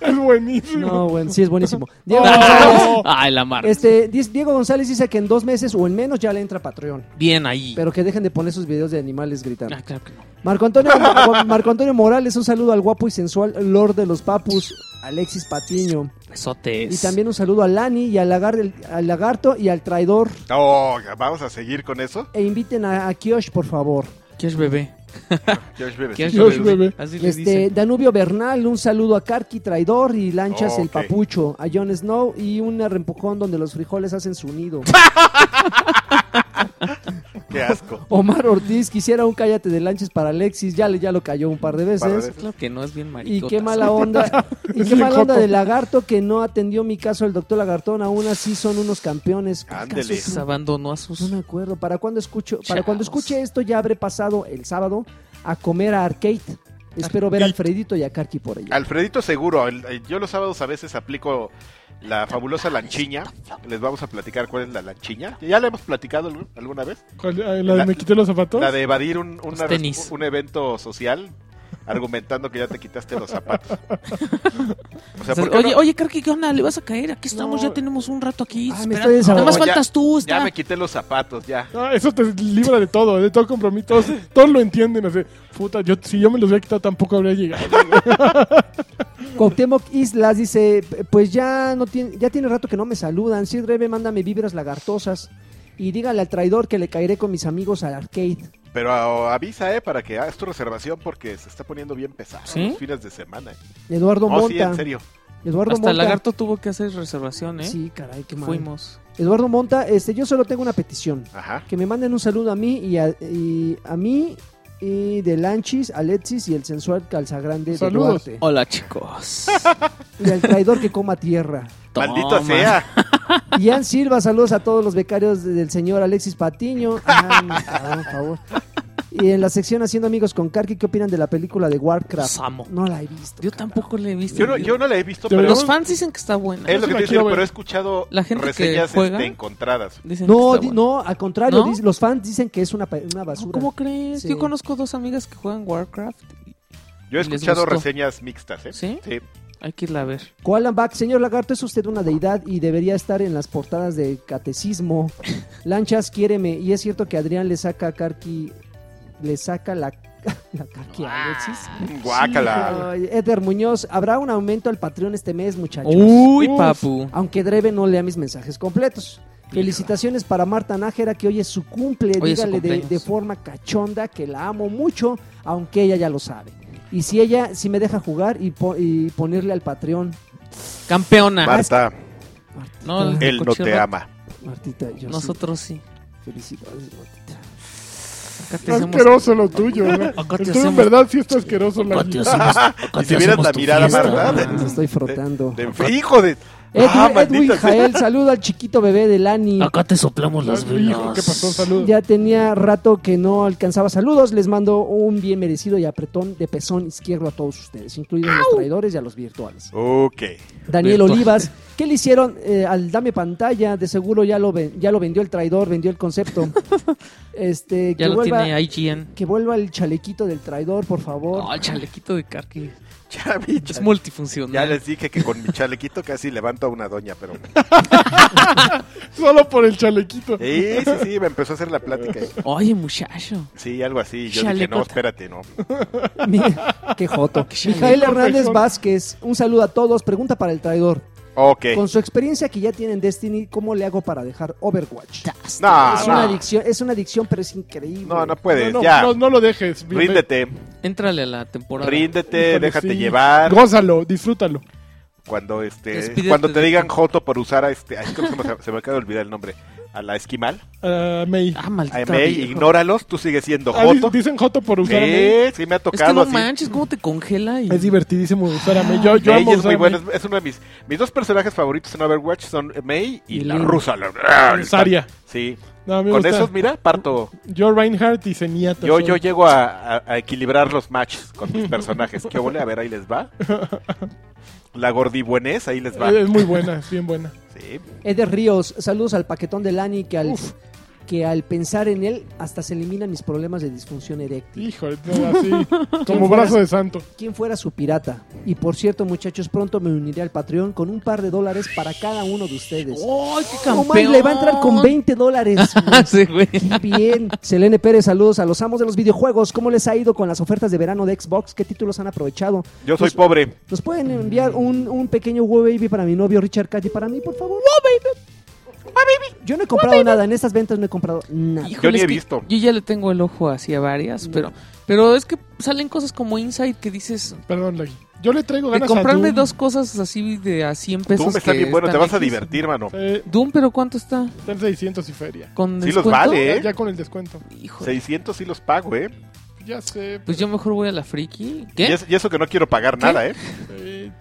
S1: Es buenísimo. [laughs]
S4: No, bueno, sí es buenísimo. Diego,
S1: Oh.
S3: [laughs] Ay, la mar.
S4: este, Di- Diego González dice que en dos meses o en menos ya le entra Patreon.
S3: Bien ahí.
S4: Pero que dejen de poner sus videos de animales gritando.
S3: Ah, claro que no.
S4: Marco Antonio, [laughs] Marco Antonio Morales, un saludo al guapo y sensual Lord de los Papus, Alexis Patiño.
S3: Besotes.
S4: Y también un saludo a Lani y al, lagar- al lagarto y al traidor.
S2: No, Oh, vamos a seguir con eso.
S4: E inviten a, a Kiosh, por favor.
S3: ¿Quieres bebé?
S2: Josh Bebes.
S3: ¿Quieres
S1: Dios,
S3: bebé?
S1: bebé.
S3: Así le
S4: Este,
S3: dicen.
S4: Danubio Bernal, un saludo a Karki Traidor y Lanchas el
S2: Ok.
S4: Papucho, a Jon Snow y un rempujón donde los frijoles hacen su nido.
S2: Qué asco.
S4: Omar Ortiz quisiera un cállate de lanchas para Alexis, ya, le- ya lo cayó un par de veces.
S2: Par de veces.
S3: Claro que no, es bien
S4: Y
S3: maricota.
S4: qué
S3: [laughs]
S4: mala onda, y
S1: Es
S4: qué
S1: el
S4: mala onda
S1: joto.
S4: de lagarto que no atendió mi caso el doctor Lagartón, aún así son unos campeones. ¿Cuál
S2: Ándele.
S4: caso es?
S3: Se abandonó a sus...
S4: No me acuerdo, para cuando escucho, para cuando
S3: Chavos.
S4: escuche esto ya habré pasado el sábado a comer a arcade Espero ver a
S1: Y-
S4: Alfredito y a Karki por allá.
S2: Alfredito seguro. el- el- yo los sábados a veces aplico la fabulosa lanchiña. Les vamos a platicar cuál es la lanchiña. Ya la hemos platicado algu- alguna vez.
S1: ¿Cuál- ah, ¿La de
S2: La-
S1: me quité los zapatos?
S2: La de evadir un, una-
S3: tenis.
S2: un evento social argumentando que ya te quitaste los zapatos. O sea,
S3: O sea,
S2: ¿por qué
S3: oye,
S2: no?
S3: oye, Karki, ¿qué onda? ¿Le vas a caer? Aquí estamos,
S1: No.
S3: ya tenemos un rato aquí.
S4: Ah, me
S3: esperando.
S4: estoy
S3: Nada más
S2: desahogando. Ya-
S3: faltas tú. Está.
S2: ya me quité los zapatos, ya.
S1: Ah, eso te libra de todo, de todo compromiso. Todos, todos lo entienden. Así, puta, yo, si yo me los hubiera quitado tampoco habría llegado.
S4: Cuauhtémoc Islas dice, pues ya no tiene, ya tiene rato que no me saludan. Sí, Rebe, mándame vibras lagartosas. Y dígale al traidor que le caeré con mis amigos al arcade.
S2: Pero a- avisa, eh, para que hagas tu reservación porque se está poniendo bien pesado
S3: ¿Sí?
S2: los fines de semana. eh.
S4: Eduardo
S2: Oh, sí,
S4: Monta.
S2: en serio.
S4: Eduardo
S3: Hasta el
S4: Monta.
S3: Lagarto tuvo que hacer reservación, ¿eh?
S4: Sí, caray, qué mal.
S3: Fuimos.
S4: Eduardo Monta, este, yo solo tengo una petición.
S2: Ajá.
S4: Que me manden un saludo a mí y a, y a mí y de Lanchis, Alexis y el sensual Calzagrande de
S1: Saludos.
S4: Duarte.
S3: Hola, chicos.
S4: Y al traidor que coma tierra.
S2: [laughs] Maldito
S3: Toma.
S2: sea.
S4: Ian Silva, saludos a todos los becarios del señor Alexis Patiño. Ah, no, cabrón, por favor. Y en la sección Haciendo Amigos con Karki, ¿qué opinan de la película de Warcraft?
S3: Samo.
S4: No la he visto.
S3: Yo tampoco le he visto.
S2: Yo no, yo no la he visto, pero
S3: Los
S1: Deberíamos-
S3: fans dicen que está buena.
S2: es lo que
S1: la
S2: te
S1: quiero
S2: digo,
S1: ver.
S2: pero he escuchado
S3: La gente que
S2: reseñas
S3: juega.
S2: este, encontradas.
S3: Dicen que
S4: No,
S3: está
S4: di-
S3: buena.
S4: no, al contrario,
S3: ¿No?
S4: dis- los fans dicen que es una, pa- una basura.
S3: ¿Cómo crees?
S4: Sí.
S3: Yo conozco dos amigas que juegan Warcraft. y
S2: Yo he
S3: Les
S2: escuchado
S3: gustó.
S2: reseñas mixtas, ¿eh?
S3: ¿Sí? Hay que irla a ver.
S4: Koalan Back, señor Lagarto, es usted una deidad y debería estar en las portadas de catecismo. Lanchas, quiéreme. Y es cierto que Adrián le saca a Karki. Le saca la, [laughs] la Karki a Alexis.
S3: Ah,
S2: Guácala.
S4: Ay, Eder Muñoz, habrá un aumento al Patreon este mes, muchachos.
S3: Uy,
S1: Uf.
S3: papu.
S4: aunque Dreve no lea mis mensajes completos. Felicitaciones para Marta Nájera, que hoy es su cumple.
S3: Hoy es su
S4: Dígale de,
S3: cumpleaños.
S4: de forma cachonda que la amo mucho, aunque ella ya lo sabe. Y si ella, si me deja jugar y, po- y ponerle al Patreon.
S3: Campeona.
S2: Marta,
S4: Martita,
S3: No, el-
S2: él no te
S3: Cochero.
S2: ama.
S4: Martita, yo
S3: Nosotros sí.
S4: sí. Felicidades, Martita.
S3: Acá te
S1: Está
S3: hacemos-
S1: asqueroso lo tuyo. ¿no?
S3: Acá te
S1: Esto en
S3: hacemos-
S1: verdad sí está asqueroso. La...
S3: acá te
S2: [laughs]
S3: hacemos- acá
S2: Y
S3: te
S2: si vieras
S3: hacemos
S2: la
S3: tu
S2: mirada,
S3: fiesta.
S2: Marta,
S4: Ah, les estoy frotando.
S2: De- hijo de.
S4: Edwin,
S2: ah,
S4: Edwin
S2: maldita sea.
S4: Jael, saludo al chiquito bebé de Lani.
S3: Acá te soplamos las velas.
S1: Hijo, ¿qué pasó? Saludos.
S4: Ya tenía rato que no alcanzaba saludos. Les mando un bien merecido y apretón de pezón izquierdo a todos ustedes, incluidos los traidores y a los virtuales.
S2: Ok.
S4: Daniel
S3: Virtual.
S4: Olivas, ¿qué le hicieron eh, al dame pantalla? De seguro ya lo, ven- ya lo vendió el traidor, vendió
S3: [laughs]
S4: el concepto. este, que,
S3: Ya lo
S4: vuelva,
S3: tiene IGN.
S4: que vuelva el chalequito del traidor, por favor.
S3: Oh, el chalequito de Karki.
S2: Ya, vi,
S3: Es
S2: ya-
S3: multifuncional.
S2: ya les dije que con mi chalequito casi levanto a una doña, pero.
S1: Solo por el chalequito.
S2: Sí, sí, sí, me empezó a hacer la plática. y-
S3: Oye, muchacho.
S2: Sí, algo así. Yo dije,
S3: Chalecota.
S2: no, espérate, no.
S4: Mira, qué joto.
S3: chaleco,
S4: Mijael Hernández
S1: pezón.
S4: Vázquez, un saludo a todos. Pregunta para el traidor.
S2: Ok.
S4: Con su experiencia que ya tiene en Destiny, ¿cómo le hago para dejar Overwatch?
S2: No,
S4: es una
S2: Ah, no.
S4: adicción, es una adicción, pero es increíble.
S2: No, no
S1: No,
S2: puedes.
S1: no,
S2: ya.
S1: no, no lo dejes. Bienven-
S2: Ríndete,
S3: Entrale a la temporada.
S2: ríndete,
S1: Híjole,
S2: déjate
S1: sí.
S2: llevar.
S1: Gózalo, disfrútalo.
S2: Cuando este,
S3: Despídete
S2: cuando te
S3: de-
S2: digan Joto por usar a este, ay, ¿cómo se, llama? se me acaba de olvidar el nombre, a la esquimal,
S1: Ah, May.
S3: Ah,
S2: a
S3: maldita.
S2: MA,
S3: vieja.
S2: ignóralos, tú sigues siendo
S1: Ah, di-
S2: Joto.
S1: dicen Joto por usar a May.
S2: Sí, sí me ha
S3: Es que
S2: tocado
S3: no
S2: así.
S3: manches, ¿cómo te congela? Y...
S1: Es divertidísimo usar a May. Yo, yo
S2: May
S1: amo
S2: es
S1: usar
S2: muy
S1: a May.
S2: buena, es- es uno de mis mis dos personajes favoritos en Overwatch son May y,
S3: Y
S2: la
S3: Lin.
S2: rusa. la-
S1: Ah, Zarya.
S2: Sí,
S1: No, a mí me
S2: con
S1: gusta.
S2: esos mira parto.
S1: Yo Reinhardt y Zenyatta.
S2: Yo
S1: soy.
S2: yo llego a, a- a equilibrar los matches con mis personajes. ¿Qué ole? A ver, ahí les va. La gordibuenés, ahí les va.
S1: Eh, Es muy buena, es bien buena.
S2: Sí.
S4: Eder Ríos, saludos al paquetón de Lani que al,
S1: Uf.
S4: que al pensar en él hasta se eliminan mis problemas de disfunción eréctil.
S1: Híjole,
S2: [laughs]
S1: así. Como brazo de santo.
S4: ¿Quién fuera su pirata? Y por cierto, muchachos, pronto me uniré al Patreon con un par de dólares para cada uno de
S3: ¡Ay,
S4: ustedes.
S3: qué
S4: No,
S3: Oh, campeón! Ah,
S4: man, le va a entrar con
S3: [laughs]
S4: 20 dólares.
S3: sí, güey. [laughs]
S4: Qué Bien, Selene Pérez, saludos a los amos de los videojuegos. ¿Cómo les ha ido con las ofertas de verano de Xbox? ¿Qué títulos han aprovechado?
S2: Yo soy
S4: Nos-
S2: pobre.
S4: ¿Nos pueden enviar un, un pequeño Wow Baby para mi novio Richard Cat y para mí, por favor? Yo no he comprado nada, en estas ventas no he comprado nada.
S3: Híjole,
S2: Yo ni
S3: es
S2: he
S3: que
S2: visto. Mm.
S3: Yo ya le tengo el ojo hacia varias, pero pero es que salen cosas como Inside que dices,
S1: Perdón, Lagui. Yo le traigo
S3: de
S1: ganas
S3: comprarme
S1: a Doom.
S3: dos cosas así de a 100 pesos.
S2: Doom está
S3: que
S2: bien bueno, te
S3: están
S2: vas a
S3: X.
S2: divertir, mano.
S1: Eh,
S3: Doom, pero ¿cuánto está?
S1: están 600 y feria.
S3: ¿Con
S2: Sí los
S3: descuento?
S2: vale, ¿eh?
S1: Ya, ya con el descuento.
S3: Híjole,
S2: 600 sí los pago, ¿eh?
S1: Ya sé.
S3: pues yo mejor voy a la friki.
S2: Y,
S3: ¿Qué?
S2: es- y eso que no quiero pagar
S3: ¿Qué?
S2: nada, ¿eh?
S1: eh,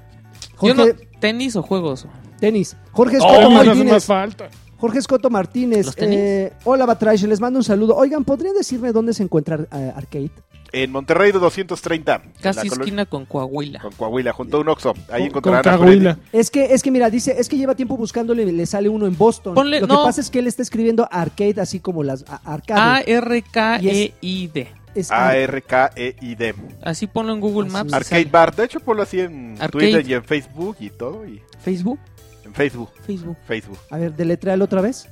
S3: Yo
S4: Jorge,
S3: no, tenis o juegos.
S4: tenis. Jorge
S1: a
S4: Escoto
S1: mí me oh, hace más
S4: Martínez.
S1: falta.
S4: Jorge Escoto Martínez.
S3: ¿Los tenis?
S4: eh, hola, Batrash, les mando un saludo. Oigan, ¿podrían decirme dónde se encuentra eh, Arcade?
S2: En Monterrey de 230.
S3: Casi
S2: en la colo-
S3: esquina con Coahuila.
S2: Con Coahuila, junto a un Oxxo. Ahí
S1: Con- con
S2: encontrarán a Freddy.
S1: Cahuila.
S4: Es que, es que mira, dice, es que lleva tiempo buscándole y le sale uno en Boston.
S3: Ponle-
S4: Lo que
S3: no. Ah,
S4: pasa es que él está escribiendo arcade así como las a- arcade.
S3: A-R-K-E-I-D.
S4: Es ar-
S2: A-R-K-E-I-D.
S3: E Así ponlo en Google
S4: Así
S3: Maps. y
S2: Arcade
S3: sale.
S2: Bar. De hecho, ponlo así en
S3: pues, Arcade.
S2: Twitter y en Facebook y todo. Y
S3: Facebook.
S2: en Facebook.
S3: Facebook.
S2: Facebook.
S4: A ver, deletréalo otra vez.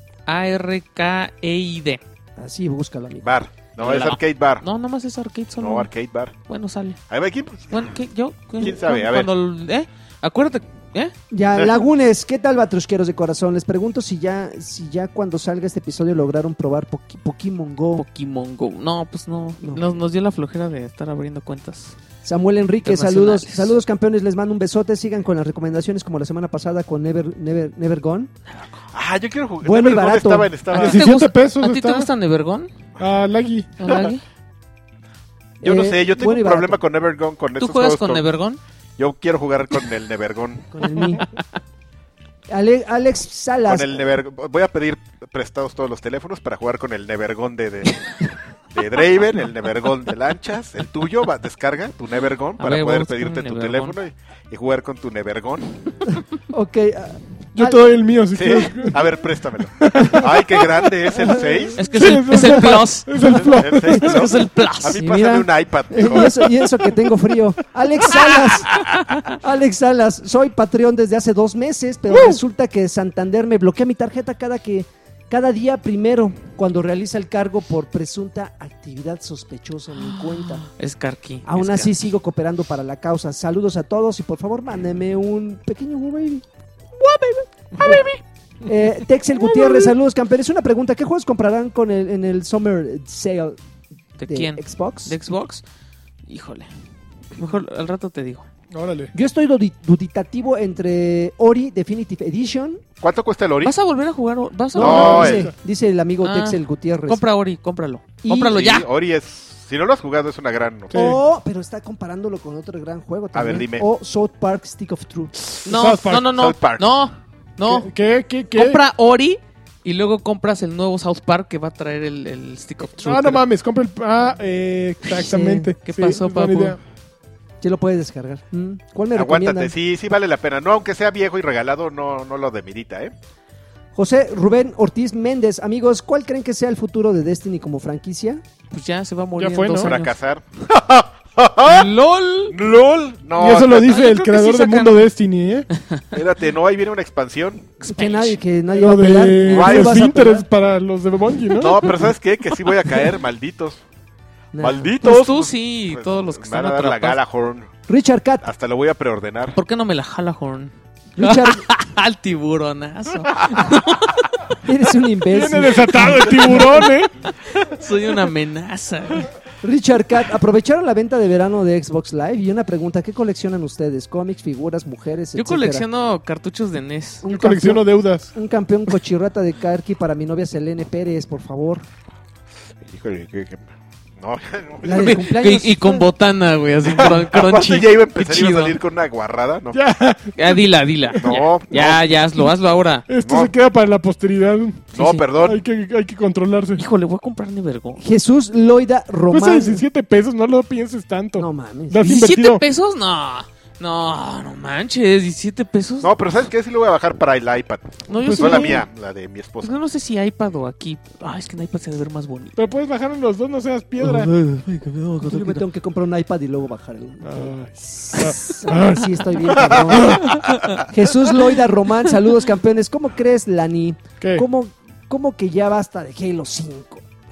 S3: E A-R-K-E-I-D.
S4: Así, búscalo, amigo.
S2: Bar. No, es
S3: La-
S2: Arcade Bar. No,
S3: No, nomás es arcade solo.
S2: Arcade Bar.
S3: Bueno, sale.
S2: Ahí va aquí. pues.
S3: Bueno, ¿qué? Yo. ¿Qué?
S2: ¿Quién sabe? A
S3: Cuando- ¿eh? Acuérdate. ¿Eh?
S2: [laughs]
S4: Ya, Lagunes, ¿qué tal, batrusqueros de corazón? Les pregunto si ya, si ya cuando salga este episodio lograron probar Poki- Pokémon Go.
S3: Pokémon Go. No, pues no.
S4: No.
S3: Nos, nos dio la flojera de estar abriendo cuentas.
S4: Samuel Enrique, saludos,
S3: Internacionales.
S4: saludos campeones, les mando un besote, sigan con las recomendaciones como la semana pasada con Never, Never, Never Gone.
S2: Ah, yo quiero jugar.
S4: Bueno y
S2: Never Gone
S4: barato. Ah,
S2: Estaba, en- estaba-
S3: ¿A ti te
S1: 17
S3: gusta-
S1: pesos
S3: ¿A ti te
S1: está.
S3: gusta Nevergón?
S1: Ah, Lagui.
S2: Yo no
S4: Eh,
S2: sé, yo tengo
S4: bueno y
S2: un problema
S4: barato.
S2: con Nevergone. Con
S3: ¿Tú
S2: estos
S3: juegas
S2: juegos
S3: con Nevergón?
S2: Yo quiero jugar con el Nevergone.
S4: con el
S2: [laughs]
S4: mí. Ale- Alex Salas,
S2: Con el Never- Voy a pedir prestados todos los teléfonos para jugar con el Nevergón de, de,
S3: [laughs]
S2: de Draven, el Nevergón de Lanchas, el tuyo, va, descarga tu Nevergón
S3: A
S2: para
S3: ver, voy a
S2: poder
S3: buscar
S2: pedirte
S3: un
S2: tu
S3: Nevergone.
S2: teléfono y, y jugar con tu Nevergón.
S4: ok, ah,
S1: Yo
S4: Al-
S1: te doy el mío, si
S2: Sí,
S1: quieres.
S2: a ver, préstamelo. Ay, qué grande es el 6.
S3: Es que es el, es el Plus.
S1: Es
S2: [laughs]
S1: el flop.
S2: El 6
S3: Es que es el
S2: A mí
S3: Plus.
S4: Y
S2: pásame
S4: mira.
S2: un iPad.
S4: [laughs] y eso, y eso que tengo frío. Alex Salas, Alex Salas, soy Patreon desde hace dos meses, pero resulta que Santander me bloquea mi tarjeta cada que cada día primero cuando realiza el cargo por presunta actividad sospechosa en mi cuenta.
S3: Es Carqui.
S4: Aún
S3: es
S4: así
S3: Carqui.
S4: sigo cooperando para la causa. Saludos a todos y por favor mándeme un pequeño wow baby. baby. Eh, Texel Gutiérrez, saludos campeones. Una pregunta, ¿qué juegos comprarán con el, en el Summer Sale de,
S3: ¿De quién?
S4: Xbox?
S3: ¿De Xbox? Híjole. Mejor al rato te digo.
S1: Órale.
S4: Yo estoy dudi- duditativo entre Ori Definitive Edition.
S2: ¿Cuánto cuesta el Ori?
S3: ¿Vas a volver a jugar? o- ¿Vas a
S4: No, eh.
S3: volver
S2: No,
S3: a jugar?
S2: eh.
S4: dice, dice el amigo
S3: Ah.
S4: Texel Gutiérrez.
S3: Compra Ori, cómpralo.
S4: Y-
S3: Cómpralo
S2: Sí,
S3: ya.
S2: Ori es. Si no lo has jugado, es una gran.
S1: Sí.
S4: Oh, pero está comparándolo con otro gran juego también.
S2: ver, dime.
S4: O South Park Stick of Truth.
S3: No,
S1: South Park.
S3: no, no, no.
S2: South Park.
S3: No, no.
S1: ¿Qué? ¿Qué? ¿Qué?
S3: Compra Ori y luego compras el nuevo South Park que va a traer el, el Stick of Truth.
S1: Ah, no mames, compra el. Ah, eh, exactamente.
S3: Sí. ¿Qué pasó,
S1: es buena
S3: papu?
S1: idea.
S4: Ya lo puedes descargar. Mm, ¿Cuál me
S2: Aguántate,
S4: recomiendan?
S2: sí, sí vale la pena. No, aunque sea viejo y regalado, no, no lo demerita, ¿eh?
S4: José Rubén Ortiz Méndez, amigos, ¿cuál creen que sea el futuro de Destiny como franquicia?
S3: Pues ya se va a morir.
S1: Ya fue,
S3: en dos
S1: ¿no?
S3: años.
S2: Fracasar.
S3: LOL.
S2: ¡Lol! No,
S1: y eso lo
S2: espérate,
S1: dice
S3: yo
S1: el
S3: creo que
S1: creador
S3: sí
S1: de
S3: sacan-
S1: Mundo Destiny, ¿eh?
S2: espérate, no, ahí viene una expansión.
S4: Que nadie, que nadie va a
S1: Lo
S4: pelar.
S1: de
S4: ¿Tú
S2: Riots
S1: los
S4: vas a
S1: Pinterest
S4: pelar?
S1: para los de Bungie, ¿no?
S2: No, pero ¿sabes qué? Que sí voy a caer, malditos.
S4: Nah.
S2: Malditos.
S3: Pues tú sí, y
S2: Pues,
S3: todos los que
S2: me
S3: están
S2: van a dar la
S3: atrapados.
S2: Galahorn.
S4: Richard Cat.
S2: Hasta lo voy a preordenar.
S3: ¿Por qué no me la jala Horn?
S2: [laughs]
S4: Richard,
S3: [laughs] Al tiburonazo.
S4: eres un
S1: Viene
S4: imbécil.
S1: desatado el tiburón,
S3: [laughs]
S1: ¿eh?
S3: Soy una amenaza.
S4: Richard Cat, aprovecharon la venta de verano de Xbox Live y una pregunta, ¿qué coleccionan ustedes? ¿Cómics, figuras, mujeres,
S3: Yo
S4: etcétera?
S3: colecciono cartuchos de E NES.
S4: un
S1: Yo colecciono
S4: campeón,
S1: deudas.
S4: un campeón cochirrata de Karki para mi novia Selene Pérez, por favor.
S2: Híjole, que- que- No, [laughs] no.
S4: La de cumpleaños.
S3: Y, y con botana,
S2: [laughs]
S3: güey, así cron-
S2: Aparte
S3: crunchy.
S2: ya iba a empezar iba
S3: Ah, Chido.
S2: a salir con una guarrada, ¿no?
S3: Ya, dila, dila.
S2: No,
S3: ya, ya, ya, hazlo, hazlo ahora.
S1: Esto
S2: No.
S1: se queda para la posteridad.
S2: no,
S4: sí.
S2: perdón.
S1: Hay que, hay que controlarse.
S3: Híjole, voy a comprar Nevergo.
S4: Jesús Loida
S1: Cuesta
S4: Román.
S1: 17 pesos, no lo pienses tanto.
S4: No mames.
S1: Lo has invertido.
S3: ¿17 pesos? No. No, no manches, 17 pesos. No,
S2: No, pero ¿sabes qué? Sí lo voy a bajar para el iPad.
S3: yo
S1: pues
S3: sí.
S2: No la mía, la de mi
S3: Pues
S2: esposa.
S3: yo no sé si iPad o aquí. Ah, es que en iPad se debe ver más bonito.
S1: Pero puedes bajar en los dos, no seas piedra.
S4: Yo me tengo que comprar un iPad y luego bajar el...
S1: Ay.
S4: Ah, sí, estoy bien. cabrón. Jesús Loida Román, saludos campeones. ¿Cómo crees, Lani?
S1: ¿Qué?
S4: ¿Cómo, cómo que ya basta de Halo 5?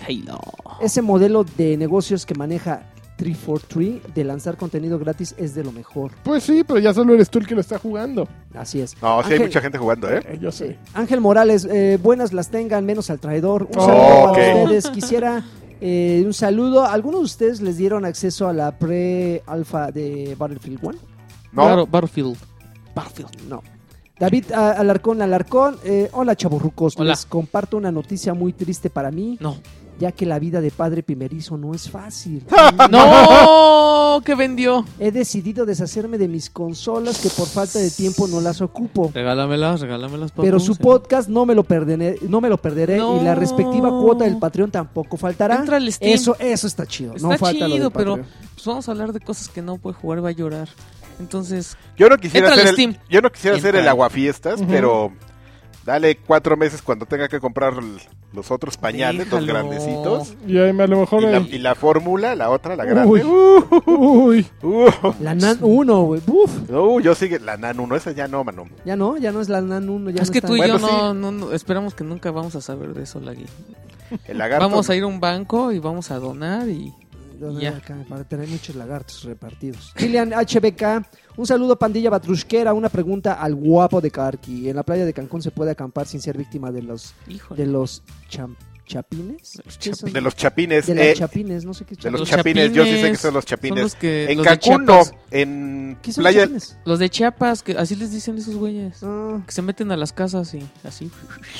S3: Halo.
S4: Ese modelo de negocios que maneja 343 de lanzar contenido gratis es de lo mejor.
S1: Pues sí, pero ya solo eres tú el que lo está jugando.
S4: Así es.
S2: No, sí hay
S4: Ángel-
S2: mucha gente jugando, ¿eh?
S1: Eh, yo sé.
S4: Ángel Morales, eh, buenas las tengan, menos al traidor. Un
S1: Oh,
S4: saludo para
S2: ok.
S4: ustedes. Quisiera eh, un saludo. ¿Algunos de ustedes les dieron acceso a la pre-alfa de Battlefield 1?
S2: No,
S3: Claro,
S2: [laughs]
S3: Battlefield. Battlefield.
S4: No. David a- Alarcón, Alarcón, eh, hola chavorrucos,
S3: Hola.
S4: les comparto una noticia muy triste para mí.
S3: No.
S4: ya que la vida de padre primerizo no
S3: [laughs]
S4: es fácil.
S3: ¡No! ¿Qué vendió?
S4: He decidido deshacerme de mis consolas que por falta de tiempo no las ocupo.
S3: Regálamelas, regálamelas. papu,
S4: Pero su
S3: sí.
S4: podcast no me lo perderé, no me lo perderé
S3: No.
S4: y la respectiva cuota del Patreon tampoco faltará.
S3: Entra al Steam.
S4: Eso, eso está chido.
S3: Está
S4: no falta lo
S3: chido,
S4: del
S3: pero
S4: Patreon.
S3: pues, vamos a hablar de cosas que no puede jugar, va a llorar. Entonces,
S2: Yo no quisiera
S3: Entra al
S2: hacer el,
S3: Steam.
S2: yo no quisiera hacer
S3: Entra.
S2: el aguafiestas,
S1: Ujú.
S2: pero dale cuatro meses cuando tenga que comprar l- los otros pañales, los
S3: déjalo.
S2: grandecitos.
S1: Y ahí, a lo mejor.
S2: Y la,
S1: el-
S2: y la fórmula, la otra, la
S1: Uy,
S2: grande.
S1: uy.
S2: Uh,
S4: La NAN 1, güey. Uf,
S2: uh, yo sigue la Nan 1, esa ya no, mano.
S4: ya no, ya no es la NAN 1. Ya
S3: es
S4: no
S3: que
S4: está.
S3: tú y yo
S2: Bueno,
S3: no, no- no- esperamos que nunca vamos a saber de eso, Lagui.
S2: El lagarto.
S3: Vamos a ir a un banco y vamos a donar y...
S4: Donar
S3: Ya.
S4: acá, para tener muchos lagartos repartidos. Kilian HBK, un saludo pandilla batrushquera, una pregunta al guapo de Karki. ¿En la playa de Cancún se puede acampar sin ser víctima de los de
S3: Híjole.
S4: los cham- chapines? ¿Qué son?
S2: De los chapines.
S4: De
S2: eh,
S4: los chapines, no sé qué
S2: de los,
S3: Los
S2: chapines. yo sí sé que
S3: chapines
S2: son los
S3: Son
S2: chapines.
S3: los que...
S2: en
S3: los de
S2: Cancún no,
S3: Chiapas.
S2: en
S4: ¿Qué son los
S2: playa
S4: chapines?
S3: Los de Chiapas, que así les dicen esos güeyes.
S4: Ah,
S3: Que se meten a las casas y así.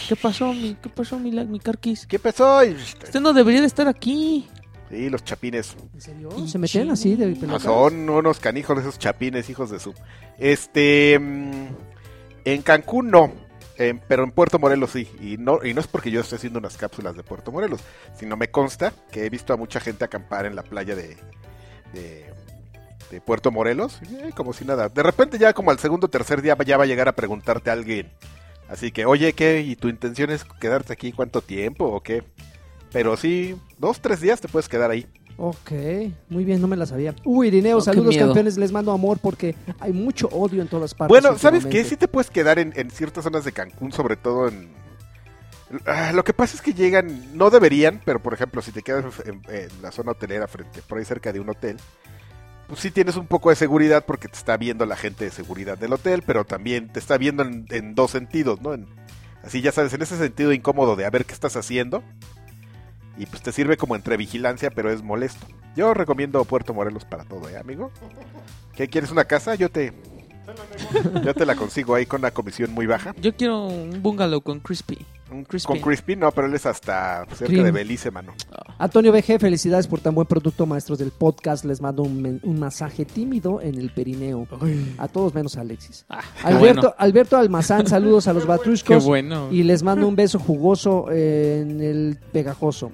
S3: ¿Qué pasó, mi, qué pasó, mi, la- mi carquis?
S2: ¿Qué pasó? Y-
S3: Usted Este no debería de estar aquí.
S2: Sí, los chapines.
S4: ¿En serio?
S3: Y
S4: ¿Se meten
S3: chino.
S4: así de
S2: No,
S4: pelotas?
S2: son unos canijos esos chapines, hijos de su. Este. mm, En Cancún no. em, pero en Puerto Morelos sí. Y no, y no es porque yo esté haciendo unas cápsulas de Puerto Morelos. Sino me consta que he visto a mucha gente acampar en la playa de. de de Puerto Morelos, eh, como si nada. De repente ya como al segundo o tercer día ya va a llegar a preguntarte a alguien. Así que, oye, ¿qué? ¿Y tu intención es quedarte aquí cuánto tiempo o qué? Pero sí, dos, tres días te puedes quedar ahí.
S4: Ok, muy bien, no me la sabía. Uy, Irineo,
S3: No, Oh, qué
S4: saludos
S3: miedo.
S4: campeones, les mando amor porque hay mucho odio en todas partes.
S2: Bueno, ¿sabes qué?
S4: últimamente.
S2: Sí te puedes quedar en, en ciertas zonas de Cancún, sobre todo en... Ah, Lo que pasa es que llegan, no deberían, pero por ejemplo, si te quedas en, en la zona hotelera frente, por ahí cerca de un hotel, pues sí tienes un poco de seguridad porque te está viendo la gente de seguridad del hotel, pero también te está viendo en, en dos sentidos, ¿no? En- así ya sabes, en ese sentido incómodo de a ver qué estás haciendo, y pues te sirve como entre vigilancia, pero es molesto. Yo recomiendo Puerto Morelos para todo, ¿eh, amigo? ¿Qué quieres una casa? Yo te, yo te la consigo ahí con una comisión muy baja.
S3: Yo quiero un bungalow con Crispy.
S2: Un
S3: Crispy.
S2: Con Crispy, no, pero él es hasta cerca
S4: Cream.
S2: de Belice, mano.
S4: Antonio BG, felicidades por tan buen producto, maestros del podcast. Les mando un, men- un masaje tímido en el perineo. A todos menos a Alexis.
S3: Ah, qué
S4: Alberto,
S3: bueno.
S4: Alberto Almazán, saludos a
S3: [laughs]
S4: los
S3: Qué
S4: batruscos.
S3: bueno.
S4: Y les mando un beso jugoso eh, en el pegajoso.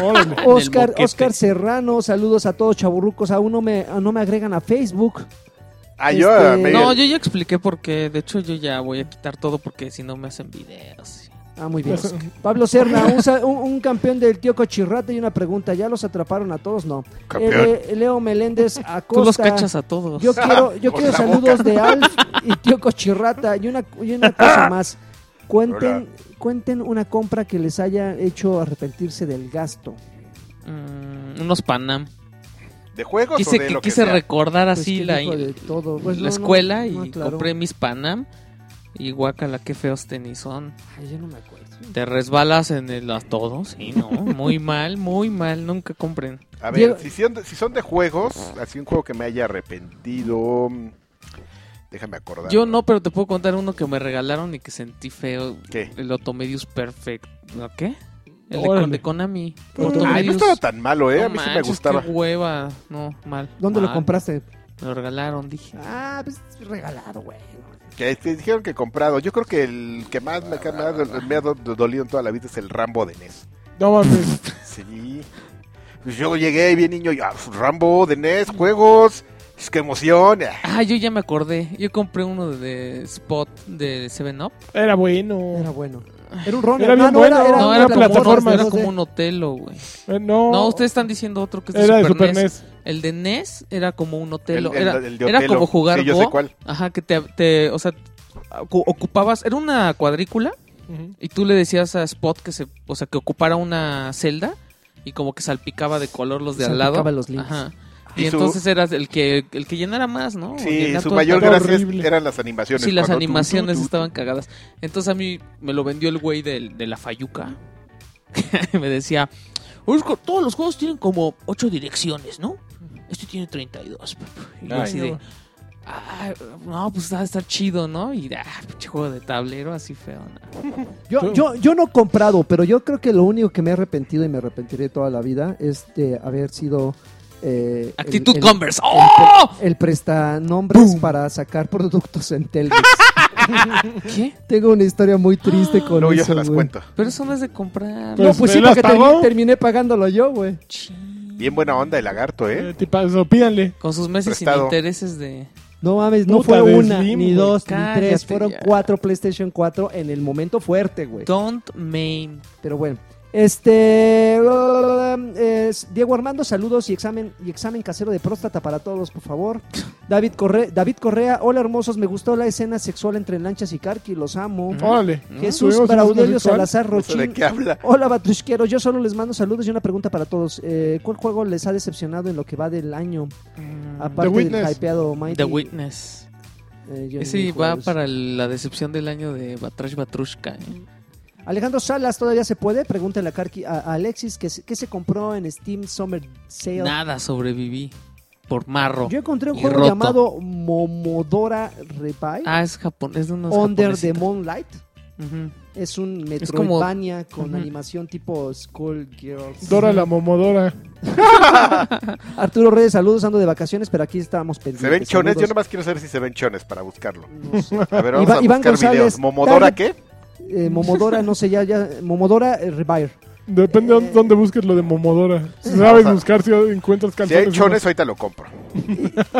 S1: Órale.
S3: En el
S4: Oscar,
S3: moquete.
S4: Oscar Serrano, saludos a todos chaburrucos. Aún no me, no me agregan a Facebook.
S2: Ah, yo,
S4: Este-
S2: me-
S3: No, yo ya expliqué por qué. De hecho, yo ya voy a quitar todo porque si no me hacen videos.
S4: Ah, muy bien.
S3: Pues, [laughs]
S4: Pablo Serna, un, sa- un- un campeón del tío Cochirrate y una pregunta. ¿Ya los atraparon a todos? No.
S2: Campeón.
S4: Eh, Leo Meléndez Acosta.
S3: [laughs] Tú los cachas a todos.
S2: [laughs]
S4: Yo quiero, yo
S2: Con
S4: quiero
S2: la
S4: saludos de Alf y tío Cochirrata y una, y una
S2: [laughs]
S4: cosa más. Cuenten, cuenten una compra que les haya hecho arrepentirse del gasto.
S3: Mm, unos Panam.
S2: ¿De juegos
S3: Quise,
S2: o de
S3: que-
S2: lo que
S3: quise
S2: sea?
S3: recordar
S4: Pues
S3: así
S4: que
S3: Ah, la,
S4: dijo de todo. Pues
S3: la
S4: no, no,
S3: escuela y
S4: no aclaró.
S3: compré mis Panam. Y guácala, qué feos tenis son.
S4: Ay, yo no me acuerdo.
S3: Te resbalas en el a todos. Sí, no. Muy mal, muy mal. Nunca compren.
S2: A
S4: Diego-
S2: ver, si son, de, si son de juegos, así un juego que me haya arrepentido... mm, Déjame acordar.
S3: Yo no, pero te puedo contar uno que me regalaron y que sentí feo.
S2: ¿Qué?
S3: El Otomedius Perfect. ¿no? ¿Qué? El de,
S1: Órale.
S3: con- de Konami.
S2: Ay, no
S3: Otomedius.
S2: estaba tan malo, ¿eh?
S3: No
S2: A mí sí me
S3: manches,
S2: gustaba.
S3: Qué hueva. No, mal.
S4: ¿Dónde lo
S3: mal.
S4: compraste?
S3: Me lo regalaron, dije.
S4: Ah, pues regalado, güey.
S2: Que te dijeron que comprado. Yo creo que el que más, me- que más me ha do- dolido en toda la vida es el Rambo de NES.
S1: No mames.
S2: Sí. Pues yo llegué bien niño y ah, Rambo de NES, juegos. Es que emoción. Ah,
S3: Ah, yo ya me acordé. Yo compré uno de, de Spot de Seven Up.
S1: Era bueno.
S4: Era bueno. Era un ron.
S1: Era
S4: no,
S1: bien
S4: no,
S1: bueno.
S3: no,
S1: una
S3: era, como,
S1: plataforma,
S3: no, era
S1: no
S3: como un hotel, oh, güey.
S1: Eh, no.
S3: No, ustedes están diciendo otro que es de
S1: Era de
S3: Super, E NES.
S1: Super E NES.
S3: El de NES era como un hotel.
S2: El- el-
S3: Era,
S2: el de
S3: era
S2: Otelo.
S3: como jugar
S2: Sí, yo sé
S3: Go.
S2: cuál.
S3: Ajá, que te, te- o sea, ocu- ocupabas, era una cuadrícula
S1: Ujú.
S3: y tú le decías a Spot que se, o sea, que ocupara una celda y como que salpicaba de color los de al lado.
S4: Salpicaba los links.
S3: Ajá. Y,
S2: Y su-
S3: entonces eras el que el que llenara más, ¿no?
S2: sí,
S3: Llenar
S2: su
S3: tu-
S2: mayor
S1: estaba
S2: gracia es-
S1: horrible.
S2: eran las animaciones.
S3: Sí, las
S2: cuando tú-
S3: animaciones
S2: tú- tú-
S3: estaban cagadas. Entonces a mí me lo vendió el güey del- de la Fayuca. [laughs] me decía, "Oye, Oscar, todos los juegos tienen como ocho direcciones, ¿no? Este tiene 32. Y yo
S2: Ay.
S3: así de, "Ah, no, pues va a estar chido, ¿no? Y ah, pinche juego de tablero así feo. ¿no?
S1: Tú.
S4: Yo, yo, yo no he comprado, pero yo creo que lo único que me he arrepentido y me arrepentiré toda la vida es de haber sido. eh, el-
S3: Actitud
S4: el-
S3: Converse.
S4: el
S3: ¡Oh!
S4: pre- El prestanombres para sacar productos en Telmex.
S3: [laughs] ¿Qué?
S4: Tengo una historia muy triste con
S5: Luego yo
S4: eso.
S5: se las
S4: güey.
S5: cuento.
S3: Pero eso no es de comprar.
S1: Pues,
S4: no, pues sí,
S1: ¿él las
S4: porque termi-
S1: pagó?
S4: terminé pagándolo yo, güey.
S3: Chin.
S5: Bien buena onda el lagarto, ¿eh?
S1: Eh, tipazo, pídanle.
S3: Con sus meses sin
S5: Prestado.
S3: intereses de.
S4: No mames, no
S1: Puta,
S4: fue
S1: de
S4: una,
S1: Slim,
S4: ni
S1: güey.
S4: dos,
S3: Cállate
S4: ni tres. Fueron
S3: ya.
S4: cuatro PlayStation 4 en el momento fuerte, güey.
S3: Don't maim.
S4: Pero bueno. Este. es- Diego Armando, saludos y examen, y examen casero de próstata para todos, por favor. David, Corre- David Correa, hola hermosos, me gustó la escena sexual entre lanchas y Karki, los amo. Oh,
S3: Mm.
S1: Órale.
S4: Jesús
S1: ¿Tuvimos una
S4: Braudelio
S1: sexual?
S4: Salazar
S5: No sé
S4: Rochín.
S5: de qué habla.
S4: Hola batrusqueros, yo solo les mando saludos y una pregunta para todos. Eh, ¿Cuál juego les ha decepcionado en lo que va del año? Aparte del
S1: Witness.
S4: hypeado Mighty.
S3: Mm. The Witness.
S4: eh, yo ni
S3: Ese
S4: juego
S3: va
S4: eso.
S3: para la decepción del año de Batrash Batrushka. ¿eh?
S4: Alejandro Salas, ¿todavía se puede? Pregúntale a, Karki- a- a Alexis que, se- que se compró en Steam Summer Sale.
S3: Nada sobreviví. Por marro.
S4: Yo encontré un
S3: Y
S4: juego
S3: roto.
S4: llamado Momodora Repai
S3: Ah, es japonés. Es de unos
S4: Under the
S3: japonesitos.
S4: Moonlight.
S3: Ujú.
S4: Es un
S3: como-
S4: Metroidvania con
S3: Ujú.
S4: animación tipo Schoolgirls.
S1: Dora la momodora.
S4: Arturo Reyes, saludos, ando de vacaciones, pero aquí estábamos pendientes.
S5: ¿Se ven chones? Yo
S4: pues, Saludos.
S5: nomás quiero saber si se ven chones para buscarlo.
S4: No sé.
S5: A ver, vamos
S4: Iván-
S5: a
S4: Iván
S5: buscar
S4: González,
S5: videos. ¿Momodora
S4: dale.
S5: qué?
S4: Eh, Momodora, no sé, ya, ya. Momodora eh, Revive.
S1: Depende de
S4: Eh.
S1: dónde busques lo de momodora. Si sabes
S5: O sea,
S1: buscar, si encuentras
S5: Si hay
S1: calzones.
S5: chones, ahorita lo compro.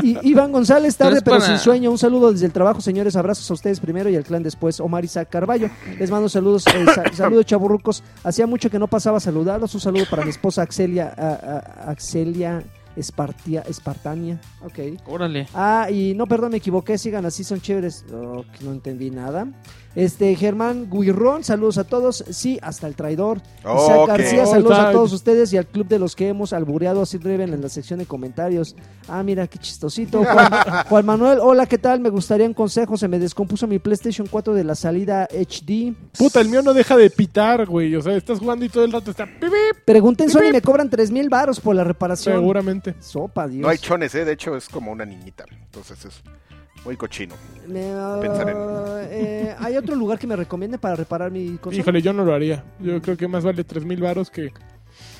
S4: Y- Iván González, tarde
S3: Pero
S4: pero,
S3: es para-
S4: sin sueño. Un saludo desde el trabajo, señores. Abrazos a ustedes primero y al clan después. Omar Isaac Carballo. Les mando saludos, eh,
S3: [laughs]
S4: sa- saludos chaburrucos. Hacía mucho que no pasaba a saludarlos. Un saludo para mi esposa Axelia, a- a- Axelia Espartia, Espartania. Ok.
S3: Órale.
S4: Ah, y no, perdón, me equivoqué, sigan así, son chéveres. Oh, que no entendí nada. Este, Germán Guirrón, saludos a todos. Sí, hasta el traidor. Isaac
S5: Ok.
S4: García,
S1: Oh,
S4: saludos
S1: está-
S4: a todos ustedes y al club de los que hemos albureado así Driven en la sección de comentarios. Ah, mira, qué chistosito. Juan,
S5: [laughs]
S4: Juan Manuel, hola, ¿qué tal? Me gustaría un consejo. Se me descompuso mi PlayStation 4 de la salida HD.
S1: Puta, el mío no deja de pitar, güey. O sea, estás jugando y todo el rato está. pip, pip,
S4: Pregunten Sony, me cobran 3 mil varos por la reparación.
S1: Seguramente.
S4: Sopa, Dios.
S5: No hay chones, ¿eh? De hecho, es como una niñita. Entonces es muy cochino.
S3: ¿Eh?
S4: Me-
S5: Pensar en-
S4: eh, ¿Hay otro lugar que me recomiende para reparar mi consola?
S1: Híjole, yo no lo haría. Yo creo que más vale 3000 varos que.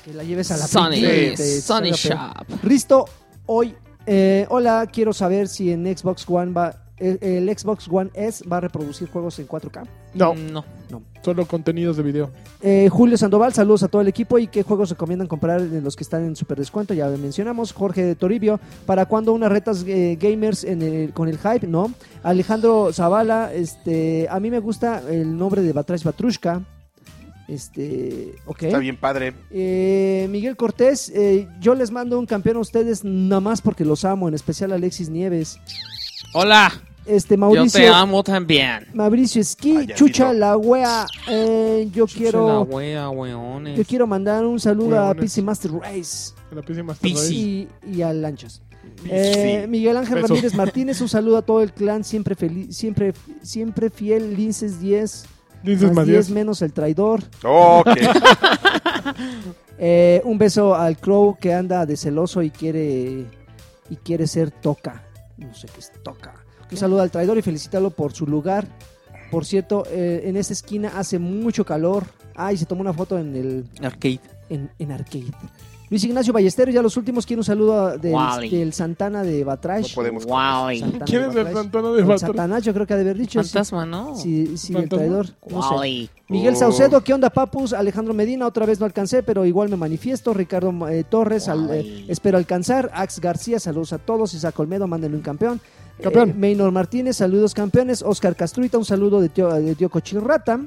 S4: Que la lleves a la
S3: Sony.
S4: pinche y te
S3: Sony
S4: salga
S3: Shop.
S4: peor. Risto, hoy, eh, hola, quiero saber si en Xbox One va, el, el Xbox One S va a reproducir juegos en 4K.
S1: No,
S3: No.
S1: solo contenidos de video.
S4: Eh, Julio Sandoval, saludos a todo el equipo y qué juegos recomiendan comprar de los que están en super descuento, ya mencionamos. Jorge de Toribio, ¿para cuándo unas retas eh, gamers en el- con el hype? No. Alejandro Zavala, este, a mí me gusta el nombre de Batrash Batrushka. Este, ok.
S5: Está bien padre.
S4: Eh, Miguel Cortés, eh, yo les mando un campeón a ustedes nada más porque los amo, en especial a Alexis Nieves.
S3: Hola. Yo
S4: Este
S3: te
S4: Mauricio,
S3: amo también.
S4: Mauricio Esquí,
S5: Ay, ya
S4: Chucha
S5: vi, no.
S4: la wea. eh, yo
S3: La
S4: quiero,
S3: wea, weones.
S4: yo quiero mandar un saludo a
S1: Weones.
S4: PC Master Race
S1: La PC Master
S3: PC.
S1: Race.
S4: y, y a Lanchas. Eh,
S5: Sí.
S4: Miguel Ángel
S1: Besos.
S5: [laughs]
S4: Ramírez Martínez, un saludo a todo el clan, siempre feliz, siempre, siempre fiel, Linces 10,
S1: Dices
S4: más
S1: más
S4: 10
S1: 10.
S4: menos el traidor.
S3: [laughs]
S5: Ok.
S4: Eh, un beso al Crow que anda de celoso y quiere y quiere ser toca. No sé qué es toca. Un saludo al traidor y felicitarlo por su lugar. Por cierto, eh, en esta esquina hace mucho calor. Ay, se tomó una foto en el
S3: Arcade.
S4: en, en arcade. Luis Ignacio Ballesteros, ya los últimos, quiero un saludo a- del,
S3: Wally.
S4: del Santana de Batrash.
S5: No podemos.
S3: Wow.
S4: Santana
S1: ¿Quién es
S4: de
S1: el
S4: Batrash.
S1: Santana de
S4: El
S1: Batrash?
S4: Satanás, yo creo que ha de haber dicho. sí.
S3: Fantasma, ¿no?
S4: Sí, sí, el
S1: ¿Fantasma?
S4: traidor. No sé.
S3: Guay.
S4: Miguel
S5: Oh.
S4: Saucedo, ¿qué onda, papus? Alejandro Medina, otra vez no alcancé, pero igual me manifiesto. Ricardo eh, Torres, al- eh,
S3: Guay.
S4: espero alcanzar. Ax García, saludos a todos. Isaac Olmedo, mándenle un campeón. Eh,
S1: Campeón.
S4: Maynor Martínez, saludos campeones. Oscar Castruita, un saludo de tío, de tío Cochirrata.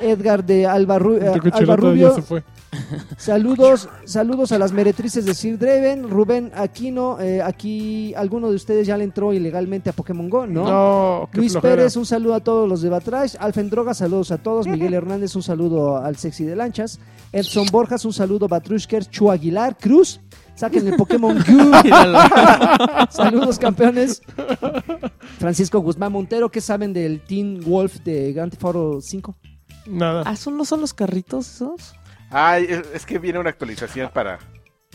S4: Edgar de Alba, Ru- eh,
S1: Tu
S4: Alba
S1: cucharato ya se
S4: Rubio,
S1: fue.
S4: saludos, saludos a las meretrices de Sir Dreven. Rubén Aquino, eh, aquí alguno de ustedes ya le entró ilegalmente a Pokémon Go, ¿no?
S1: No, qué
S4: Luis
S1: flojera.
S4: Pérez, un saludo a todos los de Batrash. Alfen Droga, saludos a todos. Miguel Hernández, un saludo al Sexy de Lanchas. Edson Borjas, un saludo. Batrushker, Chu Aguilar, Cruz. Saquen
S1: [laughs]
S4: el Pokémon Go.
S3: Míralo.
S4: [laughs] saludos, campeones. Francisco Guzmán Montero, ¿qué saben del Teen Wolf de Grand Theft Auto 5?
S1: Nada.
S3: Ah, ¿son, ¿no son los carritos esos?
S5: Ay, es es que viene una actualización para.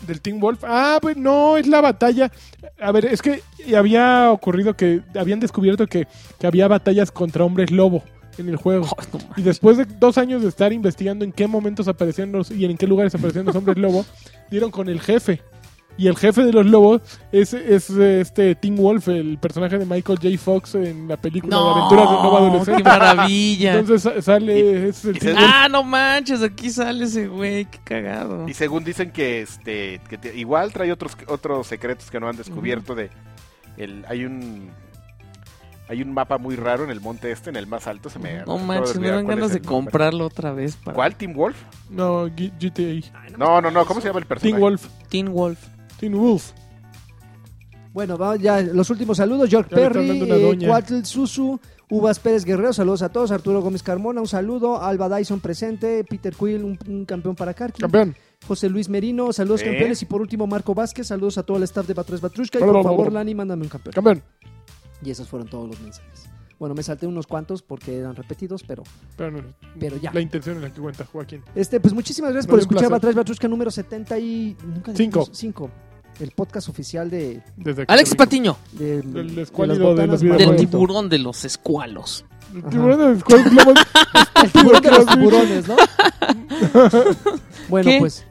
S1: Del Team Wolf. Ah, pues no, es la batalla. A ver, es que había ocurrido que habían descubierto que, que había batallas contra hombres lobo en el juego.
S3: Oh, no mames.
S1: Y después de dos años de estar investigando en qué momentos aparecían los y en qué lugares aparecían los hombres lobo, dieron con el jefe. Y el jefe de los lobos es, es eh, este Tim Wolf, el personaje de Michael J. Fox en la película de aventuras de Nova
S3: qué
S1: Adolescente.
S4: [laughs]
S3: maravilla.
S1: Entonces sa- sale es el
S5: y
S1: Tim
S5: se-
S1: Wolf.
S3: ah, no manches, aquí sale ese güey, qué cagado.
S5: Y según dicen que este que te- igual trae otros otros secretos que no han descubierto de el hay un hay un mapa muy raro en el monte este, en el más alto se me acabo
S3: No
S5: de
S3: manches, me
S5: olvidar
S3: dan
S5: cuál
S3: ganas
S5: es
S3: de
S5: el nombre.
S3: comprarlo otra vez para
S5: ¿Cuál Team Wolf?
S1: No, G- GTA.
S5: No, no, no, ¿cómo se llama el personaje?
S1: Tim Wolf.
S3: Teen Wolf.
S1: Tim Wolf.
S4: Bueno, vamos ya los últimos saludos. York
S1: Ya me está hablando
S4: Perry,
S1: una
S4: eh,
S1: doña.
S4: Cuatl Susu, Uvas Pérez Guerrero, saludos a todos. Arturo Gómez Carmona, un saludo. Alba Dyson presente. Peter Quill, un, un campeón para Karki.
S1: Campeón.
S4: José Luis Merino, saludos
S5: Eh.
S4: campeones. Y por último, Marco Vázquez, saludos a todo el staff de Batres Batrushka. Y
S1: Bla, bla,
S4: por
S1: bla,
S4: favor,
S1: bla.
S4: Lani, mándame un campeón.
S1: Campeón.
S4: Y esos fueron todos los mensajes. Bueno, me salté unos cuantos porque eran repetidos, pero
S1: Pero, no,
S4: Pero ya.
S1: La intención es la que cuenta, Joaquín.
S4: Este, pues muchísimas gracias
S1: No,
S4: por
S1: un
S4: escuchar
S1: placer.
S4: Batrash Batrushka número 70 y... nunca
S1: Cinco.
S4: dijimos- Cinco. El podcast oficial de...
S1: Desde aquí
S3: Alex
S1: te brinco.
S3: Patiño,
S4: de
S1: Del
S4: de
S1: escuálido
S4: las
S1: de
S4: botanas
S1: los videojuegos.
S4: más
S3: del
S1: Bueno.
S4: bonito.
S3: tiburón de los escualos.
S1: El tiburón de los cuales globos-
S4: El tiburón de los
S1: Gracias. [laughs]
S4: tiburones, ¿no? bueno,
S3: ¿Qué?
S4: pues...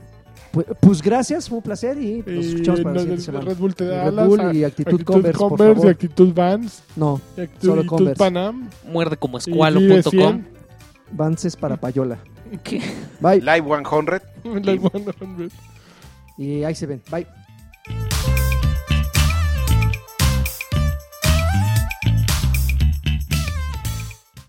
S4: Pues, pues gracias, fue un placer y nos
S1: Y
S4: escuchamos para la
S1: nos-
S4: siguiente semana.
S1: Red Bull te da
S4: Red
S1: alas.
S4: Bull
S1: a-
S4: y Actitud Converse, por favor.
S1: y Actitud Vans.
S4: No,
S1: Y Actitud,
S4: Solo
S1: y actitud
S4: Converse.
S1: Panam.
S3: Muerde como
S1: y Vive 100.
S3: escualo.com.
S1: [laughs]
S4: Vances para Payola.
S3: ¿Qué?
S4: Bye.
S5: Live 100.
S1: Like 100.
S4: Y ahí se ven. Bye.